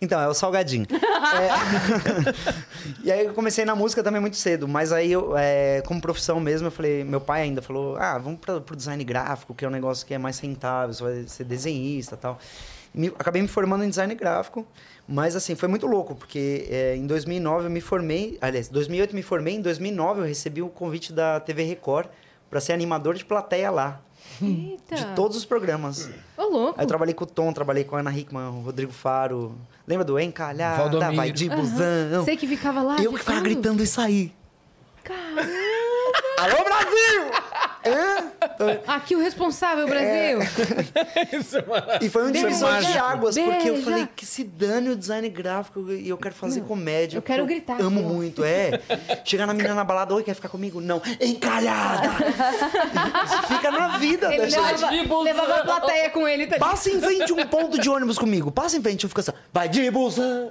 S5: então, é o salgadinho. É. e aí eu comecei na música também muito cedo, mas aí eu, é, como profissão mesmo, eu falei, meu pai ainda falou, ah, vamos pra, pro design gráfico, que é um negócio que é mais rentável, você vai ser desenhista e tal. E me- acabei me formando em design gráfico, mas assim, foi muito louco, porque é, em 2009 eu me formei, aliás, 2008 eu me formei, em 2009 eu recebi o convite da TV Record pra ser animador de plateia lá,
S2: Eita.
S5: de todos os programas.
S2: Ô, louco.
S5: Aí eu trabalhei com o Tom, trabalhei com a Ana Hickman, o Rodrigo Faro. Lembra do Encalhada,
S4: Valdomiro.
S5: vai de busão.
S2: Sei que ficava lá.
S5: Eu que ficava
S2: gritando.
S5: gritando isso aí. Alô, Brasil!
S2: Aqui o responsável, Brasil.
S5: E foi um divisor de
S2: mágico.
S5: águas, porque eu
S2: Beija.
S5: falei que se dane o design gráfico e eu quero fazer comédia.
S2: eu quero
S5: porque
S2: gritar,
S5: Amo
S2: pô.
S5: muito, é. Chegar na menina na balada, oi, quer ficar comigo? Não. Encalhada! Isso fica na vida da
S2: Ele
S5: gente.
S2: levava,
S1: de busão.
S2: levava a plateia com ele. Tá...
S5: Passa em frente um ponto de ônibus comigo. Passa em frente, eu fico assim, vai de busão.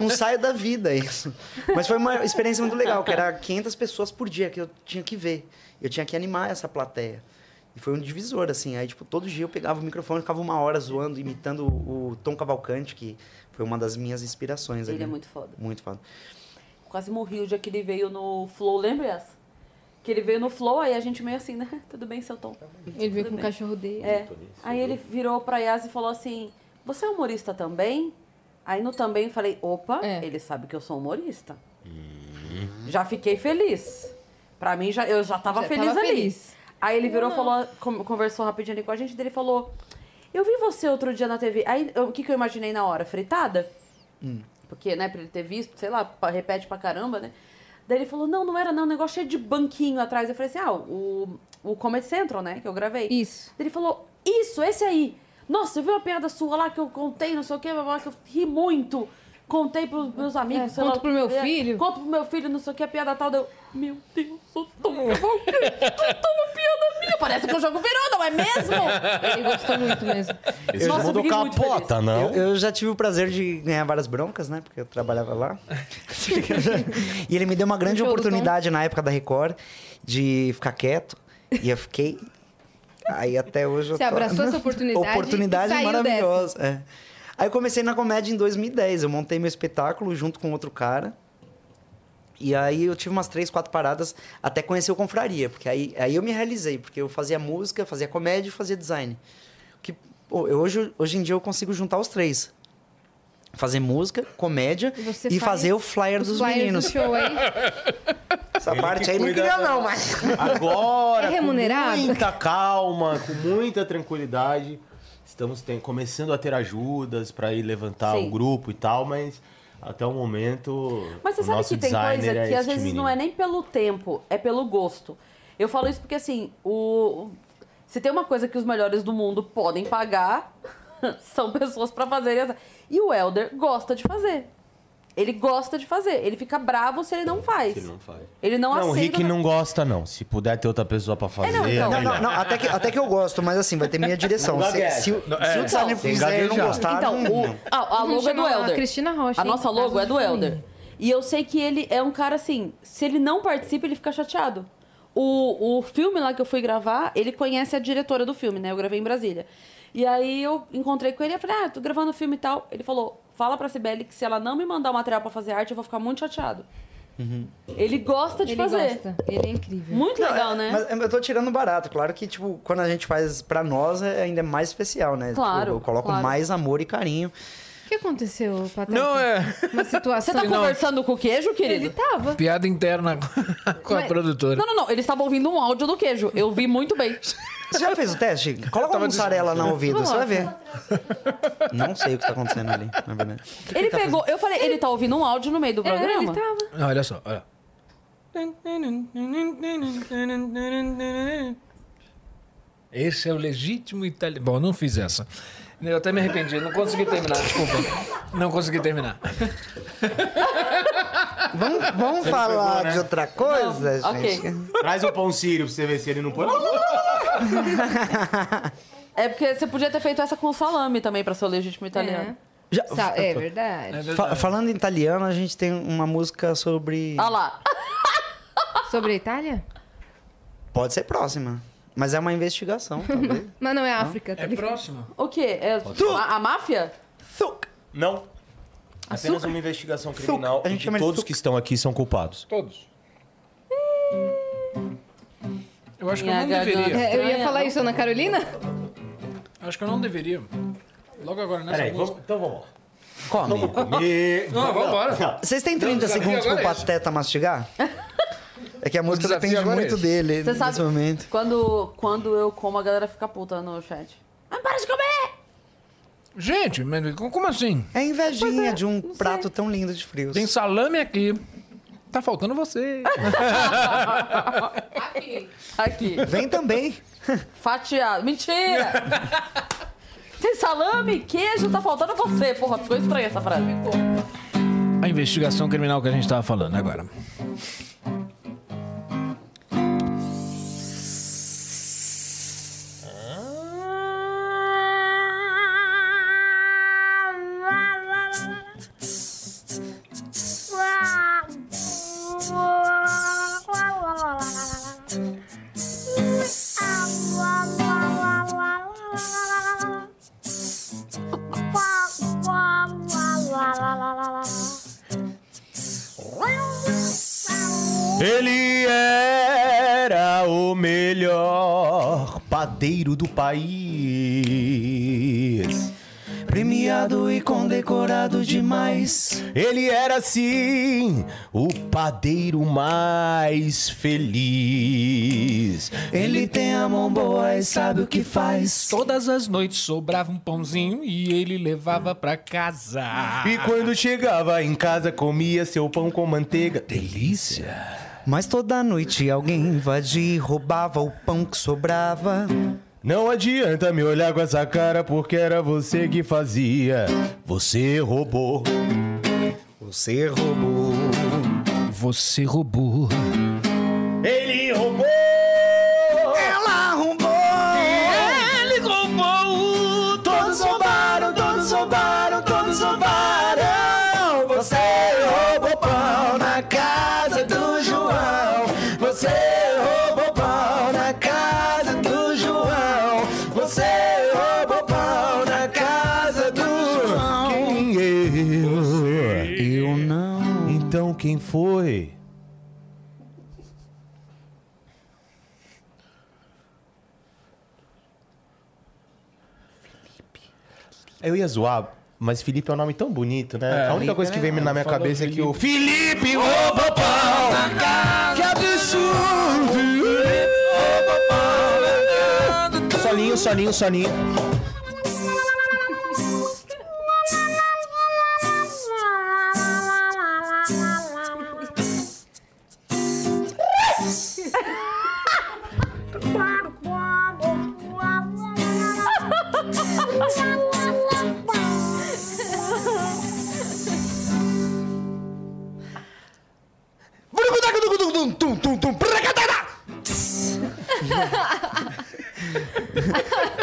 S5: Não saio da vida isso. Mas foi uma experiência muito legal, que era 500 pessoas por dia que eu tinha que ver. Eu tinha que animar essa plateia. E foi um divisor, assim. Aí, tipo, todo dia eu pegava o microfone, ficava uma hora zoando, imitando o o Tom Cavalcante, que foi uma das minhas inspirações.
S1: Ele
S5: ali.
S1: é muito foda.
S5: Muito foda.
S1: Quase morri o dia que ele veio no Flow, lembra essa? Que ele veio no Flow, aí a gente meio assim, né? Tudo bem, seu Tom?
S2: Ele veio com
S1: Tudo
S2: um o
S1: bem.
S2: cachorro dele.
S1: É. Aí ele virou pra Yas e falou assim: Você é humorista também? Aí no também eu falei: Opa,
S2: É.
S1: ele sabe que eu sou humorista. Já fiquei feliz. Pra mim, já, eu já tava
S2: Já
S1: feliz
S2: tava
S1: ali.
S2: feliz.
S1: Aí ele virou, falou, con- conversou rapidinho ali com a gente, daí ele falou: Eu vi você outro dia na TV. Aí eu- o que, que eu imaginei na hora? Fritada?
S2: Hum.
S1: Porque, né, pra ele ter visto, sei lá, pa- repete pra caramba, né? Daí ele falou: Não, não era, não, o negócio cheio de banquinho atrás. Eu falei assim: Ah, o, o Comedy Central, né, que eu gravei.
S2: Isso.
S1: Ele falou, isso, esse aí. Nossa, você viu uma piada sua lá que eu contei, não sei o quê, blá, blá, que eu ri muito. Contei pros meus amigos.
S2: É,
S1: sei
S2: conto
S1: lá,
S2: pro meu
S1: é,
S2: filho.
S1: Conto pro meu filho, não sei o que, a piada tal. Deu, meu Deus, eu tomo uma piada minha. Parece que o jogo virou, não é mesmo?
S2: Ele gostou muito mesmo.
S3: Esse
S1: Nossa, eu
S3: mundo
S1: fiquei muito
S3: capota, não?
S5: Eu, eu já tive o prazer de ganhar várias broncas, né? Porque eu trabalhava lá. e ele me deu uma grande
S2: show do
S5: oportunidade na época da Record de ficar quieto. E eu fiquei. Aí até hoje eu
S2: Você
S5: tô-
S2: abraçou essa oportunidade
S5: oportunidade
S2: e saiu
S5: maravilhosa. é. Aí eu comecei na comédia em 2010. Eu montei meu espetáculo junto com outro cara. E aí eu tive umas três, quatro paradas até conhecer o Confraria, porque aí, aí eu me realizei, porque eu fazia música, fazia comédia e fazia design. Que, pô, eu hoje, hoje em dia eu consigo juntar os três. Fazer música, comédia
S2: E você
S5: e
S2: faz
S5: fazer o flyer
S2: os
S5: dos
S2: flyers
S5: meninos.
S2: Do show aí.
S5: Essa
S3: Ele
S5: parte
S3: que
S5: aí não
S3: cuida
S5: queria
S3: da-
S5: não, mas...
S3: Agora,
S2: É remunerado?
S3: com muita calma, com muita tranquilidade, estamos ten- começando a ter ajudas para ir levantar
S1: Sim.
S3: o grupo e tal, mas até o momento.
S1: Mas você
S3: o
S1: sabe
S3: nosso
S1: que tem
S3: designer
S1: coisa
S3: é
S1: que às
S3: este
S1: vezes não
S3: menino.
S1: é nem pelo tempo, é pelo gosto. Eu falo isso porque, assim, o... se tem uma coisa que os melhores do mundo podem pagar, são pessoas pra fazerem. essa- E o Elder gosta de fazer. Ele gosta de fazer. Ele fica bravo se ele não faz.
S3: Se ele não faz.
S1: Ele não,
S3: Não, o
S1: aceita.
S3: Rick não gosta, não. Se puder ter outra pessoa pra fazer.
S1: um
S3: é
S1: não, então.
S3: melhor.
S5: Não, não, não, até que, até que eu gosto, mas assim, vai ter minha direção.
S3: Não
S5: Se,
S3: gagueja.
S5: se, o-
S3: Não,
S5: se o designer
S3: Tem
S5: fizer e eu não
S3: gaguejado.
S5: gostar,
S1: Então,
S5: Tá, não-
S1: o- a, a
S2: Vamos
S1: logo é do
S2: chamar a
S1: Elder.
S2: Cristina Rocha,
S1: A
S2: hein,
S1: nossa
S2: por
S1: logo
S2: causa
S1: é
S2: de
S1: do Elder.
S2: família.
S1: E eu sei que ele é um cara assim, se ele não participa, ele fica chateado. O, o filme lá que eu fui gravar, ele conhece a diretora do filme, né? Eu gravei em Brasília. E aí eu encontrei com ele e falei, ah, tô gravando o filme e tal. Ele falou, fala pra Cibele que se ela não me mandar o material pra fazer arte, eu vou ficar muito chateado. Ele gosta de
S2: Ele
S1: fazer.
S2: gosta. Ele é incrível.
S1: Muito
S5: Uhum. Não,
S1: legal,
S5: é,
S1: né?
S5: Mas eu tô tirando barato. Claro que, tipo, quando a gente faz pra nós, é- ainda é mais especial, né? Tipo,
S1: Claro,
S5: eu coloco
S1: claro.
S5: mais amor e carinho.
S2: O que aconteceu, Patata?
S4: Não, é.
S2: Uma
S1: Você
S2: situação...
S5: assim,
S1: tá conversando com o queijo, querido?
S2: Ele tá- tava.
S4: Piada interna com a
S2: Mas-
S4: produtora.
S1: Não, não, não. Eles estavam ouvindo um áudio do queijo. Eu vi muito bem.
S5: Você já fez o teste? Coloca uma mussarela no ouvido, você vai ver. Não sei o que tá acontecendo ali, na verdade.
S1: Ele pegou, eu falei, ele tá ouvindo um áudio no meio do
S2: É, ele
S1: programa?
S2: tava.
S4: Não, Ah, olha só, olha. Esse é o legítimo italiano. Bom, não fiz essa. Eu até me arrependi, não consegui terminar, desculpa. Não consegui terminar.
S5: Vamos, vamos falar de outra coisa,
S1: Não, ok.
S5: gente?
S3: Traz o pão sírio pra você ver se ele não põe.
S1: É porque você podia ter feito essa com salame também pra ser o
S2: É.
S1: legítimo
S2: Tá
S1: italiano.
S5: Já-
S2: Sa- é verdade.
S5: fa- falando em italiano, a gente tem uma música sobre.
S1: Ah lá.
S2: Sobre a Itália?
S5: Pode ser próxima. Mas é uma investigação, talvez.
S2: Mas não é África, tá
S4: É
S2: ligado?
S4: próximo.
S1: O quê? É a, a máfia?
S3: Não. Apenas uma investigação criminal.
S5: A gente
S3: e
S5: chama
S3: que
S5: de
S3: todos
S5: suco.
S3: que estão aqui são culpados.
S4: Todos. Eu acho que eu
S1: Minha
S4: não deveria.
S1: garganta.
S2: É, eu ia falar
S1: Estranha,
S2: isso, Ana Carolina?
S4: Acho que eu não deveria. Logo agora, nessa
S3: Peraí, vamos,
S4: música.
S3: então vamos lá.
S5: Come.
S3: E...
S4: Não, vambora.
S5: Vocês têm 30
S4: Não, o desafio
S5: segundos pro
S4: agora é esse.
S5: Pateta mastigar? É que a música
S4: desafio
S5: depende
S4: agora é
S5: muito
S4: esse.
S5: dele
S1: Você
S5: nesse
S1: sabe,
S5: momento.
S1: quando, quando eu como, a galera fica puta no chat. Ah, para de comer!
S4: Gente, mas como assim?
S5: É invejinha de um
S1: não sei.
S5: prato tão lindo de frios.
S4: Tem salame aqui. Tá faltando você.
S1: Aqui,
S5: Vem também.
S1: fatiado. Mentira! Tem salame, queijo, tá faltando você. Porra, ficou estranha essa frase.
S4: A investigação criminal que a gente tava falando agora.
S6: Ah,
S3: Ele era o melhor padeiro do país. Premiado e condecorado demais. Ele era sim o padeiro mais feliz. Ele tem a mão boa e sabe o que faz.
S4: Todas as noites sobrava um pãozinho e ele levava pra casa.
S3: E quando chegava em casa, comia seu pão com manteiga. Delícia!
S5: Mas toda noite alguém invadia e roubava o pão que sobrava.
S3: Não adianta me olhar com essa cara, porque era você que fazia. Você roubou.
S5: Você roubou.
S4: Você roubou.
S3: Ele roubou!
S5: Ela roubou! É.
S4: Ele roubou!
S5: Todos roubaram, todos roubaram, todos roubaram. Você roubou pão na casa do João. Você roubou pão na casa do João. Você roubou pão na casa do João.
S3: Quem eu?
S5: Eu não.
S3: Então quem foi? Eu ia zoar, mas Felipe é um nome tão bonito, né? a única coisa que veio na minha cabeça é que o Felipe rouba pau na casa. Que absurdo! Solinho, solinho, solinho.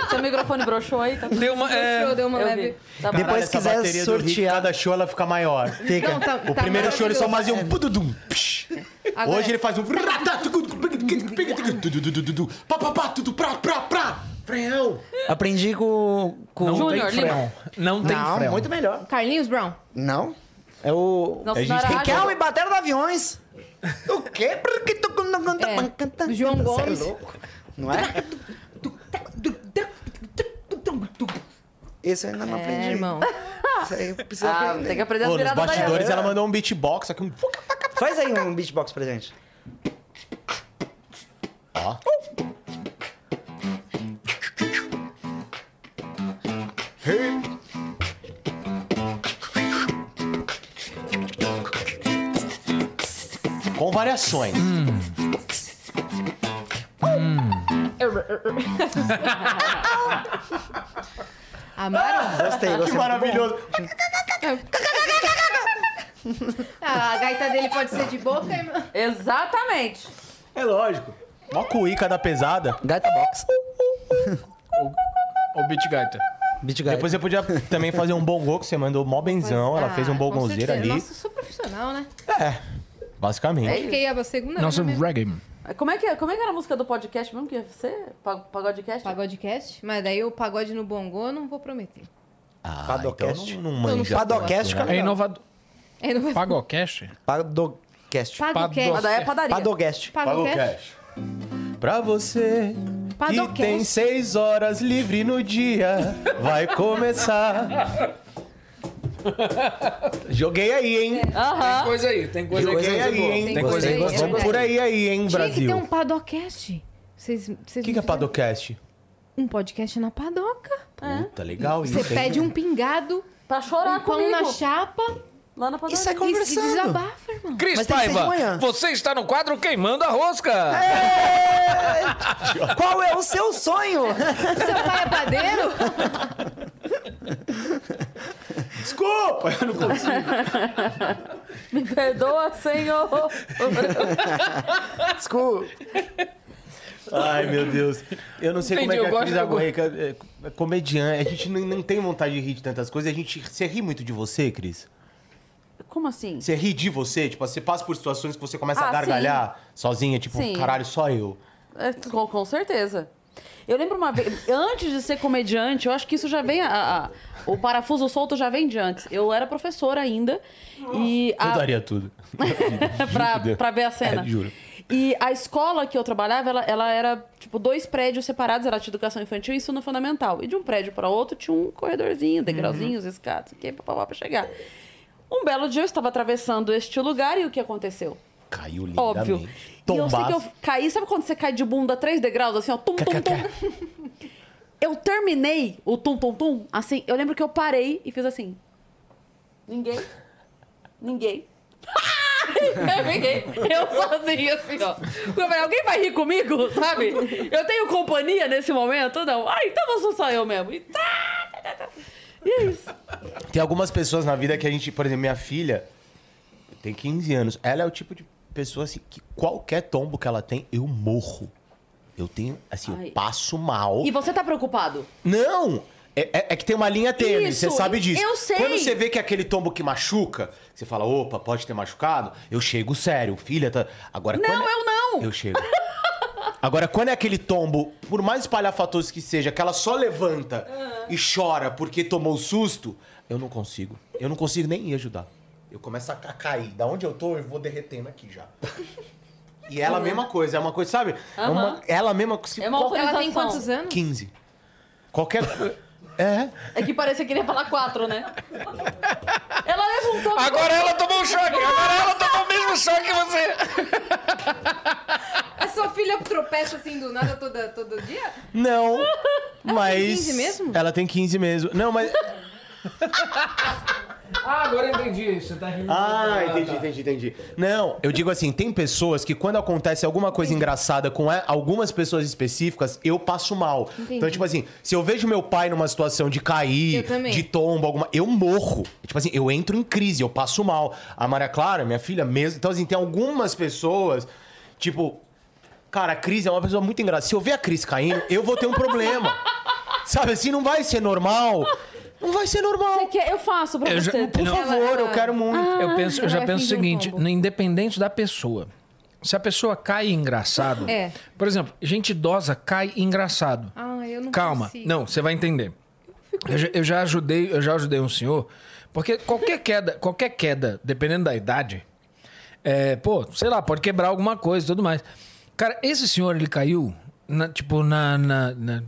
S1: Seu microfone broxou aí, tá
S4: Deu uma.
S2: Show,
S4: é,
S2: deu uma
S1: Eu
S2: leve.
S1: vi. Tá bom.
S3: Depois
S5: Depois,
S3: essa
S5: se quiser
S3: bateria do Rick,
S5: sortear-
S3: cada show ela fica maior.
S5: Fica.
S2: Não, tá-
S3: O
S2: tá
S3: primeiro show ele só fazia um
S2: maravilhoso,
S3: pududum.
S2: Agora-
S3: Hoje ele faz um. Pá, pá, pá, tudo, prá, prá, prá. Freão.
S5: Aprendi com. com
S4: não
S1: Júnior,
S4: tem freão. Não tem
S5: Não,
S4: freão.
S5: Ah, muito melhor.
S2: Carlinhos Brown.
S5: Não. É o.
S1: Nossa,
S3: A gente
S1: não era
S3: tem
S1: água.
S5: Calma e bateram de aviões. O quê? Porque tu
S2: É, do João Gomes.
S5: Cê é louco, não é? Esse eu ainda não aprendi.
S2: É, irmão.
S5: Isso aí eu preciso
S1: Ah,
S5: aprender.
S1: tem que aprender as
S2: Tá
S3: Pô, nos
S1: viradas da
S3: bastidores
S1: Yara.
S3: ela mandou um beatbox, aqui um.
S5: Faz aí um beatbox pra gente.
S3: Ó. Com variações.
S2: Amaram?
S5: Gostei,
S3: Que
S5: gostei.
S3: maravilhoso.
S2: Ah, a gaita dele pode ser de boca, irmão.
S1: Exatamente.
S3: É lógico. Mó cuíca da pesada.
S5: Gaita box.
S4: O beat gaita.
S5: Beat gaita.
S3: Depois você podia também fazer um bongô, que você mandou mó benzão. Ela
S2: Ah,
S3: fez um
S2: com
S3: bongonzeiro
S2: certeza.
S3: ali. É,
S2: Nossa, É eu sou profissional, né?
S3: Basicamente.
S2: Fiquei a segunda
S4: Nossa,
S2: vez. Nossa,
S4: reggae.
S1: Como é, que, é- como é que era a música do podcast mesmo que ia ser? Pa- Pagodecast?
S2: Pagodecast, mas daí o pagode no bongô eu não vou prometer.
S3: Ah,
S5: Padocast.
S3: então não, não manja.
S5: Padocast
S3: tanto,
S5: fica
S3: né?
S4: É
S5: legal.
S4: inovador.
S2: É, não vai...
S4: Pagocast?
S5: Padocast.
S1: Mas
S2: Pagocast.
S1: daí é padaria.
S5: Padocast.
S2: Pagocast.
S3: Pra você que
S2: Padocast.
S3: tem seis horas livre no dia, vai começar. Joguei aí, hein?
S1: Aham.
S4: Coisa aí, tem coisa
S3: Joguei
S4: aí. é
S3: aí, hein?
S4: Tem coisa aí. é
S2: Gostei.
S3: Vamos por aí aí, hein,
S2: Tinha que ter
S3: Brasil.
S2: um padocast. Vocês, vocês
S3: O que, que é Padocast?
S2: Um podcast na padoca.
S3: Tá legal isso,
S2: Você
S3: hein?
S2: pede um pingado,
S1: Pra chorar
S2: um pão
S1: comigo.
S2: na chapa
S1: Lá na padaria.
S5: Então, Isso é
S2: e se
S5: conversando.
S2: desabafa, irmão.
S4: Cris
S5: Mas tem que ser de
S4: Paiva,
S5: manhã.
S4: você está no quadro Queimando a Rosca.
S5: Qual é o seu sonho?
S2: Seu pai é padeiro?
S3: Desculpa! Eu não consigo.
S1: Me perdoa, senhor.
S5: Desculpa.
S3: Ai, meu Deus. Eu não sei
S4: Entendi,
S3: como é
S4: eu
S3: que a
S4: gosto
S3: Cris
S4: do-
S3: Agorreca é é comediante. A gente não, não tem vontade de rir de tantas coisas. A gente... Você ri muito de você, Cris?
S1: Como assim?
S3: Você ri de você? Tipo, você passa por situações que você começa
S1: Ah,
S3: a gargalhar sozinha, tipo,
S1: Sim.
S3: caralho, só eu.
S1: É, com, com certeza. Eu lembro uma vez, antes de ser comediante, eu acho que isso já vem. a- a- o parafuso solto já vem de antes. Eu era professora ainda. E
S3: Eu
S1: a-
S3: daria tudo.
S1: pra,
S3: Juro por Deus.
S1: pra ver a cena.
S3: É, juro.
S1: E a escola que eu trabalhava, ela, ela era, tipo, dois prédios separados, era de educação infantil e ensino fundamental. E de um prédio para outro tinha um corredorzinho, degrauzinhos, escadas, que papapá pra chegar. Um belo dia eu estava atravessando este lugar e o que aconteceu?
S3: Caiu lindamente.
S1: Óbvio. E eu sei que eu
S3: Tombaço.
S1: caí, sabe quando você cai de bunda três degraus, assim, ó, tum, tum, tum. Eu terminei o tum, tum, tum, assim, eu lembro que eu parei e fiz assim. Ninguém. Ninguém. eu fiquei, eu sozinha, assim, ó. Eu falei, alguém vai rir comigo, sabe? Eu tenho companhia nesse momento? Não. Ah, então eu sou só eu mesmo. E tá, tá, tá, tá. E é isso.
S3: Tem algumas pessoas na vida que a gente, por exemplo, minha filha tem 15 anos. Ela é o tipo de pessoa assim que qualquer tombo que ela tem, eu morro. Eu tenho, assim,
S1: Ai.
S3: eu passo mal.
S1: E você tá preocupado?
S3: Não! É, é- é que tem uma linha tênue,
S1: Isso,
S3: você sabe disso.
S1: eu sei.
S3: Quando você vê que é aquele tombo que machuca, você fala, opa, pode ter machucado, eu chego sério, filha tá. Agora
S1: Não,
S3: quando é-
S1: eu não.
S3: Eu chego. Agora, quando é aquele tombo, por mais espalhafatoso que seja, que ela só levanta e chora porque tomou susto, eu não consigo. Eu não consigo nem ir ajudar. Eu começo a ca- cair. Da onde eu tô, eu vou derretendo aqui já. E ela, a mesma coisa, é uma coisa, sabe? É uma-
S1: Aham.
S3: ela mesma. se-
S1: É uma
S3: qualquer-
S2: Ela tem
S1: Autorização.
S2: quantos anos?
S3: 15. Qualquer. É.
S1: É que parecia que ele ia falar quatro, né? Ela levantou.
S4: Agora ela tomou um choque! Agora ela tomou o mesmo choque que você!
S2: A sua filha tropeça assim do nada toda, todo dia?
S3: Não. Mas.
S2: 15 mesmo?
S3: Ela tem 15 mesmo. Não, mas.
S4: Ah, agora eu entendi. Você tá rindo.
S3: Ah, entendi, entendi, entendi. Não, eu digo assim: tem pessoas que quando acontece alguma coisa engraçada com a- algumas pessoas específicas, eu passo mal. Então, tipo assim, se eu vejo meu pai numa situação de cair,
S2: Eu também.
S3: de tombo, alguma. Eu morro. Tipo assim, eu entro em crise, eu passo mal. A Maria Clara, minha filha, mesmo. Então, assim, tem algumas pessoas, tipo. Cara, a Cris é uma pessoa muito engraçada. Se eu ver a Cris caindo, eu vou ter um problema. Sabe assim, não vai ser normal. Não vai ser
S1: Você
S3: normal.
S1: quer? É Eu faço pra
S4: Eu já-
S1: você.
S3: Por
S4: Não.
S3: favor, eu quero muito.
S4: Eu, penso, eu já
S2: Ela
S4: penso o
S2: fingiu
S4: seguinte,
S2: tombo.
S4: independente da pessoa. Se a pessoa cai engraçado...
S2: É.
S4: Por exemplo, gente idosa cai engraçado.
S2: Ah, eu não
S4: Calma.
S2: consigo.
S4: Não, você vai entender. Eu já, eu já ajudei, eu já ajudei um senhor, porque qualquer queda, qualquer queda, dependendo da idade, é, pô, sei lá, pode quebrar alguma coisa e tudo mais. Cara, esse senhor, ele caiu, na- tipo, na, na- na-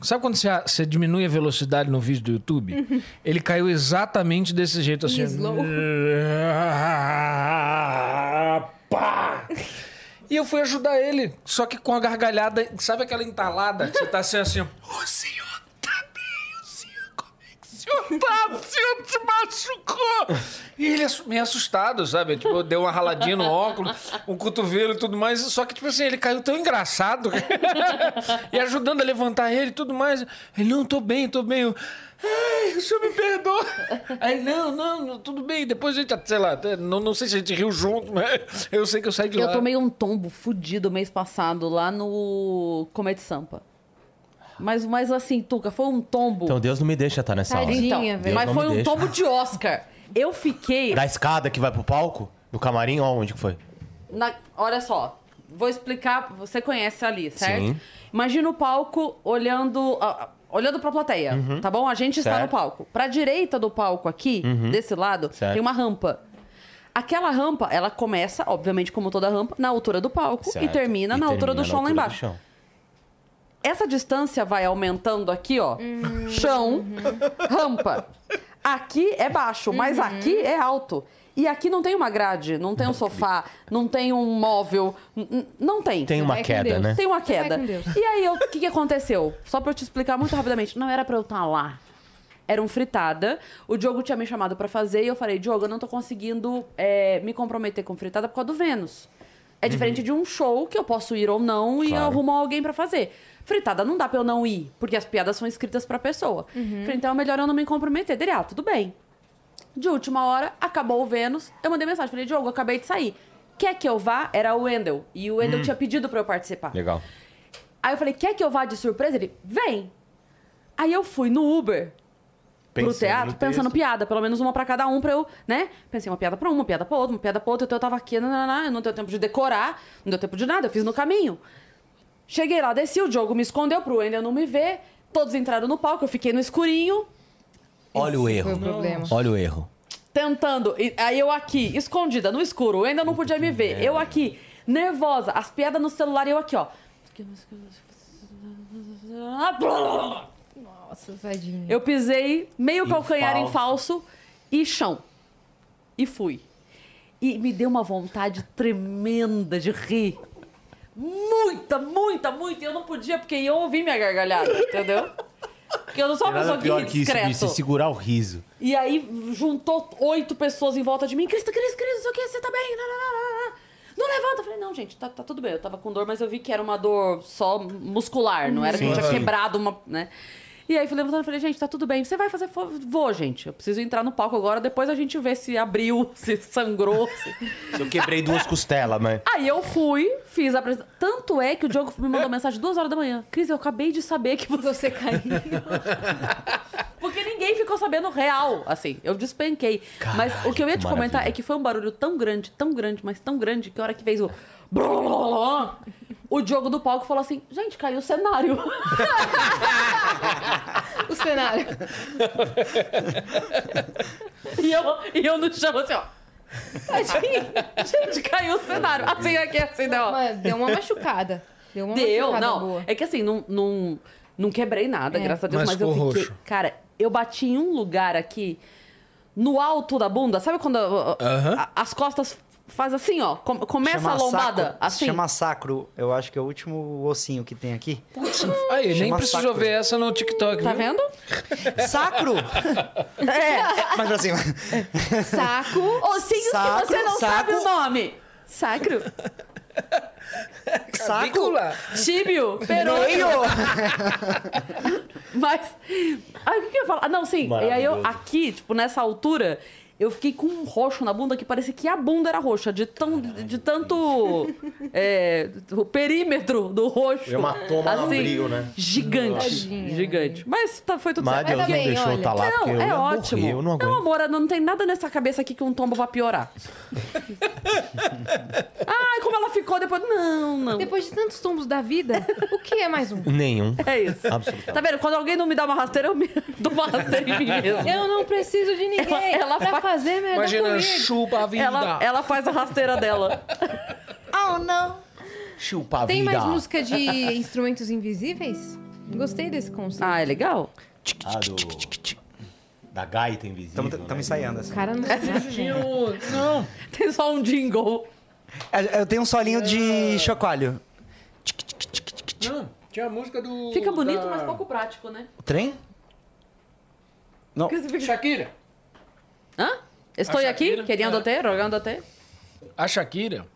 S4: Sabe quando você, você diminui a velocidade no vídeo do YouTube? Ele caiu exatamente desse jeito, assim.
S2: Slow.
S4: Pá! E eu fui ajudar ele, só que com a gargalhada, sabe aquela entalada que você tá assim, assim, ó, o senhor tá bem, o senhor, como é que o senhor tá, o senhor se machucou. E ele assu- meio assustado, sabe, tipo, deu uma raladinha no óculos, um cotovelo e tudo mais, só que, tipo assim, ele caiu tão engraçado, e ajudando a levantar ele e tudo mais, ele, não, tô bem, tô bem, eu, Ai, o senhor me perdoa. Aí, não, não, não, tudo bem. Depois a gente, sei lá, não, não sei se a gente riu junto, mas eu sei que eu saí de lá.
S1: Eu tomei um tombo fudido mês passado lá no Comedy Sampa. Mas, mas assim, Tuca, foi um tombo.
S3: Então Deus não me deixa estar nessa
S2: Tadinho.
S3: hora.
S1: Então,
S2: Tadinha, velho.
S1: mas
S3: Deus não
S1: foi
S3: me
S1: um
S3: deixa.
S1: tombo de Oscar. Eu fiquei.
S3: Da escada que vai pro palco? Do camarim, ó, onde que foi?
S1: na- Olha só, vou explicar. Você conhece ali, certo?
S3: Sim.
S1: Imagina o palco olhando. a- a- Olhando pra plateia, tá bom? A gente está no
S3: Uhum. Certo. Uhum.
S1: palco. Pra direita do palco aqui, desse lado,
S3: Certo.
S1: tem uma rampa. Aquela rampa, ela começa, obviamente, como toda rampa, na altura do palco e
S3: Certo.
S1: termina na altura do chão lá
S3: altura
S1: embaixo.
S3: chão.
S1: Essa distância vai aumentando aqui, ó. Chão, rampa. Aqui é baixo, mas aqui é alto. E aqui não tem uma grade, não tem um sofá, não tem um móvel, n- n- não tem.
S3: Tem uma
S2: Vai com
S3: queda,
S2: Deus.
S3: né?
S1: Tem uma
S2: Você vai
S1: queda.
S2: com Deus.
S1: E aí, eu- o que, que aconteceu? Só pra eu te explicar muito rapidamente. Não era pra eu estar lá. Era um fritada. O Diogo tinha me chamado pra fazer e eu falei, Diogo, eu não tô conseguindo é, me comprometer com fritada por causa do Vênus. É diferente
S3: Uhum.
S1: de um show que eu posso ir ou não e eu arrumo alguém pra fazer. Fritada não dá pra eu não ir, porque as piadas são escritas pra pessoa.
S2: Uhum.
S1: Falei, então é melhor eu não me comprometer. Dele, ah, tudo bem. De última hora, acabou o Vênus. Eu mandei mensagem, falei, Diogo, acabei de sair. Quer que eu vá? Era o Wendel. E o Wendel tinha pedido pra eu participar.
S3: Hum. Legal.
S1: Aí eu falei, quer que eu vá de surpresa? Ele, vem. Aí eu fui no Uber pro
S3: Pensando
S1: teatro
S3: no
S1: pensando
S3: texto.
S1: piada, pelo menos uma pra cada um pra eu, né? Pensei uma piada pra uma, uma piada pra outra, uma piada pra outra, então eu tava aqui, nananá, não deu tempo de decorar, não deu tempo de nada, eu fiz no caminho. Cheguei lá, desci, o Diogo me escondeu pro Wendel não me ver. Todos entraram no palco, eu fiquei no escurinho,
S8: Olha o
S2: Foi o
S8: erro.
S2: problema.
S8: Olha o erro.
S1: tentando. E- aí eu aqui, escondida, no escuro, o Wendel não podia me ver. Eu aqui, nervosa, as piadas no celular e eu aqui, ó. Ah,
S2: Nossa, tadinho.
S1: Eu pisei meio calcanhar em falso e chão. E fui. E me deu uma vontade tremenda de rir. Muita, muita, muita. E eu não podia, porque eu ouvi minha gargalhada, entendeu? Porque eu não sou uma pessoa que ri discreto.
S3: bicho, é segurar o riso.
S1: E aí juntou oito pessoas em volta de mim. Cristo, Cristo, Cristo, não sei o que, você tá bem? Não, não, não, não, não. Não levanta. Eu falei, não, gente, tá, tá tudo bem. Eu tava com dor, mas eu vi que era uma dor só muscular, não era que eu tinha quebrado uma, né? E aí fui levantando e falei, gente, tá tudo bem. Você vai fazer? fo- Vou, gente. Eu preciso entrar no palco agora, depois a gente vê se abriu, se sangrou. se-
S3: Eu quebrei duas costelas, mas...
S1: Aí eu fui, fiz a apresentação. Tanto é que o Diogo me mandou mensagem duas horas da manhã. Cris, eu acabei de saber que você caiu. Porque ninguém ficou sabendo real, assim. Eu despenquei. mas o que eu ia te
S3: que
S1: comentar
S3: maravilha.
S1: é que foi um barulho tão grande, tão grande, mas tão grande, que a hora que fez o... O Diogo do palco falou assim, gente, caiu o cenário.
S2: O cenário.
S1: E eu, e eu no chão, assim, ó. Tadinho. Gente, caiu o cenário. Assim, aqui, assim, né, ó.
S2: Mano, deu uma machucada. Deu uma
S1: Deu,
S2: machucada
S1: não.
S2: boa.
S1: É que assim, não, não, não quebrei nada,
S2: É.
S1: graças a Deus,
S4: Mas
S1: mas, eu
S4: ficou
S1: fiquei.
S4: roxo.
S1: Cara, eu bati em um lugar aqui, no alto da bunda, sabe quando ó, ó,
S4: Aham.
S1: a- as costas faz assim, ó? com- começa
S5: Chama
S1: a lombada,
S5: sacro-
S1: assim.
S5: Chama sacro, eu acho que é o último ossinho que tem aqui.
S4: Aí, nem
S5: Chama
S4: precisou
S5: saco.
S4: ver essa no TikTok,
S1: Tá
S4: viu?
S1: vendo?
S5: Sacro! É, mas assim,
S2: Saco.
S1: Ossinhos
S5: Sacro,
S1: que você não sabe
S5: saco.
S1: o nome. Sacro,
S5: saco,
S4: Víncula.
S1: tíbio,
S5: meio,
S1: perônio, mas... Aí o que que eu falo? Ah, não, sim. E aí eu,
S3: Maravilhoso.
S1: aqui, tipo, nessa altura, eu fiquei com um roxo na bunda que parecia que a bunda era roxa, de, tão, de tanto... é, o perímetro do roxo.
S3: É uma toma
S1: Assim.
S3: no abrigo, né?
S1: Gigante,
S2: Tadinha.
S1: gigante. Mas tá, foi tudo
S3: Mas
S1: certo.
S3: Deus não
S2: tá bem,
S3: deixou
S2: olha.
S3: eu tá lá, porque
S1: Não,
S3: eu
S1: é
S3: ia
S1: ótimo.
S3: morrer, eu não aguento.
S1: Não, amor, não tem nada nessa cabeça aqui que um tombo vai piorar. Ai, como ela ficou depois. Não, não.
S2: Depois de tantos tombos da vida, o que é mais um?
S3: Nenhum.
S1: É isso.
S3: Absolutamente.
S1: Tá vendo? Quando alguém não me dá uma rasteira, eu me dou uma rasteira em mim mesmo.
S2: Eu não preciso de ninguém
S1: Ela- ela
S2: pra
S1: faz-
S2: fazer merda
S4: Imagina,
S2: comigo.
S4: chupa a vida.
S1: Ela, ela faz a rasteira dela.
S3: Chupa a
S2: Tem
S3: vida.
S2: mais música de instrumentos invisíveis? Gostei desse conceito.
S1: Ah, é legal?
S3: Ah, do... Da gaita invisível, né?
S5: Estamos ensaiando assim.
S2: O cara
S1: É.
S2: não sabe nada, gente.
S4: Não.
S1: Tem só um jingle.
S5: É, Eu tenho um solinho de chocoalho.
S4: Não, tinha a música do.
S1: Fica bonito,
S4: da-
S1: mas pouco prático, né?
S5: Trem? Não.
S1: Porque você fica-
S4: Shakira.
S1: Hã? Estou
S4: A
S1: aqui,
S4: Shakira,
S1: querendo
S4: é.
S1: te, rogando te.
S4: A Shakira.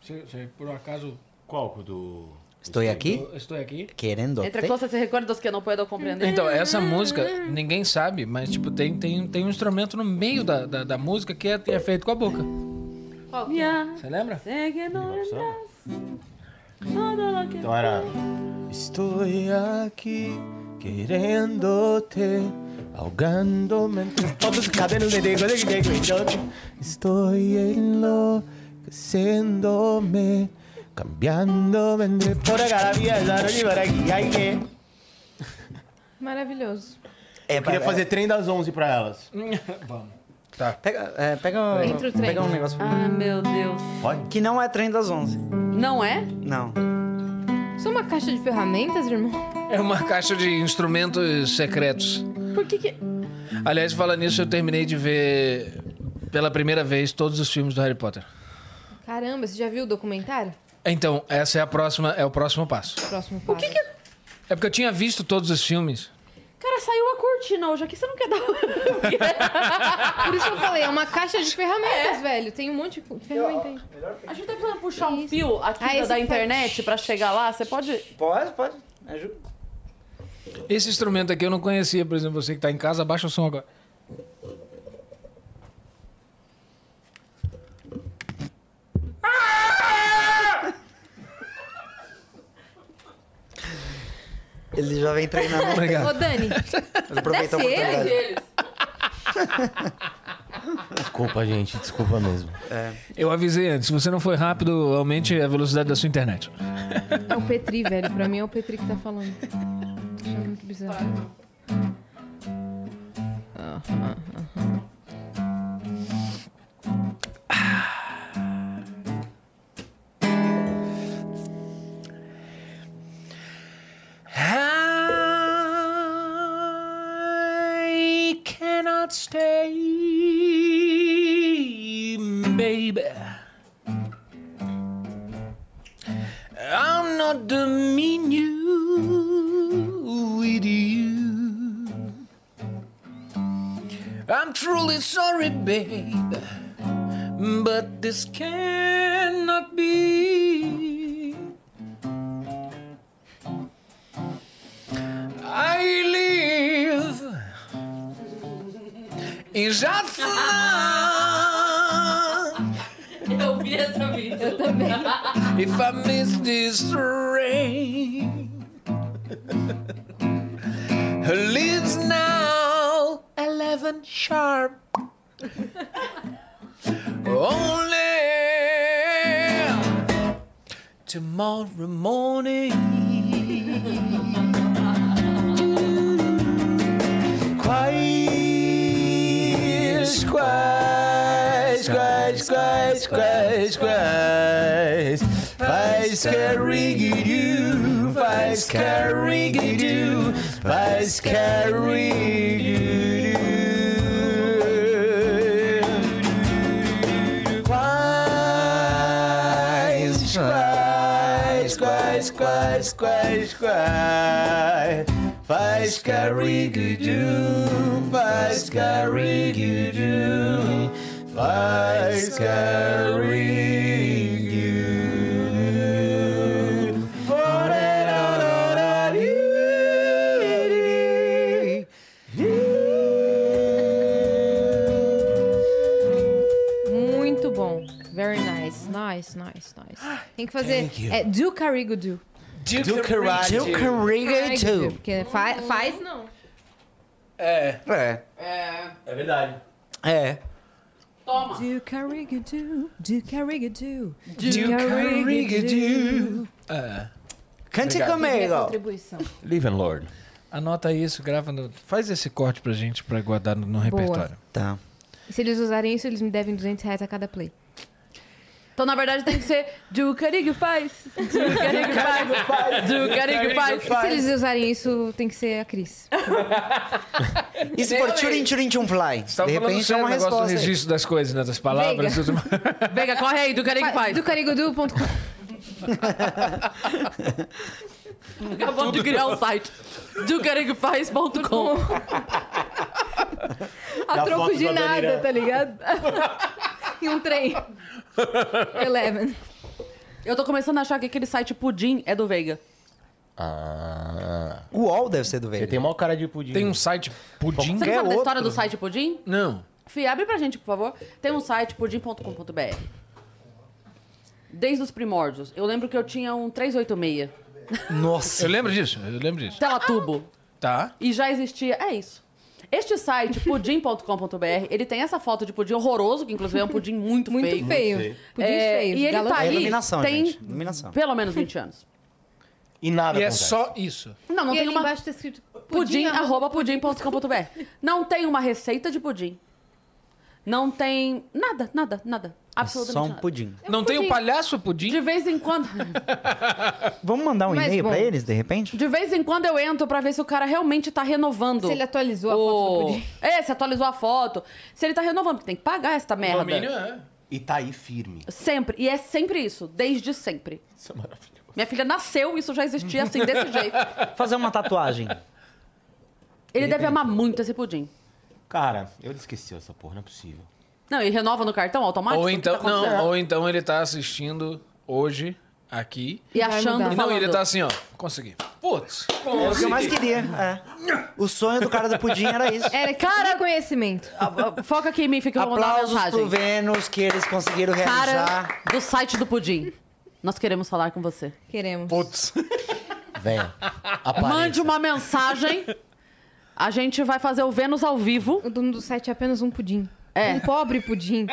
S4: Você, você, por um acaso.
S3: Qual? O Do...
S5: Estou aqui?
S4: Eu estou aqui.
S5: Querendo.
S1: Entre
S5: te-
S1: costas e recuerdos que não puedo compreender.
S4: Então, essa música, ninguém sabe, mas tipo, tem, tem, tem um instrumento no meio da, da, da música que é, é feito com a boca. Então.
S1: Yeah.
S4: Você lembra?
S1: Segue no
S3: Então era... Estou aqui querendo-te ahogándome entre todos os cabelos de digo, digo, digo, digo. Estou enlouqueciéndome cambiándome entre por acá la vida, la noche por aqui, ai que...
S2: Maravilhoso.
S5: É,
S3: Eu queria
S5: pega-
S3: fazer trem das 11 pra elas.
S4: Vamos.
S5: Pega, é, pega,
S2: Entra o trem.
S5: pega um negócio.
S1: Ah, meu Deus.
S3: Pode?
S5: Que não é trem das 11.
S1: Não é?
S5: Não.
S2: Só uma caixa de ferramentas, irmão?
S4: É uma caixa de instrumentos secretos.
S1: Por que que...
S4: Aliás, falando nisso, eu terminei de ver pela primeira vez todos os filmes do Harry Potter.
S2: Caramba, você já viu o documentário?
S4: Então, essa é a próxima, é o próximo passo.
S2: Próximo passo. O que que...
S4: É porque eu tinha visto todos os filmes.
S1: Cara, saiu a cortina hoje aqui, você não quer um- dar...
S2: Por isso que eu falei, é uma caixa de
S1: É.
S2: ferramentas, velho. Tem um monte de ferramenta aí.
S1: a gente tá precisando puxar um
S2: Isso.
S1: fio aqui
S2: Ah,
S1: da-
S2: esse
S1: da
S2: que faz-
S1: internet pra chegar lá, você pode...
S5: Pode, pode. Ajuda.
S4: Esse instrumento aqui eu não conhecia, por exemplo, você que tá em casa, abaixa o som agora.
S5: Ele já vem treinando.
S2: Ô, Dani,
S5: Ele aproveitou a
S2: Deve ser
S5: oportunidade.
S1: eles.
S6: Desculpa, gente. Desculpa mesmo.
S4: Eu avisei antes, se você não foi rápido, aumente a velocidade da sua internet.
S2: É o Petri, velho. Pra mim é o Petri que tá falando. Achei muito bizarro. Aham, aham.
S4: I cannot stay, baby. I'm not the mean you with you. I'm truly sorry, babe, but this cannot be. I live in Jaffna.
S1: Eu vi essa vida. Eu também.
S4: If I miss this rain, her lives now eleven sharp. Only tomorrow morning.
S6: Quais, quais, quais, quais, quais, quais. Faz carriguidu, faz carriguidu, faz carriguidu. Quais, quais, quais, quais, quais, quais. Faz carriguidu, faz carriguidu, faz carriguidu. Orerararari.
S2: Muito bom. Very nice. Nice, nice, nice. Tem que fazer. É do carigo do.
S6: Do caralho.
S5: Carriguidu.
S2: Porque fa- faz não.
S5: É.
S6: É verdade.
S5: É.
S1: Toma.
S2: Do carigo do. Do carigo do.
S5: Cante
S2: Minha
S5: comigo.
S2: contribuição.
S6: Live and Lord.
S4: Anota isso, grava no... Faz esse corte pra gente pra guardar no, no repertório.
S5: Tá.
S2: E Se eles usarem isso, eles me devem 200 reais a cada play.
S1: Então, na verdade, tem que ser do carigo faz. Do carigo faz. Do carigo faz.
S2: E se eles usarem isso, tem que ser a Cris.
S5: E se for tchurin tchurin tchum fly?
S4: Você tava
S5: De
S4: falando
S5: repente é
S4: sério
S5: uma
S4: o um negócio do
S5: resposta. aí.
S4: registro das coisas, né? Das palavras.
S2: Veiga.
S4: tudo.
S1: Veiga, corre aí, do carigo é faz.
S2: Do carigodu.com.
S1: Acabou de criar o site. Docarigofaz.com.
S2: A troco
S6: foto
S2: de
S6: do
S2: nada,
S6: Adoniran.
S2: tá ligado? e um trem. Eleven.
S1: Eu tô começando a achar que aquele site pudim é do Veiga.
S6: Ah.
S5: O UOL deve ser do
S6: Você
S5: velho.
S6: tem mau cara de pudim.
S4: Tem um site pudim?
S1: Você não
S5: É
S1: sabe da história
S5: outro.
S1: do site pudim?
S4: Não.
S1: Fih, abre pra gente, por favor. Tem um site, pudim.com.br. Desde os primórdios. Eu lembro que eu tinha um 386.
S5: Nossa.
S4: Eu lembro disso, eu lembro disso.
S1: Tela tubo.
S4: Tá.
S1: E já existia. É isso. Este site, pudim.com.br, ele tem essa foto de pudim horroroso, que inclusive é um pudim muito,
S2: Muito
S1: feio.
S2: feio. Pudim
S1: É,
S2: feio.
S1: e ele
S2: galo-
S1: tá
S5: É
S1: aí.
S5: iluminação,
S1: tem-
S5: gente. Iluminação.
S1: Pelo menos 20 anos.
S6: E nada
S4: E é
S6: acontece.
S4: só isso.
S1: Não, não
S2: E
S1: tem
S2: ali
S1: uma.
S2: embaixo tá escrito
S1: pudim,
S2: arroba-
S1: arroba pudim.com.br. Não tem uma receita de pudim. Não tem nada, nada, nada.
S5: Só
S1: Absolutamente
S5: um
S1: nada.
S5: pudim.
S4: não tem o
S2: pudim.
S4: palhaço pudim?
S1: De vez em quando,
S5: Vamos mandar um
S2: Mas
S5: e-mail
S2: bom.
S5: pra eles, de repente?
S1: de vez em quando eu entro pra ver se o cara realmente tá renovando.
S2: Se ele atualizou a foto do pudim.
S1: É, se atualizou a foto. Se ele tá renovando, porque tem que pagar esta merda.
S4: Domínio é.
S6: E tá aí firme.
S1: Sempre. E é sempre isso, desde sempre.
S6: Isso é maravilhoso.
S1: Minha filha nasceu, isso já existia assim, desse jeito.
S5: Fazer uma tatuagem.
S1: Ele deve amar muito esse pudim.
S6: Cara, eu esqueci essa porra, não é possível.
S1: Não, e renova no cartão automático?
S4: Ou
S1: O que
S4: então,
S1: tá acontecendo?
S4: não, ou então ele tá assistindo hoje, aqui.
S1: E
S2: Vai
S1: achando,
S2: mudar.
S4: E
S1: falando...
S4: não, ele tá assim, ó. Consegui. Putz,
S5: É o que eu mais
S4: consegui.
S5: queria. é. O sonho do cara do pudim era isso.
S2: Era cara conhecimento.
S1: Ah, ah, Foca aqui em mim, fica eu vou mandar uma
S5: Aplausos pro
S1: mensagem.
S5: Vênus que eles conseguiram realizar.
S1: Cara do site do Pudim. Nós queremos falar com você.
S2: ah, Queremos.
S4: Putz.
S6: Venha.
S1: Mande um uma mensagem. A gente vai fazer o Vênus ao vivo.
S2: O dono do site é apenas um pudim.
S1: É.
S2: Um pobre pudim.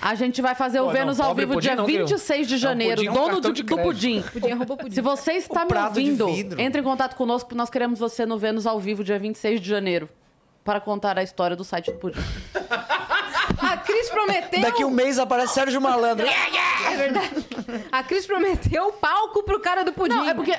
S1: A gente vai fazer o
S4: Pô,
S1: Vênus
S4: não,
S1: ao
S4: pobre
S1: vivo
S4: pudim
S1: dia
S4: não, que eu-
S1: 26 de
S4: Não,
S1: janeiro.
S4: pudim é um
S1: dono
S4: cartão
S1: de-
S4: de
S1: do
S4: crédito.
S1: pudim.
S2: Pudim roubou pudim.
S1: Se você está me
S5: prato de
S1: ouvindo,
S5: vidro.
S1: entre em contato conosco, nós queremos você no Vênus ao vivo dia 26 de janeiro. Para contar a história do site do pudim.
S2: A Cris prometeu.
S5: Daqui um mês aparece Sérgio Malandro.
S2: É verdade. A Cris prometeu o palco pro cara do pudim.
S1: Não, é porque.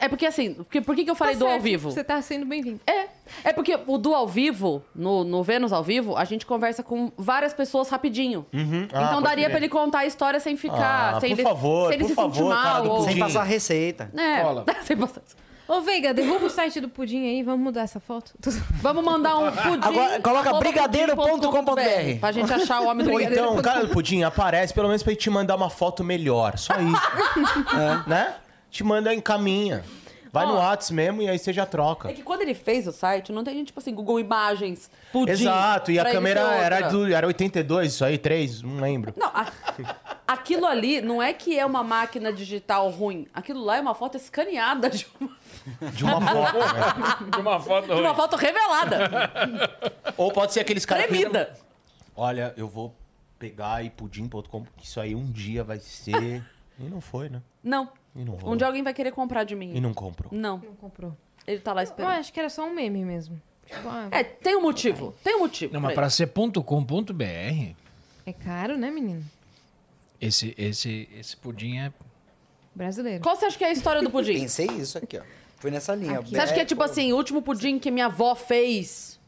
S1: É porque assim, porque, por que, que eu
S2: Tá
S1: falei do ao
S2: certo,
S1: vivo?
S2: Você tá sendo bem-vindo.
S1: É. É porque o do ao vivo, no, no Vênus ao vivo, a gente conversa com várias pessoas rapidinho.
S3: Ah,
S1: então
S3: pode
S1: daria
S3: crer.
S1: pra ele contar a história sem ficar.
S3: Ah,
S1: sem
S3: por
S1: ele,
S3: favor,
S1: sem ele
S3: por
S1: se sentir
S3: favor, cara
S1: mal.
S3: do
S1: Ou...
S5: Sem
S3: pudim.
S5: passar a receita.
S4: Cola.
S1: É, sem passar.
S2: Ô, Veiga, derruba o site do pudim aí, vamos mudar essa foto.
S1: Vamos mandar um pudim.
S5: Agora, coloca
S1: arroba
S5: brigadeiro.com.br.
S1: pudim.com.br, Pra gente achar o homem do
S3: Ou
S1: brigadeiro.
S3: então, cara do pudim, aparece pelo menos pra ele te mandar uma foto melhor. Só isso. Né? Te manda em caminha. Vai no Whats mesmo e aí você já
S1: É
S3: troca.
S1: que quando ele fez o site, não tem tipo assim, Google Imagens, pudim.
S3: Exato, e
S1: pra
S3: a
S1: ele
S3: câmera
S1: ter outra.
S3: era, do, era 82, isso aí, 3, não lembro.
S1: Não, a- aquilo ali não é que é uma máquina digital ruim. Aquilo lá é uma foto escaneada de uma,
S3: De uma foto. né?
S4: De uma foto
S1: de uma
S4: ruim.
S1: foto revelada,
S3: né? Ou pode ser aqueles caras que-
S1: tremida.
S3: Olha, eu vou pegar e pudim.com, que isso aí um dia vai ser. E não foi, né?
S1: Não.
S3: E não rolou.
S1: Onde alguém vai querer comprar de
S3: E
S1: mim.
S3: não comprou.
S1: Não,
S2: Não comprou.
S1: ele tá lá
S2: Eu
S1: esperando.
S2: acho que era só um meme mesmo. Tipo, ah,
S1: É, tem um motivo. Tem um motivo.
S4: Não, mas
S1: pra
S4: pra
S1: isso.
S4: ser .com.br,
S2: é caro, né, menino?
S4: esse, esse, esse pudim é...
S2: Brasileiro.
S1: Qual você acha que é a história do pudim?
S5: Pensei isso aqui, ó. Fui nessa linha.
S1: Você acha que é tipo assim, o último pudim que minha avó fez?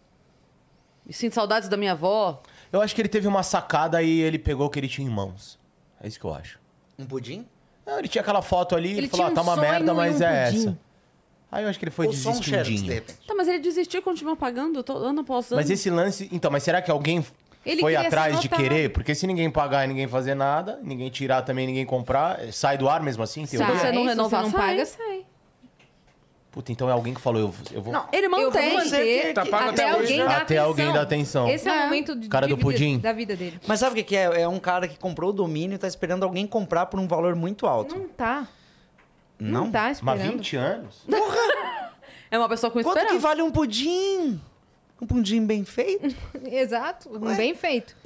S1: Me sinto saudades da minha avó.
S3: Eu acho que ele teve uma sacada e ele pegou o que ele tinha em mãos. É isso que eu acho.
S5: Um pudim?
S3: Não, ele tinha aquela foto ali
S2: Ele
S3: e falou: ah,
S2: tinha
S3: tá
S2: um
S3: uma merda,
S2: sonho
S3: mas
S2: e um
S3: é
S2: pudim.
S3: essa. Aí eu acho que ele foi
S5: Ou só um xerox, de
S3: desistindinho.
S5: repente?
S1: Tá, mas ele desistiu e continua pagando todo ano após ano.
S3: Mas esse lance. Então, mas será que alguém
S2: Ele
S3: foi
S2: queria ser
S3: atrás de
S2: notado.
S3: querer? Porque se ninguém pagar e ninguém fazer nada, ninguém tirar também, ninguém comprar, eh, sai do ar mesmo assim? em teoria?
S1: Sai. você não
S2: se
S1: renovar,
S2: Tá, é você não
S1: sai.
S2: paga, sai.
S3: Puta, então é alguém que falou: eu, eu vou.
S1: Ele
S2: Eu vou
S1: mantém.
S2: manter
S4: Tá pago
S2: até
S4: até hoje,
S2: É alguém
S4: né?
S2: dar
S3: Até
S2: atenção.
S3: alguém dar atenção.
S2: Esse é,
S1: É.
S2: o momento de
S3: Cara do
S2: dívida-
S3: pudim.
S2: da vida dele.
S5: Mas sabe o que, que é? É um cara que comprou o domínio e tá esperando alguém comprar por um valor muito alto.
S2: Não tá.
S5: Não?
S2: tá
S3: Mas
S2: esperando.
S3: 20 anos?
S1: É uma pessoa com
S5: Quanto
S1: esperança.
S5: que vale um pudim? Um pudim bem feito?
S2: Exato, bem feito.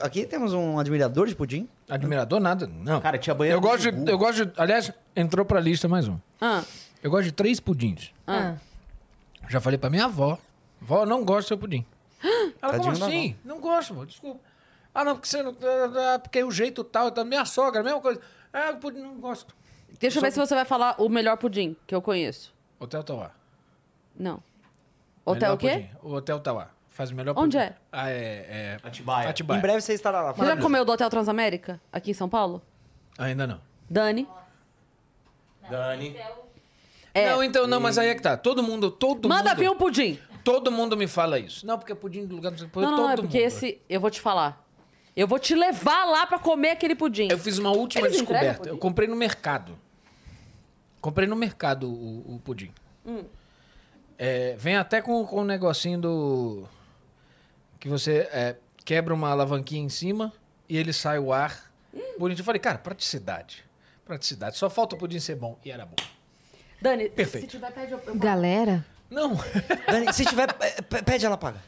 S5: Aqui temos um admirador de pudim.
S4: Admirador nada, não.
S3: Cara, tinha banheiro.
S4: eu gosto, de, eu gosto de... Aliás, entrou pra lista mais um.
S1: Ah,
S4: Eu gosto de três pudins.
S1: ah.
S4: Já falei pra minha avó. Vó, não gosto do seu pudim. Ela,
S5: Tadinho
S4: como
S5: da
S4: assim? Não gosto, vó, desculpa. Ah, não, porque você não... ah, Porque o jeito tal, da minha sogra, a mesma coisa. Ah, o pudim não gosto.
S1: Deixa eu ver se você vai falar o melhor pudim que eu conheço.
S4: Hotel Tauá.
S1: Não. Hotel
S4: Melhor
S1: o quê?
S4: pudim. O Hotel Tauá. Faz o melhor
S1: Onde
S4: pudim.
S1: é?
S4: Ah, é... é...
S3: Atibaia.
S4: Atibaia.
S5: Em breve você estará lá.
S1: Você já comeu do Hotel Transamérica? Aqui em São Paulo?
S4: Ainda não.
S1: Dani?
S3: Dani.
S1: É.
S4: Não, então, não, mas aí é que tá. Todo mundo, todo
S1: Manda
S4: mundo...
S1: vir um pudim.
S4: Todo mundo me fala isso. Não, porque é pudim do lugar... Não, sei o quê.
S1: Não, não,
S4: todo
S1: não, é porque
S4: mundo.
S1: esse... Eu vou te falar. Eu vou te levar lá pra comer aquele pudim.
S4: Eu fiz uma última
S1: Eles entregam
S4: descoberta.
S1: pudim?
S4: Eu comprei no mercado. Comprei no mercado o, o pudim.
S1: Hum.
S4: É, vem até com, com um negocinho do. Que você é, quebra uma alavanquinha em cima e ele sai o ar.
S1: Hum.
S4: Bonito. Eu falei, cara, praticidade. Praticidade. Só falta o pudim ser bom. E era bom.
S1: Dani,
S4: Perfeito.
S1: se tiver, pede... Eu... eu-
S2: Galera,
S4: Não.
S5: Dani, se tiver, pe- pe- pede ela paga.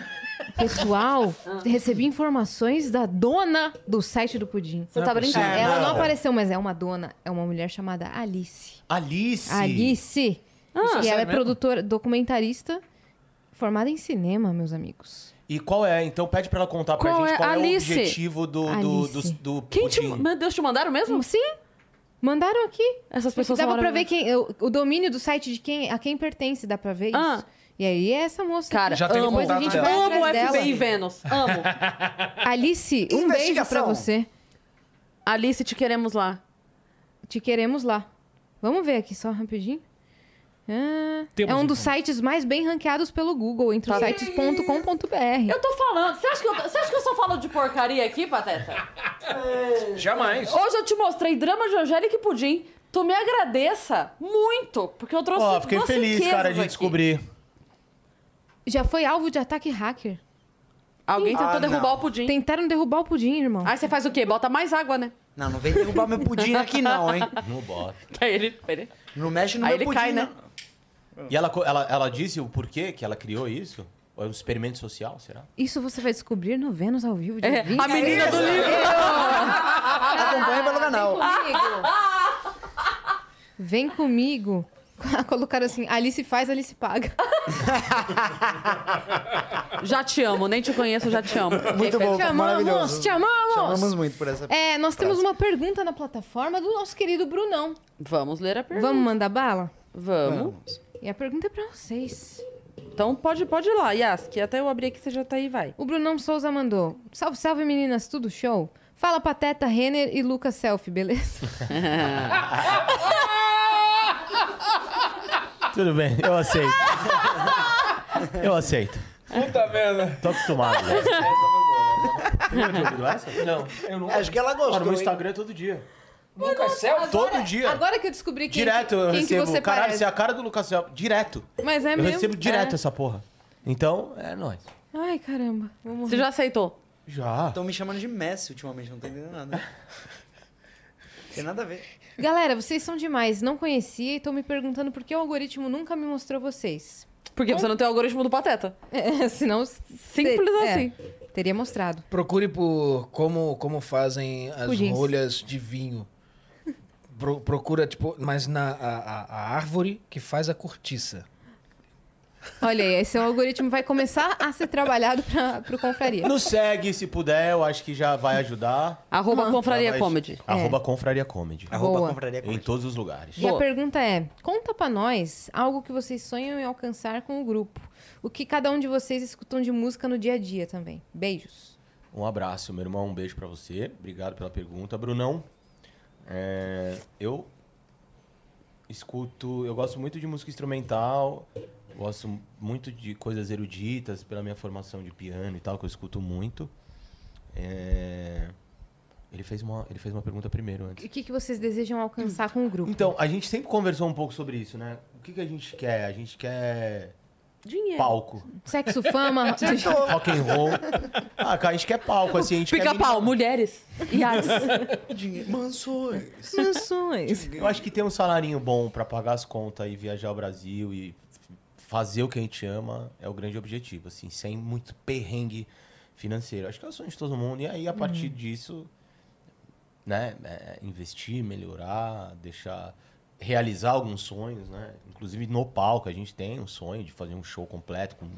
S2: pessoal, recebi informações da dona do site do pudim.
S1: Você
S3: é
S1: tá brincando?
S4: possível.
S2: Ela não apareceu, mas é uma dona, é uma mulher chamada Alice.
S3: Alice.
S2: Alice.
S4: Isso é
S2: e ela é
S4: sério mesmo?
S2: produtora, documentarista, formada em cinema, meus amigos.
S3: E qual é? Então pede pra ela contar pra
S1: Qual
S3: gente
S1: é?
S3: qual
S1: Alice.
S3: é o objetivo do, do, do,
S2: Alice.
S3: do
S1: Quem te...
S3: pudim.
S1: Meu Deus, te mandaram mesmo?
S2: Sim, mandaram aqui.
S1: Essas
S2: Porque
S1: pessoas
S2: dava
S1: são
S2: pra ver quem, o, o domínio do site de quem, a quem pertence, dá pra ver
S1: Ah.
S2: isso. E aí é essa moça.
S1: Cara,
S4: Já tem o
S1: amo.
S4: contato
S1: Amo
S4: dela.
S2: Vai atrás
S1: o
S2: dela.
S1: FBI Vênus. Amo.
S2: Alice, um beijo pra
S5: Investigação.
S2: você.
S1: Alice, te queremos lá.
S2: Te queremos lá. Vamos ver aqui só rapidinho. Ah,
S4: Temos
S2: é um dos
S4: informações.
S2: sites mais bem ranqueados pelo Google, entre os sites.com.br.
S1: Tá. Eu tô falando. Você acha, que eu, você acha que eu só falo de porcaria aqui, Pateta?
S4: Jamais.
S1: Hoje eu te mostrei drama de Angélica e Pudim. Tu me agradeça muito, porque eu trouxe
S3: Ó, fiquei
S1: duas
S3: feliz,
S1: riquezas
S3: cara, de
S1: aqui.
S3: descobrir.
S2: Já foi alvo de ataque hacker.
S1: Alguém tentou
S5: Ah,
S1: derrubar
S5: não.
S1: o Pudim.
S2: Tentaram derrubar o pudim, irmão.
S1: Aí você faz o quê? Bota mais água, né?
S5: Não, não vem derrubar meu pudim aqui não, hein?
S3: Não bota.
S1: Que aí ele... ele-
S5: Não mexe no
S1: Aí
S5: meu
S1: ele
S5: pudim.
S1: cai, né?
S5: não.
S3: E ela, co- ela, ela disse o porquê que ela criou isso? É um experimento social, será?
S2: Isso você vai descobrir no Vênus ao vivo de
S1: É,
S2: vinte-
S1: a menina do livro.
S5: Acompanhe "Ah, pelo canal.
S2: Vem comigo. Colocaram assim, Alice faz, Alice paga.
S1: Já te amo, nem te conheço, já te amo.
S5: Muito bom,
S2: Te amamos,
S5: maravilhoso.
S2: te amamos.
S5: Chamamos muito por essa.
S2: É, nós temos uma pergunta na plataforma do nosso querido Brunão.
S1: Vamos ler a pergunta.
S2: Vamos mandar bala?
S1: Vamos.
S2: E a pergunta é pra vocês.
S1: Então pode, pode ir lá, Yas, que até eu abrir aqui você já tá aí, vai.
S2: O Brunão Souza mandou. Salve, salve, meninas, tudo show? Fala, Pateta, Renner e Lucas Selfie, beleza?
S3: Tudo bem, eu aceito. eu aceito.
S4: Puta merda.
S3: Tô acostumado. velho. né?
S4: Não, eu nunca.
S5: Acho que ela
S3: Cara,
S5: gostou.
S3: meu
S5: hein?
S3: Instagram é todo dia.
S4: Nunca é selfie?
S3: Todo dia.
S2: Agora que eu descobri quem,
S3: Direto eu
S2: quem que
S3: recebo.
S2: você
S3: Caralho,
S2: parece.
S3: você é a cara do Lucas Selfie. Direto.
S2: Mas é
S3: eu
S2: mesmo.
S3: recebo direto
S2: É.
S3: essa porra. Então, é nóis.
S2: Ai, caramba. Vou morrer.
S1: Você já aceitou?
S3: Já.
S5: Estão me chamando de Messi ultimamente, não tô entendendo nada. Tem nada a ver.
S2: Galera, vocês são demais. Não conhecia e tô me perguntando por que o algoritmo nunca me mostrou vocês.
S1: Porque você não tem o algoritmo do Pateta.
S2: É, senão...
S1: Simples
S2: é,
S1: assim.
S2: teria mostrado.
S4: Procure por como, como fazem as
S2: Pudins.
S4: rolhas de vinho. Pro- procura, tipo, mas na a, a- a árvore que faz a cortiça.
S2: Olha aí, esse algoritmo vai começar a ser trabalhado pra, pro Confraria.
S3: Nos segue se puder, eu acho que já vai ajudar.
S1: Arroba
S3: Já
S1: Confraria
S3: vai-
S1: Comedy.
S3: Arroba Confraria Comedy.
S5: Arroba
S2: Boa.
S5: compraria
S3: Em todos os lugares.
S2: E a
S1: Boa.
S2: pergunta é: conta pra nós algo que vocês sonham em alcançar com o grupo. O que cada um de vocês escutam de música no dia a dia também. Beijos.
S3: Um abraço, meu irmão. Um beijo pra você. Obrigado pela pergunta, Brunão. É, eu escuto, eu gosto muito de música instrumental, gosto muito de coisas eruditas pela minha formação de piano e tal, que eu escuto muito. É, ele fez uma, ele fez uma pergunta primeiro antes.
S2: E O que, que vocês desejam alcançar com o grupo?
S3: Então, a gente sempre conversou um pouco sobre isso, né? O que, que a gente quer? A gente quer
S1: Dinheiro.
S3: palco,
S2: Sexo, fama.
S3: rock and roll. Ah, cara, a gente quer palco, assim, a gente quer
S1: Pica-pau, mulheres e artes.
S5: Dinheiro. Mansões.
S2: Mansões.
S3: Eu acho que tem um salarinho bom pra pagar as contas e viajar ao Brasil e f- fazer o que a gente ama é o grande objetivo, assim, sem muito perrengue financeiro. Acho que é o sonho de todo mundo. E aí, a partir disso, né, é, investir, melhorar, deixar realizar alguns sonhos, né? Inclusive no palco a gente tem um sonho de fazer um show completo com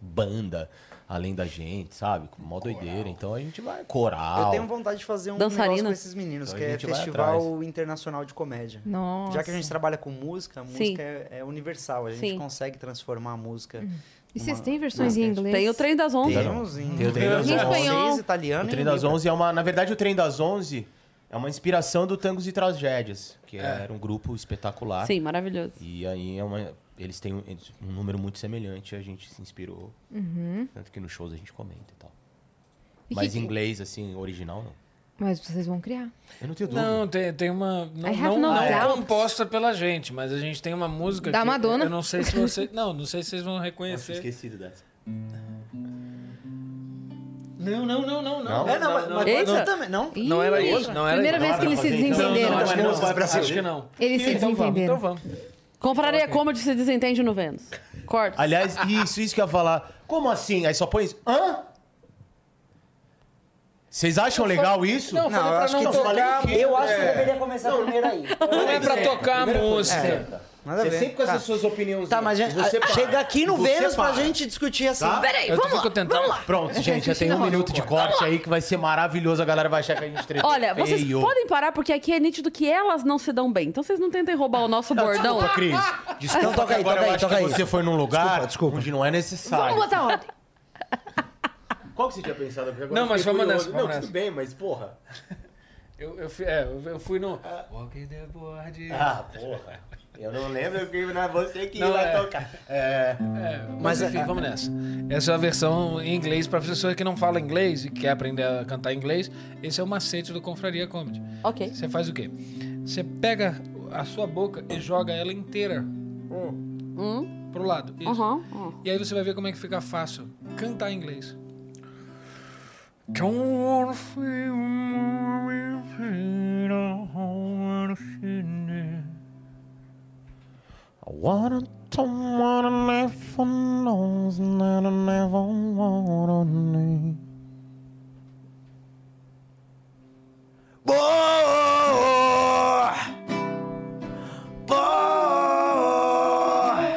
S3: banda além da gente, sabe? Com mó doideira. Então a gente vai coral.
S5: Eu tenho vontade de fazer um negócio
S1: Dançarina.
S5: com esses meninos,
S3: Então a
S5: que é
S3: gente vai
S5: Festival Internacional de Comédia.
S2: Nossa.
S5: Já que a gente trabalha com música, a
S1: Sim.
S5: música é, é universal. A gente
S1: Sim. Hum.
S5: consegue transformar a música.
S2: E vocês têm versões em
S5: Basquete.
S2: inglês?
S1: Tem o trem das onze.
S5: Temos em
S3: Tem o trem das
S5: em
S2: onze.
S5: francês,
S3: O
S5: italiano
S3: Trem
S5: e
S3: das
S5: libra.
S3: 11 é uma. Na verdade, o Trem das 11 é uma inspiração do Tangos e Tragédias, que
S4: É.
S3: era um grupo espetacular.
S1: Sim, maravilhoso.
S3: E aí é uma- eles têm um, eles- um número muito semelhante, a gente se inspirou. Tanto que nos shows a gente comenta e tal.
S2: Uhum. E
S3: Mas
S2: que-
S3: em inglês, assim, original, não.
S2: Mas vocês vão criar.
S3: Eu não tenho dúvida.
S4: Não, tem, tem uma. Não,
S2: I have
S4: não,
S2: no
S4: não
S2: doubts.
S4: composta pela gente, mas a gente tem uma música.
S2: Da
S4: que
S2: Madonna.
S4: Eu não sei se vocês. Não, não sei se vocês vão
S3: Nossa,
S4: reconhecer.
S3: esquecido dessa.
S4: Não, não, não, não,
S3: Não?
S5: É, não, mas, mas pode
S1: Eita.
S5: ser também. Não?
S2: Ih,
S4: Não era isso, não é era
S2: Primeira
S4: isso.
S2: vez é que eles se
S3: Não, não,
S2: desentenderam.
S3: não,
S4: acho que
S3: não, vai pra
S4: acho
S3: cima.
S4: que não.
S2: Eles se
S4: então vamos,
S2: desentenderam.
S4: então vamos.
S1: Confraria Comedy se desentende no Vênus. Cortes.
S3: Aliás, isso, isso que eu ia falar. Como assim? Aí só põe isso. Hã? Vocês acham legal isso? É.
S4: Não,
S5: Não,
S4: falei
S5: eu
S4: pra
S5: acho
S4: não
S5: que
S4: tocar.
S5: Eu acho que deveria começar primeiro aí.
S4: Não é pra tocar a música.
S5: Nada a
S3: Você
S5: ver.
S3: é sempre com
S5: Tá.
S3: essas suas opiniões. né?
S5: Tá, mas gente,
S3: Você
S5: a-
S3: para.
S5: chega aqui no
S3: Você
S5: Vênus
S3: para.
S5: pra gente discutir assim.
S3: Tá?
S2: Peraí,
S4: Eu tô- fico tentando.
S3: Pronto, gente, já tem um minuto de corte aí que vai ser maravilhoso. A galera vai achar que a gente tretou.
S1: Olha, vocês
S3: feio.
S1: podem parar porque aqui é nítido que elas não se dão bem. Então vocês não tentem roubar o nosso bordão.
S3: Desculpa, Cris. Desculpa,
S5: Não, Então toca aí,
S3: agora
S5: toca
S3: eu
S5: aí,
S3: acho
S5: toca
S3: que
S5: aí.
S3: você foi num lugar
S5: Desculpa, desculpa.
S3: onde não é necessário.
S2: Vamos botar ordem.
S3: Qual que você tinha pensado? Porque
S4: Não,
S3: eu
S4: mas
S3: fiquei
S4: vamos
S3: curioso.
S4: nessa, vamos
S3: Não, tudo
S4: nessa.
S3: bem, mas porra.
S4: Eu, eu, fui- é, eu- eu fui no. Walk the board.
S3: Ah, porra. Eu não lembro porque não é você que
S4: Não,
S3: vai
S4: é.
S3: tocar. É.
S4: É, mas, enfim, vamos nessa. Essa é a versão em inglês para pessoa que não fala inglês e quer aprender a cantar inglês. Esse é o macete do Confraria Comedy.
S1: Ok.
S4: Você faz o quê? Você pega a sua boca e joga ela inteira pro, pro lado. Isso.
S1: Aham, aham.
S4: E aí você vai ver como é que fica fácil cantar em inglês. Don't wanna feel my pain, I don't wanna feel it.
S3: I wanna
S5: Boa!
S3: oh,
S5: Boa!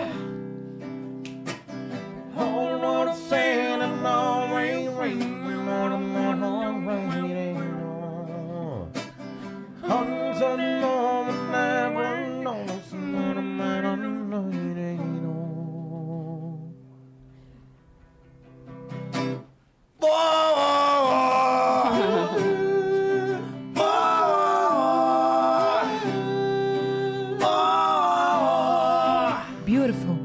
S2: Beautiful.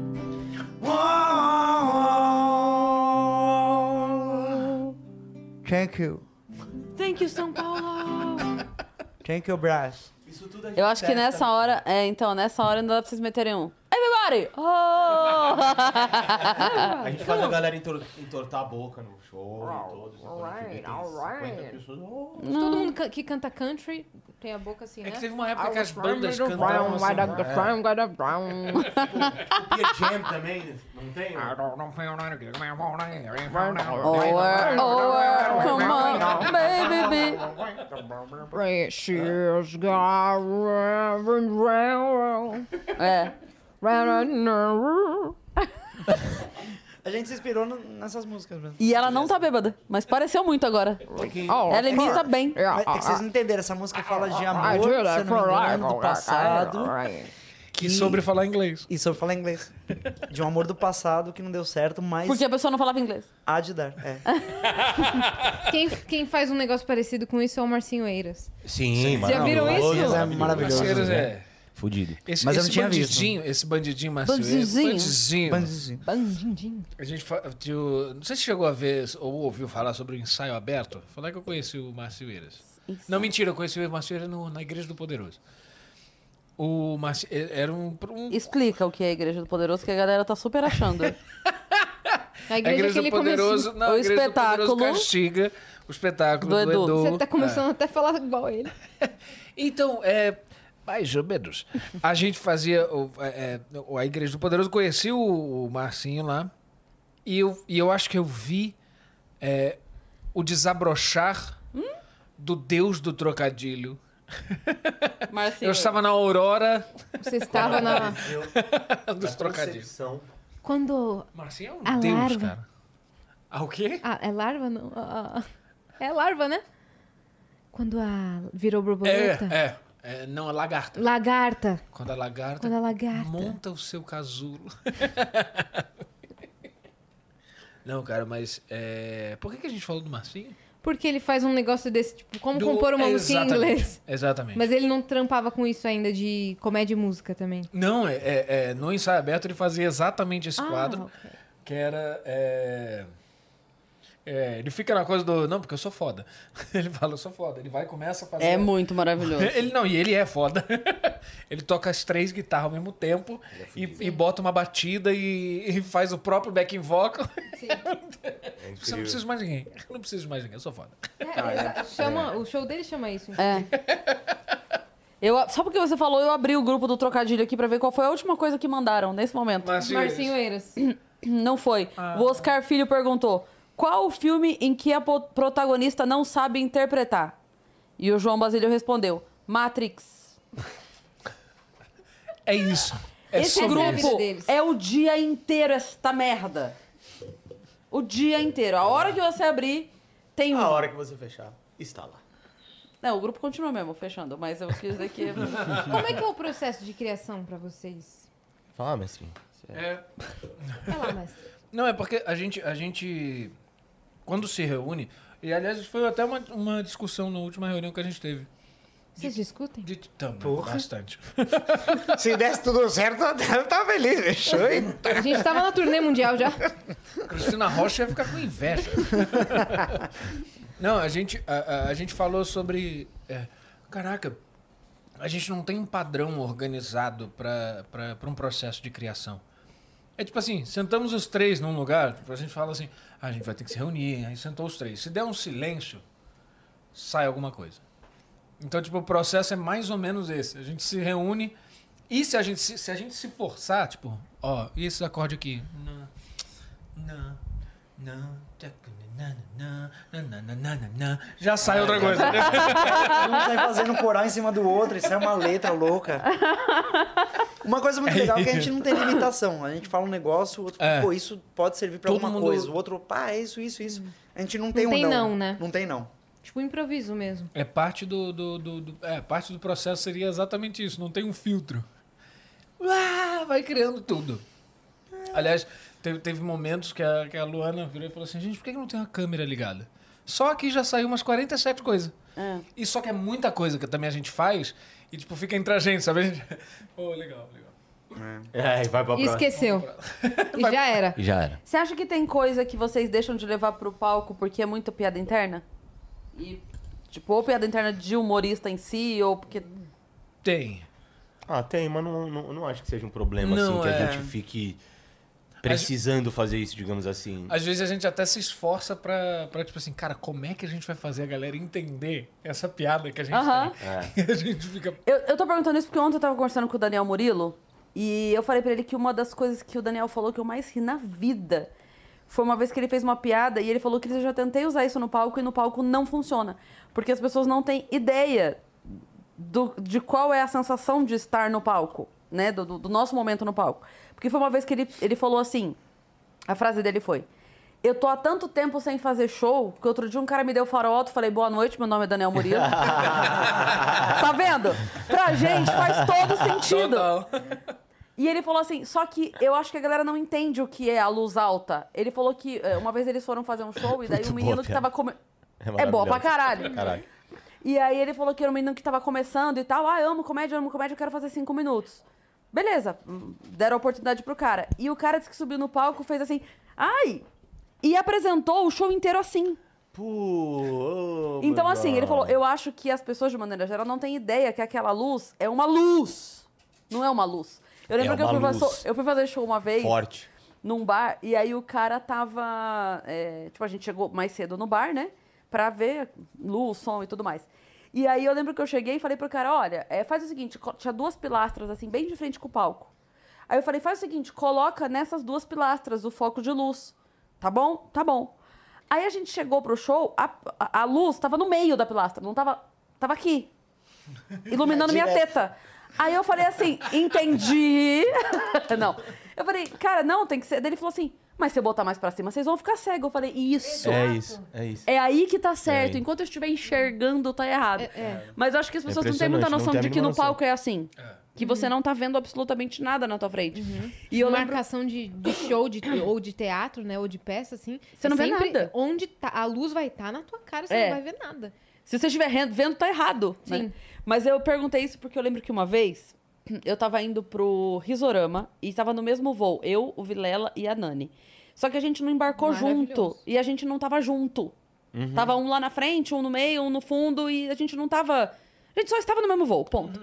S5: Thank you.
S1: Thank you, São Paulo!
S5: Thank you, Brás.
S1: Eu acho que nessa hora. É, então, nessa hora ainda dá pra vocês meterem um. Everybody! Oh!
S3: A gente faz a galera entor- entortar a boca no show, em todos. então a gente tem 50 pessoas. Oh.
S2: Todo mundo ca- que canta country tem a boca assim, né?
S4: É que teve uma época que as bandas cantavam assim.
S3: E a Jam também, não tem?
S4: Ah.
S1: or, or, come on, baby be.
S8: Precious God, Reverend Railroad.
S1: É.
S5: A gente se inspirou no- nessas músicas mesmo.
S1: E ela não tá bêbada, mas pareceu muito agora. Ela imita bem.
S5: Mas é que
S1: ah,
S5: vocês não entenderam, essa música fala de amor, se eu não me engano, do passado.
S1: ah,
S4: Que sobre falar inglês.
S5: E sobre falar inglês. De um amor do passado que não deu certo, mas
S1: Porque a pessoa não falava inglês.
S5: há de dar. É.
S2: Quem, quem faz um negócio parecido com isso é o Marcinho Eiras.
S3: Sim, mano.
S2: Já viram
S5: Mas é
S2: isso?
S5: maravilhoso.
S4: Parceiros,
S5: né?
S4: é.
S3: Fudido.
S4: Esse,
S5: Mas eu
S4: esse
S5: não tinha visto.
S4: bandidinho, esse bandidinho macioeiro.
S1: Bandidinho.
S4: Bandidinho.
S5: Bandidinho.
S4: A gente fa- tio- não sei se chegou a ver ou ouviu falar sobre o ensaio aberto. Foi lá que eu conheci o Márcio Eiras. Não, mentira, eu conheci o Márcio Eiras no- na Igreja do Poderoso. O Márcio, e- era um, um-
S1: Explica o que é a Igreja do Poderoso, que a galera tá super achando.
S2: A
S4: a
S2: igreja,
S4: Igreja do
S2: que ele começou.
S4: Poderoso, não,
S1: O
S4: a Igreja do
S1: espetáculo
S4: Poderoso castiga o espetáculo
S1: do
S4: do,
S1: Edu.
S4: Edu.
S2: Você tá
S4: É.
S2: começando até a falar igual a ele.
S4: Então, é. Mais ou menos. A gente fazia. o- é, é, a Igreja do Poderoso conheci o, o Marcinho lá. E eu, e eu acho que eu vi é, o desabrochar
S2: Hum?
S4: do Deus do trocadilho.
S1: Marcinho.
S4: Eu estava na aurora
S2: Você estava na.
S4: dos trocadilhos.
S2: Quando.
S4: Marcinho é um
S2: A
S4: Deus,
S2: larva.
S4: cara. Ah, o quê?
S2: Ah, é larva? Não. Ah, ah. É larva, né? Quando a. Virou
S4: É,
S2: borboleta?
S4: é, é. Não, a lagarta.
S2: Lagarta.
S4: Quando a lagarta,
S2: Quando a lagarta.
S4: monta o seu casulo. Não, cara, mas é, por que, que a gente falou do Marcinho?
S2: Porque ele faz um negócio desse, tipo, como
S4: Do-
S2: compor uma
S4: é,
S2: música em
S4: exatamente,
S2: inglês.
S4: Exatamente.
S2: Mas ele não trampava com isso ainda de comédia e música também.
S4: Não, é, é- é, no ensaio aberto ele fazia exatamente esse
S2: Ah,
S4: quadro,
S2: ok.
S4: que era... é, é, ele fica na coisa do... Não, porque eu sou foda. Ele fala, eu sou foda. Ele vai e começa a fazer...
S1: É muito maravilhoso.
S4: Ele não, e ele é foda. ele toca as três guitarras ao mesmo tempo e, e bota uma batida e, e faz o próprio backing vocal. Você não precisa de mais ninguém. Eu não preciso de mais ninguém, eu sou foda. Ah,
S2: É, chama, o show dele chama isso.
S1: É. Eu, só porque você falou, eu abri o grupo do trocadilho aqui pra ver qual foi a última coisa que mandaram nesse momento.
S4: é
S2: Marcinho Eiras.
S1: Não foi.
S4: Ah.
S1: O Oscar Filho perguntou: qual o filme em que a po- protagonista não sabe interpretar? E o João Basílio respondeu: Matrix.
S4: É isso. É
S1: Esse
S4: sobre
S2: a
S4: isso.
S2: vida
S1: grupo
S2: deles.
S1: é o dia inteiro esta merda. O dia inteiro. A hora que você abrir, tem um.
S3: A hora que você fechar, está lá.
S1: Não, o grupo continua mesmo, fechando, mas eu quis dizer que.
S2: Como é que é o processo de criação pra vocês?
S3: Fala, mestrinho.
S4: É.
S2: Vai lá, mas
S4: Não, é porque a gente, a gente. Quando se reúne. E aliás, foi até uma, uma discussão na última reunião que a gente teve.
S2: vocês discutem?
S4: De, também, bastante.
S5: Se desse tudo certo, eu tava feliz, bicho.
S2: A gente tava na turnê mundial já.
S4: Cristina Rocha ia ficar com inveja. não, a gente, a, a- a gente falou sobre. é, caraca, a gente não tem um padrão organizado para um processo de criação. É tipo assim, sentamos os três num lugar, tipo, a gente fala assim, "Ah, a gente vai ter que se reunir, aí sentou os três. Se der um silêncio, sai alguma coisa. Então, tipo, o processo é mais ou menos esse. A gente se reúne e se a gente se, se a gente se forçar, tipo, ó, e esse acorde aqui? Nã, nã, nã, tchacu, nã, nã, nã, nã, nã, nã, nã, nã. Já sai outra coisa.
S5: Um sai fazendo um coral em cima do outro, isso é uma letra louca. Uma coisa muito legal é que a gente não tem limitação. A gente fala um negócio, o outro,
S4: É.
S5: pô, isso pode servir pra
S4: Todo
S5: alguma
S4: mundo-
S5: coisa. O outro, pá, é isso, isso, isso. A gente não tem
S2: Não
S5: um
S2: tem
S5: não.
S2: não, né?
S5: Não tem não.
S2: Tipo, improviso mesmo.
S4: É parte do, do, do, do- é, parte do processo seria exatamente isso, não tem um filtro. Ah, vai criando tudo. Aliás, teve, teve momentos que a, que a Luana virou e falou assim, gente, por que que não tem uma câmera ligada? Só que já saiu umas 47 coisas.
S1: Ah.
S4: E só que é muita coisa que também a gente faz e, tipo, fica entre a gente, sabe? A gente- Pô, legal, legal.
S3: É, e vai pra
S2: E esqueceu. E já era.
S3: E já era.
S1: Você acha que tem coisa que vocês deixam de levar pro palco porque é muito piada interna? E, tipo, ou piada interna de humorista em si, ou porque.
S4: Tem.
S3: Ah, tem, mas não, não, não acho que seja um problema,
S4: Não,
S3: assim, que
S4: é.
S3: a gente fique precisando fazer isso, digamos assim.
S4: Às vezes a gente até se esforça pra, pra tipo assim, cara, como é que a gente vai fazer a galera entender essa piada que a gente
S1: Aham.
S4: tem? E a gente fica...
S1: Eu, eu tô perguntando isso porque ontem eu tava conversando com o Daniel Murilo e eu falei pra ele que uma das coisas que o Daniel falou que eu mais ri na vida foi uma vez que ele fez uma piada e ele falou que ele já tentei usar isso no palco e no palco não funciona. Porque as pessoas não têm ideia do- de qual é a sensação de estar no palco, né? Do, do- do nosso momento no palco. Porque foi uma vez que ele, ele falou assim: a frase dele foi. Eu tô há tanto tempo sem fazer show que outro dia um cara me deu faroto, falei boa noite, meu nome é Daniel Murilo. tá vendo? Pra gente faz todo sentido. E ele falou assim, só que eu acho que a galera não entende o que é a luz alta. Ele falou que eh, uma vez eles foram fazer um show e daí
S3: Muito
S1: o menino
S3: boa
S1: que
S3: piada.
S1: tava comendo. É boa
S3: maravilhosa.
S1: pra caralho.
S3: Caralho.
S1: E aí ele falou que era um menino que tava começando e tal. Ah, eu amo comédia, eu amo comédia, eu quero fazer cinco minutos. Beleza, hum, deram a oportunidade pro cara. E o cara disse que subiu no palco, fez assim, ai! E apresentou o show inteiro assim.
S3: Pô, ô,
S1: Então,
S3: Oh, meu
S1: assim,
S3: irmão.
S1: ele falou: eu acho que as pessoas, de maneira geral, não têm ideia que aquela luz é uma luz. Não é uma luz. Eu lembro
S3: É
S1: que eu fui,
S3: uma
S1: fazer-
S3: luz.
S1: eu fui fazer show uma vez
S3: Forte.
S1: num bar, e aí o cara tava. é, tipo, a gente chegou mais cedo no bar, né? Pra ver luz, som e tudo mais. E aí eu lembro que eu cheguei e falei pro cara: olha, é, faz o seguinte, co- tinha duas pilastras, assim, bem de frente com o palco. Aí eu falei: faz o seguinte, coloca nessas duas pilastras o foco de luz. Tá bom? Tá bom. Aí a gente chegou pro show, a, a- a luz tava no meio da pilastra, não tava. Tava aqui. Iluminando minha teta. Aí eu falei assim, entendi. não. Eu falei, cara, não, tem que ser. Daí ele falou assim, mas se eu botar mais pra cima, vocês vão ficar cego. Eu falei, isso.
S3: É isso, é isso.
S1: É aí que tá certo.
S3: aí.
S1: Enquanto eu estiver enxergando, tá errado. Mas eu acho que as pessoas não têm
S3: É impressionante,
S1: muita
S3: não
S1: noção
S3: tem a
S1: de que
S3: mínima
S1: no
S3: noção.
S1: palco é assim. Que você não tá vendo absolutamente nada na tua frente. E eu lembro.
S2: Marcação de, de show de, ou de teatro, né? Ou de peça, assim.
S1: Você não vê
S2: sempre
S1: nada.
S2: Onde tá- a luz vai estar na tua cara, você
S1: É.
S2: não vai ver nada.
S1: Se você estiver re- vendo, tá errado. né?
S2: Sim.
S1: Mas eu perguntei isso porque eu lembro que uma vez eu tava indo pro Risorama e tava no mesmo voo. Eu, o Vilela e a Nani. Só que a gente não embarcou junto.
S2: Maravilhoso.
S1: E a gente não tava junto. Tava um lá na frente, um no meio, um no fundo. E a gente não tava. A gente só estava no mesmo voo, ponto.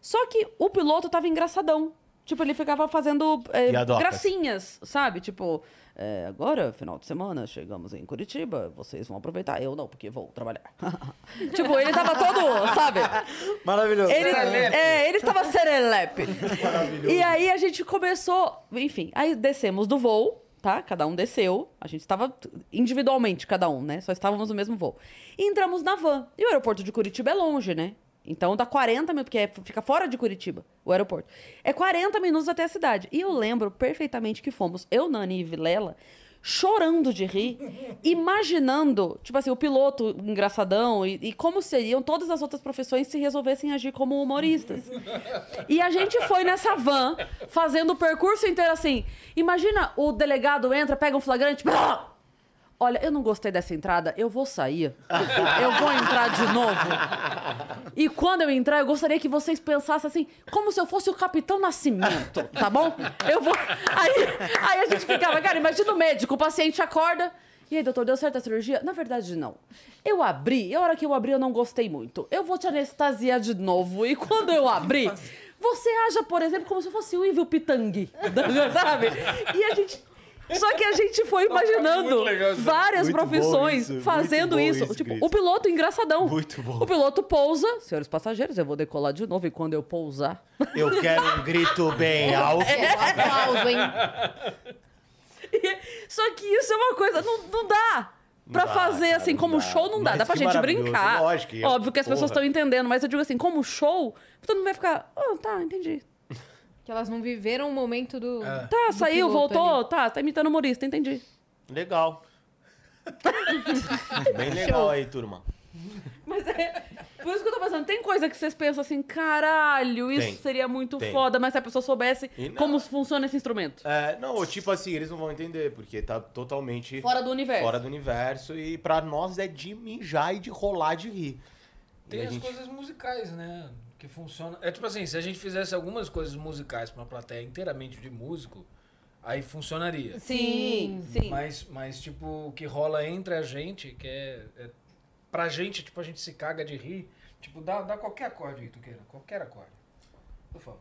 S1: Só que o piloto tava engraçadão. Tipo, ele ficava fazendo é,
S3: Piadocas.
S1: gracinhas, sabe? Tipo, é, agora, final de semana, chegamos em Curitiba, vocês vão aproveitar. Eu não, porque vou trabalhar. tipo, ele tava todo, sabe?
S5: Maravilhoso.
S1: Ele, é, ele estava serelepe. E aí a gente começou, enfim, aí descemos do voo, tá? Cada um desceu. A gente estava t- individualmente, cada um, né? Só estávamos no mesmo voo. E entramos na van. E o aeroporto de Curitiba é longe, né? Então dá 40 minutos, porque é- fica fora de Curitiba, o aeroporto. É 40 minutos até a cidade. E eu lembro perfeitamente que fomos eu, Nani e Vilela chorando de rir, imaginando, tipo assim, o piloto engraçadão e, e como seriam todas as outras profissões se resolvessem agir como humoristas. E a gente foi nessa van, fazendo o percurso inteiro assim. Imagina o delegado entra, pega um flagrante. blá! Olha, eu não gostei dessa entrada, eu vou sair. Eu vou entrar de novo. E quando eu entrar, eu gostaria que vocês pensassem assim, como se eu fosse o Capitão Nascimento, tá bom? Eu vou. Aí, aí a gente ficava, cara, imagina o médico, o paciente acorda. E aí, doutor, deu certo a cirurgia? Na verdade, não. Eu abri, e a hora que eu abri, eu não gostei muito. Eu vou te anestesiar de novo. E quando eu abri, você haja, por exemplo, como se fosse o Ivio Pitangui, sabe? E a gente. Só que a gente foi imaginando
S4: tá muito legal isso.
S1: várias
S3: Muito bom
S1: profissões
S3: isso, muito
S1: fazendo
S3: bom
S1: isso.
S3: isso,
S1: Tipo,
S3: Cris.
S1: o piloto engraçadão.
S3: Muito bom.
S1: O piloto pousa, senhores passageiros, eu vou decolar de novo e quando eu pousar.
S3: Eu quero um grito
S1: É.
S3: bem alto.
S2: É um Aplauso, hein?
S1: Só que isso é uma coisa, não, não dá. Pra
S3: dá,
S1: fazer
S3: cara,
S1: assim,
S3: não
S1: como
S3: dá.
S1: show não dá,
S3: Mas
S1: dá pra
S3: que
S1: gente
S3: maravilhoso,
S1: brincar.
S3: lógico que é,
S1: Óbvio que as pessoas
S3: porra.
S1: estão entendendo, mas eu digo assim, como show, todo mundo vai ficar, ah, tá, entendi.
S2: Que elas não viveram o momento do.
S1: Tá,
S2: do
S1: saiu,
S2: piloto
S1: voltou,
S2: ali.
S1: tá, tá imitando humorista, entendi.
S3: Legal. bem legal aí, turma.
S1: Mas é. Por isso que eu tô pensando, tem coisa que vocês pensam assim, caralho, isso
S3: Tem.
S1: seria muito
S3: Tem.
S1: foda, mas se a pessoa soubesse
S3: E não.
S1: como funciona esse instrumento.
S3: É, não, ou tipo assim, eles não vão entender, porque tá totalmente
S1: Fora do universo.
S3: fora do universo. E pra nós é de mijar e de rolar de rir. E
S4: Tem
S3: a
S4: as
S3: gente-
S4: coisas musicais, né? Que funcionam. É tipo assim, se a gente fizesse algumas coisas musicais pra uma plateia inteiramente de músico, aí funcionaria.
S1: Sim, sim.
S4: Mas, mas, tipo, o que rola entre a gente, que é, é. Pra gente, tipo, a gente se caga de rir. Tipo, dá, dá qualquer acorde aí, tu queira. Qualquer acorde. Por favor.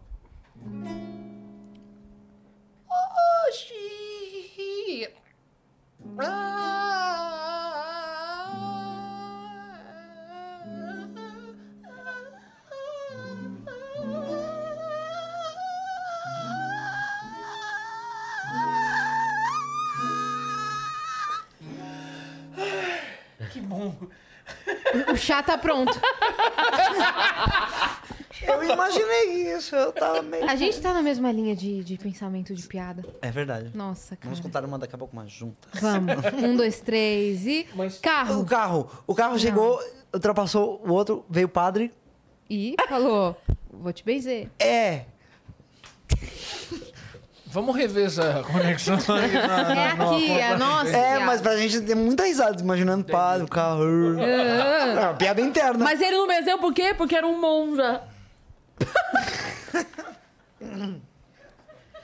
S4: Que bom.
S2: O chá tá pronto.
S5: Eu imaginei isso, eu tava meio.
S2: A gente tá na mesma linha de, de pensamento de piada.
S5: É verdade.
S2: Nossa, cara.
S5: Vamos contar uma daqui a pouco, uma junta.
S2: Vamos. Um, dois, três e.
S5: O
S2: Carro.
S5: carro. O carro chegou, ultrapassou o outro, veio o padre.
S2: E falou: Vou te beijar.
S5: É.
S4: Vamos rever essa conexão.
S1: Ah,
S2: É aqui, é nossa.
S5: É,
S2: piada.
S5: mas pra gente tem muita risada, imaginando o padre, o carro. É uma piada interna.
S1: Mas ele não benzeu por quê? Porque era um monja.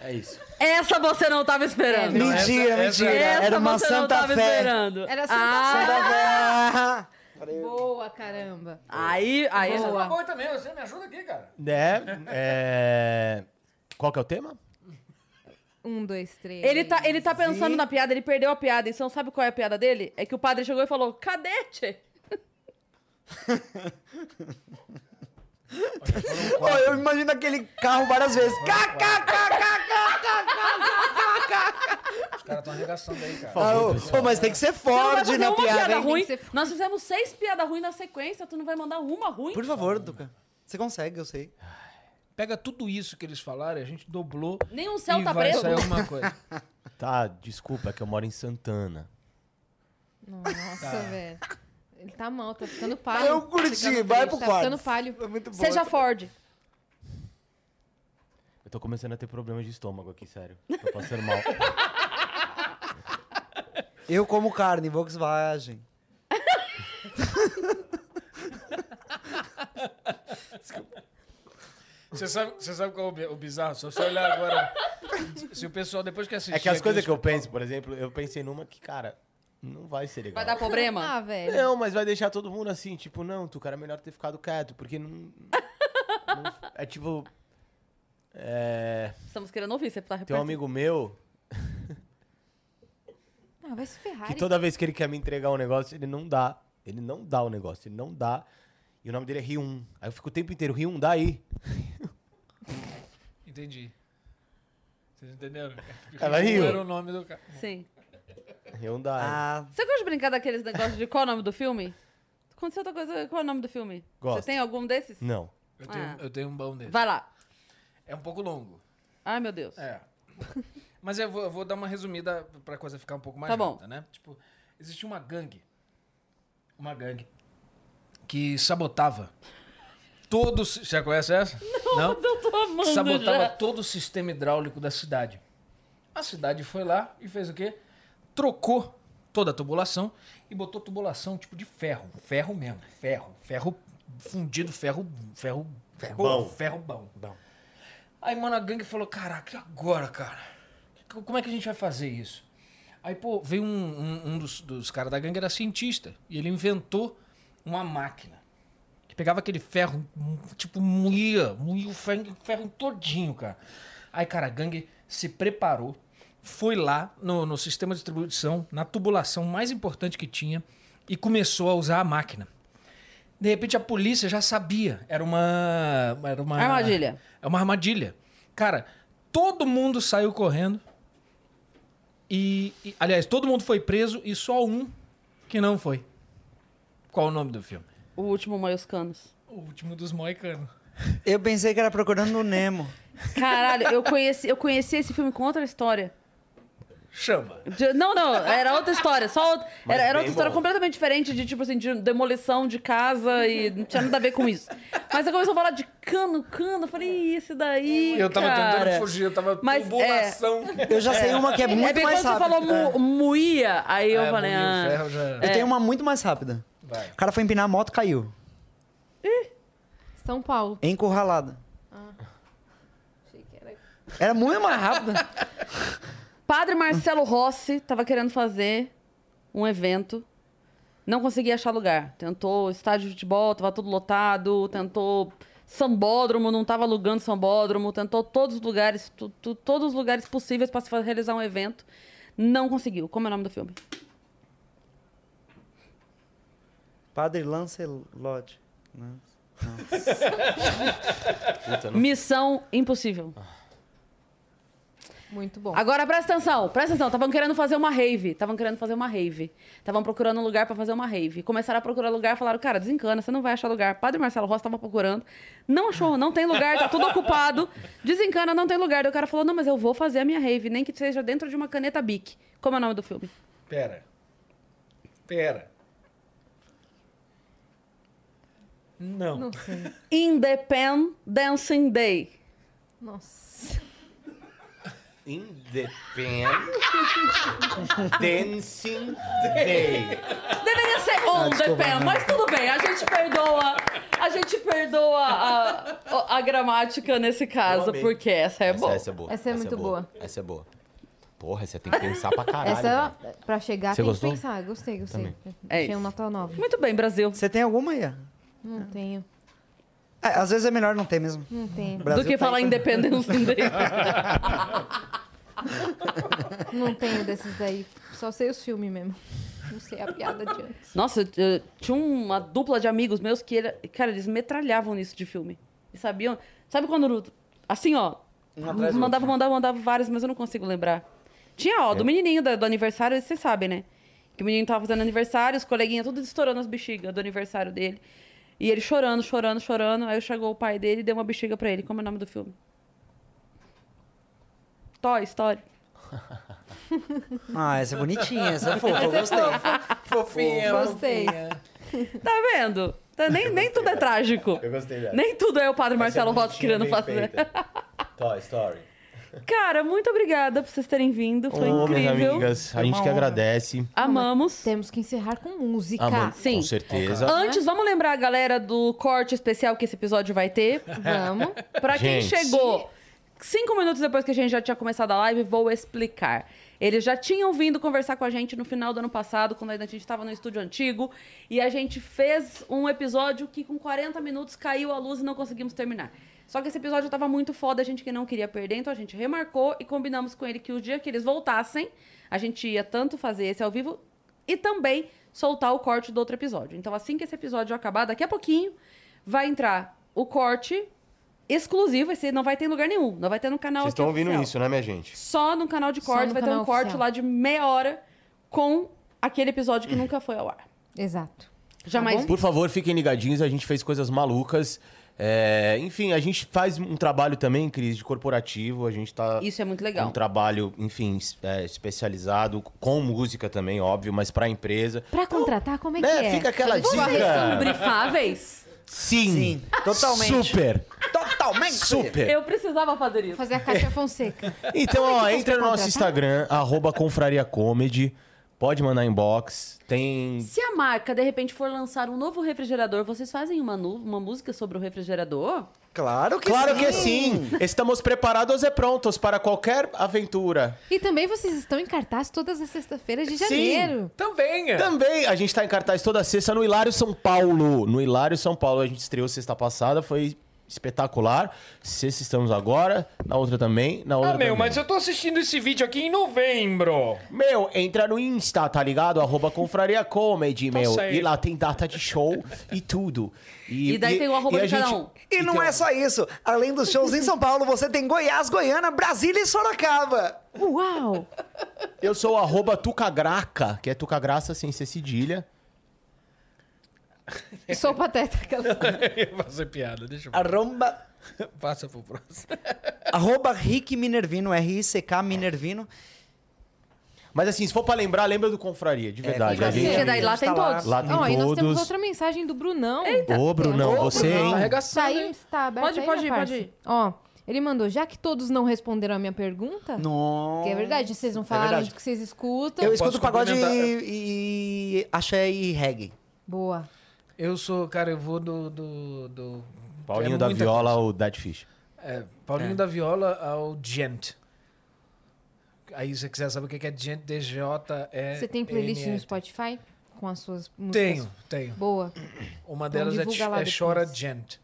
S3: É isso.
S1: Essa você não tava esperando.
S4: Não,
S5: mentira,
S4: essa- essa-
S5: mentira.
S1: Essa
S5: Era uma
S1: você não
S5: Santa
S1: tava
S5: Fé. Ah!
S1: esperando.
S2: Era Santa
S1: ah,
S5: Santa Fé.
S2: Boa, caramba.
S1: Aí, aí.
S4: Essa
S2: Boa.
S4: tá boa também, você me ajuda aqui, cara.
S3: Né? É... Qual que é o tema?
S2: Um, dois, três.
S1: Ele tá, ele tá pensando na piada, ele perdeu a piada. E você não sabe qual é a piada dele? É que o padre chegou e falou: cadete!
S5: Ó, eu imagino aquele carro várias vezes.
S4: Os caras estão arregaçando aí, cara.
S5: Ah, ô, ô, mas tem que ser
S1: Não vai
S5: Ford
S1: fazer
S5: na
S1: uma
S5: piada.
S1: piada
S5: hein?
S1: ruim.
S2: Tem que ser-
S1: Nós fizemos seis piadas ruins na sequência, tu não vai mandar uma ruim?
S5: Por favor, Duca. Você consegue, eu sei.
S4: Pega tudo isso que eles falaram, a gente dobrou.
S1: Nem um céu
S4: e
S1: tá
S4: vai
S1: preto.
S4: sair alguma coisa.
S3: Tá, desculpa, é que eu moro em Santana.
S2: Nossa,
S1: Tá.
S2: velho. Ele tá mal, tá ficando
S1: Ah,
S2: palho.
S5: Eu
S2: Tá
S5: curti,
S2: ficando
S5: vai
S2: triste,
S5: pro
S2: tá
S5: quarto.
S2: ficando palho.
S5: É muito bom.
S1: Seja Ford.
S3: Eu tô começando a ter problemas de estômago aqui, sério. Tô passando mal.
S5: Eu como carne, Volkswagen.
S4: Você sabe, você sabe qual é o bi- o bizarro? Se você olhar agora. Se o pessoal depois que assistir.
S3: É que as
S4: aqui
S3: coisas
S4: os-
S3: que eu penso, por exemplo, eu pensei numa que, cara, não vai ser legal.
S1: Vai dar problema?
S2: Ah, velho.
S3: Não, mas vai deixar todo mundo assim, tipo, não, tu cara é melhor ter ficado quieto, porque não. não- é tipo. É.
S1: Estamos querendo ouvir, você tá
S3: Tem um
S1: repetindo.
S3: amigo meu
S2: Ah, vai se ferrar.
S3: que
S2: hein?
S3: toda vez que ele quer me entregar um negócio, ele não dá. Ele não dá o negócio, ele não dá. E o nome dele é Rium. Aí eu fico o tempo inteiro, Rium, dá aí.
S4: Entendi. Vocês entenderam?
S3: Ela
S4: Rio
S3: riu.
S4: era o nome do cara.
S1: Sim.
S3: Rium, dá aí.
S5: Ah,
S1: Você gosta de brincar daqueles negócios de qual é o nome do filme? Aconteceu outra coisa, qual é o nome do filme?
S3: Gosto.
S1: Você tem algum desses?
S3: Não.
S4: Eu tenho,
S1: Ah.
S4: eu tenho um bom dele.
S1: Vai lá.
S4: É um pouco longo.
S1: Ai, meu Deus.
S4: É. Mas eu vou, eu vou dar uma resumida pra coisa ficar um pouco mais
S1: Tá bom.
S4: rápida, né? Tipo, existia uma gangue. Uma gangue. Que sabotava. Todo. si- Você já conhece essa? Não.
S1: Eu tô amando
S4: sabotava
S1: já.
S4: todo o sistema hidráulico da cidade. A cidade foi lá e fez o quê? Trocou toda a tubulação e botou tubulação tipo de ferro, ferro mesmo, ferro, ferro fundido, ferro, ferro, ferro
S3: Bom.
S4: ferro bom. Aí, mano, a gangue falou, caraca, e agora, cara? C- Como é que a gente vai fazer isso? Aí, pô, veio um, um- um dos, dos caras da gangue, era cientista, e ele inventou uma máquina que pegava aquele ferro, hum, tipo, moía, moía o ferro, o ferro todinho, cara. Aí, cara, a gangue se preparou, foi lá no, no sistema de distribuição, na tubulação mais importante que tinha, e começou a usar a máquina. De repente a polícia já sabia. Era uma. Era uma
S1: Armadilha.
S4: É uma armadilha. Cara, todo mundo saiu correndo. E, e- Aliás, todo mundo foi preso e só um que não foi. Qual o nome do filme?
S1: O último Moioscanos.
S4: O último dos Moicanos.
S5: Eu pensei que era procurando o Nemo.
S1: Caralho, eu conheci, eu conheci esse filme com outra história.
S4: Chama.
S1: De- Não, não, era outra história. Só outra-
S3: Mas
S1: era, era
S3: bem
S1: outra história
S3: bom.
S1: completamente diferente de, tipo assim, de demolição de casa e não tinha nada a ver com isso. Mas eu começou a falar de cano, cano. Eu falei, "Ih, esse daí.
S4: Eu tava
S1: cara."
S4: tentando fugir, eu tava
S1: Mas, é,
S4: tubulação.
S5: Eu já sei uma que é
S1: É
S5: muito
S1: bem
S5: mais
S1: quando você
S5: rápida.
S1: falou mu- moía, aí eu
S4: É,
S1: falei,
S4: Bolinha de
S1: ah.
S4: Ferro já-
S5: Eu tenho uma muito mais rápida.
S4: Vai.
S5: O cara foi empinar a moto, caiu.
S2: São Paulo.
S5: Encurralada. Ah, Era muito mais rápida.
S1: Padre Marcelo Rossi tava querendo fazer um evento. Não conseguia achar lugar. Tentou estádio de futebol, tava tudo lotado. Tentou sambódromo, não tava alugando sambódromo. Tentou todos os lugares, tu- tu- todos os lugares possíveis para se fa- realizar um evento. Não conseguiu. Como é o nome do filme?
S5: Padre Lancelot. né?
S1: Missão Impossível.
S2: Muito bom.
S1: Agora presta atenção, presta atenção. Estavam querendo fazer uma rave. Estavam querendo fazer uma rave. Estavam procurando um lugar pra fazer uma rave. Começaram a procurar lugar, falaram, cara, desencana, você não vai achar lugar. Padre Marcelo Rossi tava procurando. Não achou, não tem lugar, tá tudo ocupado. Desencana, não tem lugar. Daí o cara falou, não, mas eu vou fazer a minha rave, nem que seja dentro de uma caneta Bic. Como é o nome do filme?
S4: Pera. Pera. Não.
S2: Não sei.
S1: Independence Day.
S2: Nossa.
S3: Independent Dancing Day.
S1: Deveria ser
S3: Ah,
S1: on the
S3: né?
S1: pen, mas tudo bem, a gente perdoa. A gente perdoa a, a gramática nesse caso,
S3: amei.
S1: porque essa é boa.
S3: Essa é boa.
S2: Essa é muito boa.
S3: Essa é boa. Porra, você tem que pensar pra caralho.
S2: Essa, é
S3: velho.
S2: pra chegar,
S3: Você
S2: tem
S3: gostou?
S2: que pensar. Gostei, gostei.
S1: É
S2: Achei
S1: isso.
S2: um nota 9.
S1: Muito bem, Brasil.
S5: Você tem alguma aí?
S2: Não tenho.
S5: É, às vezes é melhor não ter mesmo.
S2: Não tenho.
S5: Brasil
S1: do que
S5: tá
S1: falar Independence Day.
S2: Não tenho desses daí. Só sei os filmes mesmo. Não sei a piada de antes.
S1: Nossa, eu- eu tinha uma dupla de amigos meus que, era- cara, eles metralhavam nisso de filme. E sabiam. Sabe quando. Assim, ó. Mandava, mandava, mandava vários, mas eu não consigo lembrar. Tinha, ó, do menininho da- do, aniversário, vocês sabem, né? Que o menino tava fazendo aniversário, os coleguinhas tudo estourando as bexigas do aniversário dele. E ele chorando, chorando, chorando. Aí chegou o pai dele e deu uma bexiga pra ele. Como é o nome do filme? Toy Story.
S5: Ah, essa é bonitinha, essa é fofa, eu gostei.
S4: Fofinha.
S2: Gostei.
S1: Tá vendo? Tá- Nem, nem tudo é trágico.
S3: Eu gostei dela.
S1: Nem tudo é o padre Marcelo
S3: Essa é
S1: Rossi querendo
S3: bonitinha,
S1: fazer.
S3: bem feita. Toy Story.
S1: né? Cara, muito obrigada por vocês terem vindo. Foi
S3: Ô, minhas
S1: incrível.
S3: amigas, a
S5: Foi
S3: gente
S5: uma
S3: que
S5: honra.
S3: agradece.
S1: Amamos.
S2: Temos que encerrar com música.
S3: Amor,
S1: Sim.
S3: com certeza.
S1: Antes, vamos lembrar a galera do corte especial que esse episódio vai ter.
S2: Vamos.
S1: Pra quem
S3: Gente.
S1: chegou cinco minutos depois que a gente já tinha começado a live, vou explicar. Eles já tinham vindo conversar com a gente no final do ano passado, quando ainda a gente estava no estúdio antigo, e a gente fez um episódio que com 40 minutos caiu a luz e não conseguimos terminar. Só que esse episódio tava muito foda, a gente que não queria perder, então a gente remarcou e combinamos com ele que o dia que eles voltassem, a gente ia tanto fazer esse ao vivo e também soltar o corte do outro episódio. Então, assim que esse episódio acabar, daqui a pouquinho, vai entrar o corte exclusivo. Esse não vai ter em lugar nenhum. Não vai ter no canal
S3: Vocês
S1: aqui
S3: estão ouvindo
S1: oficial.
S3: isso, né, minha gente?
S1: Só no canal de
S2: Só
S1: corte.
S2: no
S1: Vai ter um
S2: canal
S1: corte
S2: oficial.
S1: lá de meia hora com aquele episódio que nunca foi ao ar.
S2: Exato.
S1: Jamais.
S3: Por favor, fiquem ligadinhos, a gente fez coisas malucas. É, enfim, a gente faz um trabalho também, Cris, de corporativo. A gente tá.
S1: Isso é muito legal.
S3: Um trabalho, enfim, es- é, especializado, com música também, óbvio, mas pra empresa.
S2: Pra contratar, como é que
S3: Né?
S2: é?
S3: Fica aquela
S1: Vocês são
S3: dica.
S1: brifáveis?
S3: Sim.
S5: Sim, totalmente.
S3: Super.
S5: Totalmente.
S3: Super.
S1: Eu precisava fazer isso.
S2: Fazer a Cátia Fonseca.
S3: Então,
S2: Como é que
S3: ó,
S2: faz
S3: entra
S2: pra
S3: no nosso
S2: contratar?
S3: Instagram, arroba Confraria Comedy. Pode mandar inbox. Tem
S1: Se a marca, de repente, for lançar um novo refrigerador, vocês fazem uma, nu- uma música sobre o refrigerador?
S5: Claro que
S3: Claro
S5: sim.
S3: que sim! Estamos preparados e prontos para qualquer aventura.
S2: E também vocês estão em cartaz todas as sextas-feiras de
S3: Sim.
S2: janeiro.
S9: Então
S4: Também, é.
S3: Também a tá gente está em cartaz toda sexta no Hilário São Paulo. No Hilário São Paulo, a gente estreou sexta passada, foi espetacular. Sexta estamos agora, na outra também, na outra
S9: Ah, meu,
S3: também.
S9: mas eu tô assistindo esse vídeo aqui em novembro.
S3: Meu, entra no Insta, tá ligado? Arroba Confraria Comedy,
S1: Tá
S3: meu.
S9: certo.
S3: E lá tem data de show e tudo.
S1: E daí tem o arroba
S3: e a
S1: de cada
S3: gente-
S1: um.
S5: E não é só isso. Além dos shows em São Paulo, você tem Goiás, Goiânia, Brasília e Sorocaba.
S1: Uau!
S3: Eu sou o arroba Tucagraca, que é Tucagraça sem ser cedilha.
S2: Sou pateta. aquela-
S9: Eu ia fazer piada, deixa eu
S5: Arromba,
S9: Passa pro próximo.
S5: arroba Rick Minervino, R-I-C-K Minervino.
S3: Mas assim, se for pra lembrar, lembra do Confraria,
S5: É,
S3: de verdade.
S5: Confraria.
S3: a gente...
S1: Porque daí lá tem
S5: Tá lá.
S1: todos.
S3: Lá tem
S2: Ó, e nós temos
S3: todos.
S2: outra mensagem do Brunão.
S3: Ô, Brunão, você, hein?
S2: Tá aí, tá aberto
S1: Pode,
S2: aí,
S1: pode
S2: meu
S1: ir, pode
S2: parça?
S1: ir.
S2: Ó, ele mandou, já que todos não responderam a minha pergunta...
S5: Nossa.
S2: Que é verdade, vocês não falaram
S5: verdade.
S2: do que vocês escutam.
S5: Eu escuto
S4: Posso
S5: pagode
S4: complementar?
S5: e, e axé e reggae.
S2: Boa.
S4: Eu sou, cara, eu vou do. do, do-
S3: Paulinho
S4: é
S3: da
S4: muita
S3: Viola ou Dead Fish.
S4: É, Paulinho da Viola ao Gent. Aí, se você quiser saber o que que é Gent, DJ é.
S2: Você tem playlist no
S4: Spotify?
S2: Spotify com as suas músicas?
S4: Tenho, tenho.
S2: Boa.
S4: Uma delas é,
S2: divulga lá
S4: é
S2: depois.
S4: Chora Gent.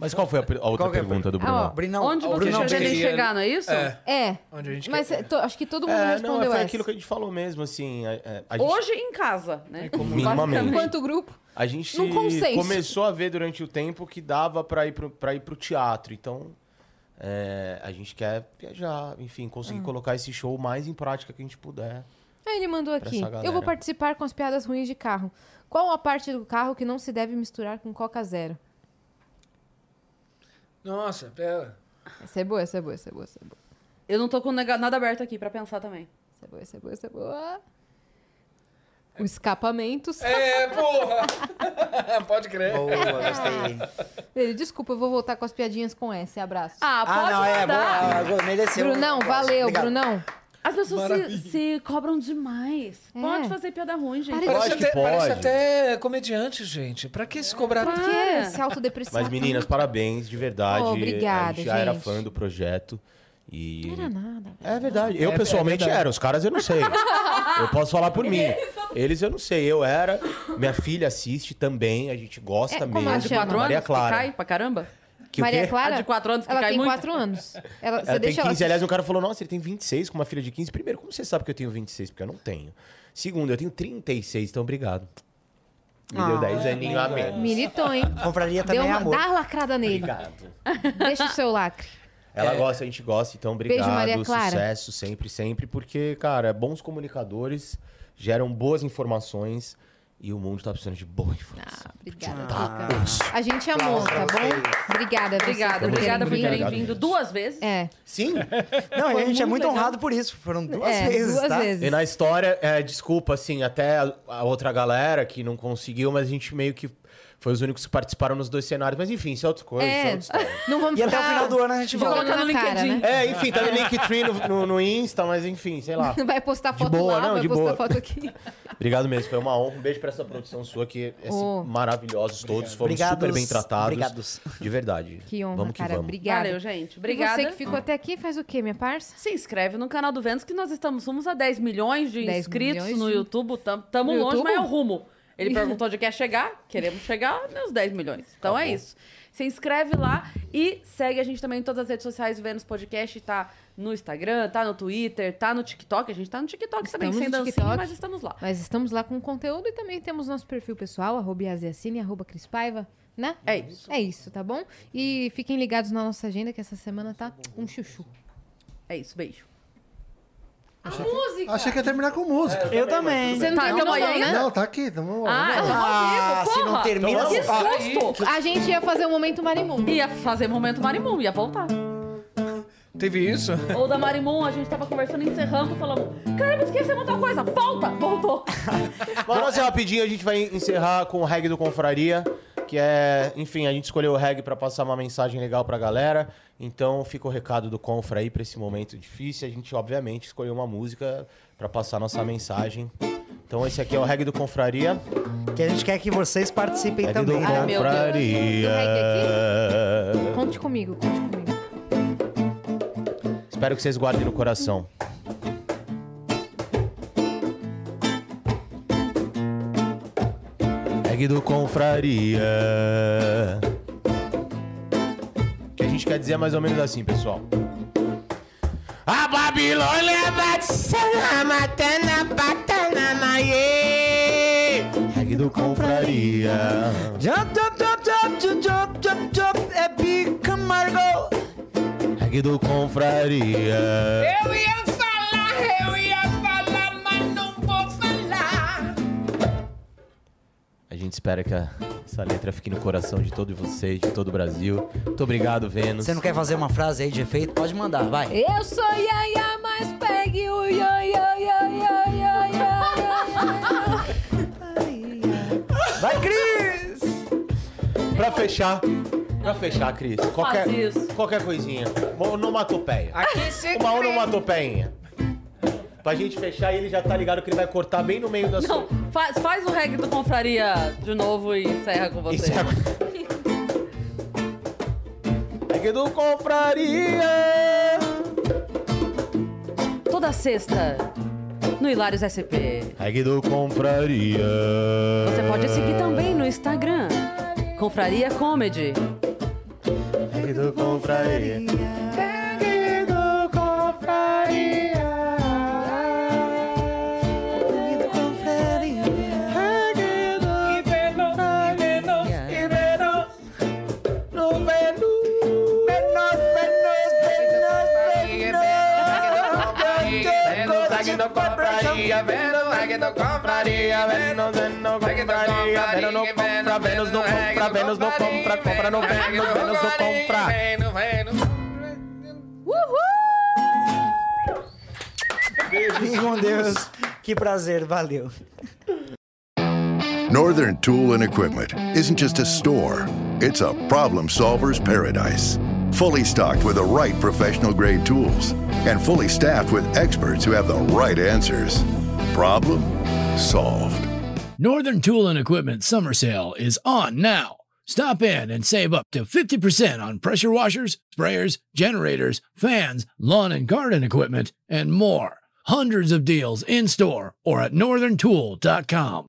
S3: Mas qual foi a, per- a outra
S4: Qual que é a
S3: pergunta do
S2: Ah, ó.
S3: Brunão?
S5: Brinão,
S1: Onde
S5: o
S1: você
S5: Brunão
S1: pretende
S4: queria-
S1: chegar, não é isso?
S4: É,
S2: É.
S4: onde a gente
S2: Mas
S4: quer.
S2: é, to- acho que todo mundo
S3: É, não,
S2: respondeu
S3: foi
S2: essa.
S3: aquilo que a gente falou mesmo, assim. A, a- a gente,
S1: Hoje em casa, né?
S3: minimamente.
S2: Enquanto grupo.
S3: a gente
S2: num consenso.
S3: começou a ver durante o tempo que dava pra ir pro, pra ir pro teatro. Então, é, a gente quer viajar, enfim,
S2: Hum.
S3: conseguir colocar esse show o mais em prática que a gente puder.
S2: Aí ele mandou
S3: Pra
S2: aqui.
S3: essa galera.
S2: Eu vou participar com as piadas ruins de carro. Qual a parte do carro que não se deve misturar com Coca Zero?
S4: Nossa, pera.
S2: Essa é boa, essa é boa, essa é boa, essa é boa.
S1: Eu não tô com nega- nada aberto aqui pra pensar também.
S2: Essa é boa, essa é boa, essa é boa. O escapamento.
S4: É, porra! Pode crer.
S5: Boa, gostei.
S2: Ele, desculpa, eu vou voltar com as piadinhas com S. Abraço.
S1: Ah, pode
S5: Ah, não, é,
S1: mandar.
S5: boa, boa, mereceu.
S2: Brunão,
S5: Gosto.
S2: valeu,
S5: Obrigado.
S2: Brunão.
S1: As pessoas se, se cobram demais.
S2: É.
S1: Pode fazer piada ruim, gente.
S2: Para
S4: Parece
S3: Lógico que
S4: até, parece
S3: pode.
S4: até comediante, gente. Pra que se cobrar
S2: Por
S4: tanto?
S1: Ah.
S2: que se autodepreciar?
S3: Mas, meninas, parabéns, de verdade.
S2: Oh, obrigada,
S3: A gente já era
S2: gente.
S3: fã do projeto. E...
S2: Não era nada. velho.
S3: É verdade. Eu
S4: É- é
S3: pessoalmente
S4: verdade.
S3: era, os caras eu não sei. eu posso falar por mim. Eles eu não sei, eu era. Minha filha assiste também, a gente gosta
S2: É, como
S3: mesmo.
S2: ela
S1: A de
S2: chama?
S1: quatro
S3: Maria
S1: anos
S3: Clara.
S1: que cai pra caramba?
S3: Que o
S2: Maria
S3: quê?
S2: Clara?
S1: A de quatro anos que
S2: ela
S1: cai
S2: tem
S1: muito?
S2: 4 anos. Ela, você
S3: Ela tem
S2: deixa
S3: 15,
S2: ela...
S3: aliás, um cara falou: Nossa, ele tem 26 com uma filha de 15. Primeiro, como você sabe que eu tenho 26? Porque eu não tenho. Segundo, eu tenho 36, então obrigado. Me
S2: Ah,
S3: deu 10
S2: é.
S3: aninhos a menos.
S2: Militou, hein?
S5: Confraria
S2: Deu
S5: também é
S2: uma,
S5: amor.
S2: dá a lacrada nele.
S3: Obrigado.
S2: Deixa o seu lacre.
S3: Ela gosta, a gente gosta, então obrigado.
S2: É. Maria Clara.
S3: Sucesso sempre, sempre, porque, cara, bons comunicadores geram boas informações e o mundo tá precisando de boa informação.
S2: Obrigada,
S5: Ah.
S2: Tuca. A gente amou, tá bom? Obrigada. a vocês
S1: Obrigada,
S2: por
S1: obrigada por
S2: terem
S1: terem
S2: vindo.
S1: vindo duas vezes.
S2: É,
S3: Sim.
S5: Não, e a gente é
S1: muito
S5: muito
S1: legal.
S5: honrado por isso. Foram duas
S2: é,
S5: vezes,
S2: duas
S5: tá?
S3: E
S2: vezes.
S3: na história, é, desculpa, assim, até a, a outra galera que não conseguiu, mas a gente meio que foi os únicos que participaram nos dois cenários. Mas enfim, isso é outra coisa. isso é
S2: É,
S3: outra história.
S2: não vamos
S5: E até
S2: ficar...
S5: o final do ano a gente
S2: jogando
S5: volta.
S1: Coloca no
S2: na cara,
S1: LinkedIn.
S2: né?
S3: É, enfim, tá no Linktree no, no, no Insta, mas enfim, sei lá.
S2: Não vai postar
S3: De
S2: foto
S3: boa,
S2: lá,
S3: não,
S2: vai
S3: de
S2: postar
S3: boa.
S2: foto aqui.
S3: Obrigado mesmo, foi uma honra. Um beijo pra essa produção sua que é assim,
S2: Oh.
S3: maravilhosos todos, foram
S5: Obrigados.
S3: super bem tratados.
S5: Obrigados.
S3: De verdade.
S2: Que honra,
S3: vamos que
S2: cara.
S3: vamos.
S2: Obrigada.
S1: Valeu, gente.
S2: E
S1: Obrigada.
S2: você que ficou até aqui faz o quê, minha parça?
S1: Se inscreve no canal do Vênus, que nós estamos rumos a 10 milhões de
S2: 10
S1: inscritos
S2: milhões
S1: no
S2: de-
S1: YouTube. Tam, tamo
S2: No
S1: longe,
S2: YouTube?
S1: mas é o rumo. Ele perguntou onde quer chegar, queremos chegar nos 10 milhões. Então
S2: Tá
S1: é isso. Se inscreve lá e segue a gente também em todas as redes sociais, Vênus Podcast, tá no Instagram, tá no Twitter, tá no TikTok. A gente tá no TikTok também,
S2: Estamos
S1: sem
S2: no
S1: dancinha,
S2: TikTok.
S1: mas estamos lá.
S2: Mas estamos lá com conteúdo e também temos nosso perfil pessoal, arroba Yaziacine, arroba Crispaiva, né?
S1: É isso.
S2: É isso, tá bom? E fiquem ligados na nossa agenda que essa semana tá um chuchu.
S1: É isso, beijo.
S2: Música!
S10: Achei que ia terminar com música.
S5: Eu também.
S2: Você não
S1: Tá,
S2: tá,
S1: calma aí,
S2: não, né?
S10: Não, tá aqui. Tamo...
S1: Ah, então
S5: Ah,
S1: ao vivo,
S5: se não
S1: porra!
S5: termina,
S1: Que
S5: se fala.
S1: susto!
S2: A gente ia fazer um momento marimundo.
S1: Ia fazer momento Marimum, ia voltar.
S4: Teve isso?
S1: Ou da Marimum, a gente tava conversando, encerrando, falando: Caramba, esquecemos tal coisa, volta! Voltou!
S3: Vamos fazer é rapidinho, a gente vai encerrar com o reggae do Confraria, que é, enfim, a gente escolheu o reggae pra passar uma mensagem legal pra galera. Então fica o recado do Confra aí pra esse momento difícil. A gente, obviamente, escolheu uma música pra passar nossa mensagem. Então esse aqui é o reggae do Confraria.
S5: Que a gente quer que vocês participem
S3: Reggae do
S5: também.
S2: Ai,
S5: né?
S2: meu Deus.
S3: Confraria.
S2: Conte comigo, conte comigo.
S3: Espero que vocês guardem no coração. É hashtag do Confraria. O que a gente quer dizer é mais ou menos assim, pessoal. A Babilônia vai te sanar, matando, batana, naie. Hashtag do Confraria.
S6: Jump, jump, jump, jump, jump, jump, jump, jump, é pica, Margot.
S3: Hashtag do Confraria.
S11: Eu ia falar, eu ia falar, mas não vou falar.
S3: A gente espera que a- essa letra fique no coração de todos vocês, de todo o Brasil. Muito obrigado, Vênus.
S5: Você não quer fazer uma frase aí de efeito? Pode mandar, vai.
S2: Eu sou iaia, mas pegue o iaia, iaia, iaia, iaia.
S6: Vai, Cris!
S3: Pra fechar, pra fechar, Cris, qualquer,
S1: Faz isso.
S3: qualquer coisinha. Uma onomatopeia.
S12: Aqui você
S3: Uma onomatopeinha. Pra gente fechar, ele já tá ligado que ele vai cortar bem no meio da sua.
S1: Não, faz, faz o reggae do Confraria de novo e encerra com você.
S3: Encerra. É que do compraria.
S1: Toda sexta, no Hilários SP.
S3: Reg do compraria.
S1: Você pode seguir também no Instagram. Confraria Comedy.
S3: Reg do compraria. Reg do compraria.
S6: Fique com Deus. Que prazer, valeu.
S13: Northern Tool and Equipment isn't just a store, it's a problem solver's paradise. Fully stocked with the right professional grade tools and fully staffed with experts who have the right answers. Problem solved.
S7: Northern Tool and Equipment Summer Sale is on now. Stop in and save up to 50% on pressure washers, sprayers, generators, fans, lawn and garden equipment, and more. Hundreds of deals in store or at northerntool.com.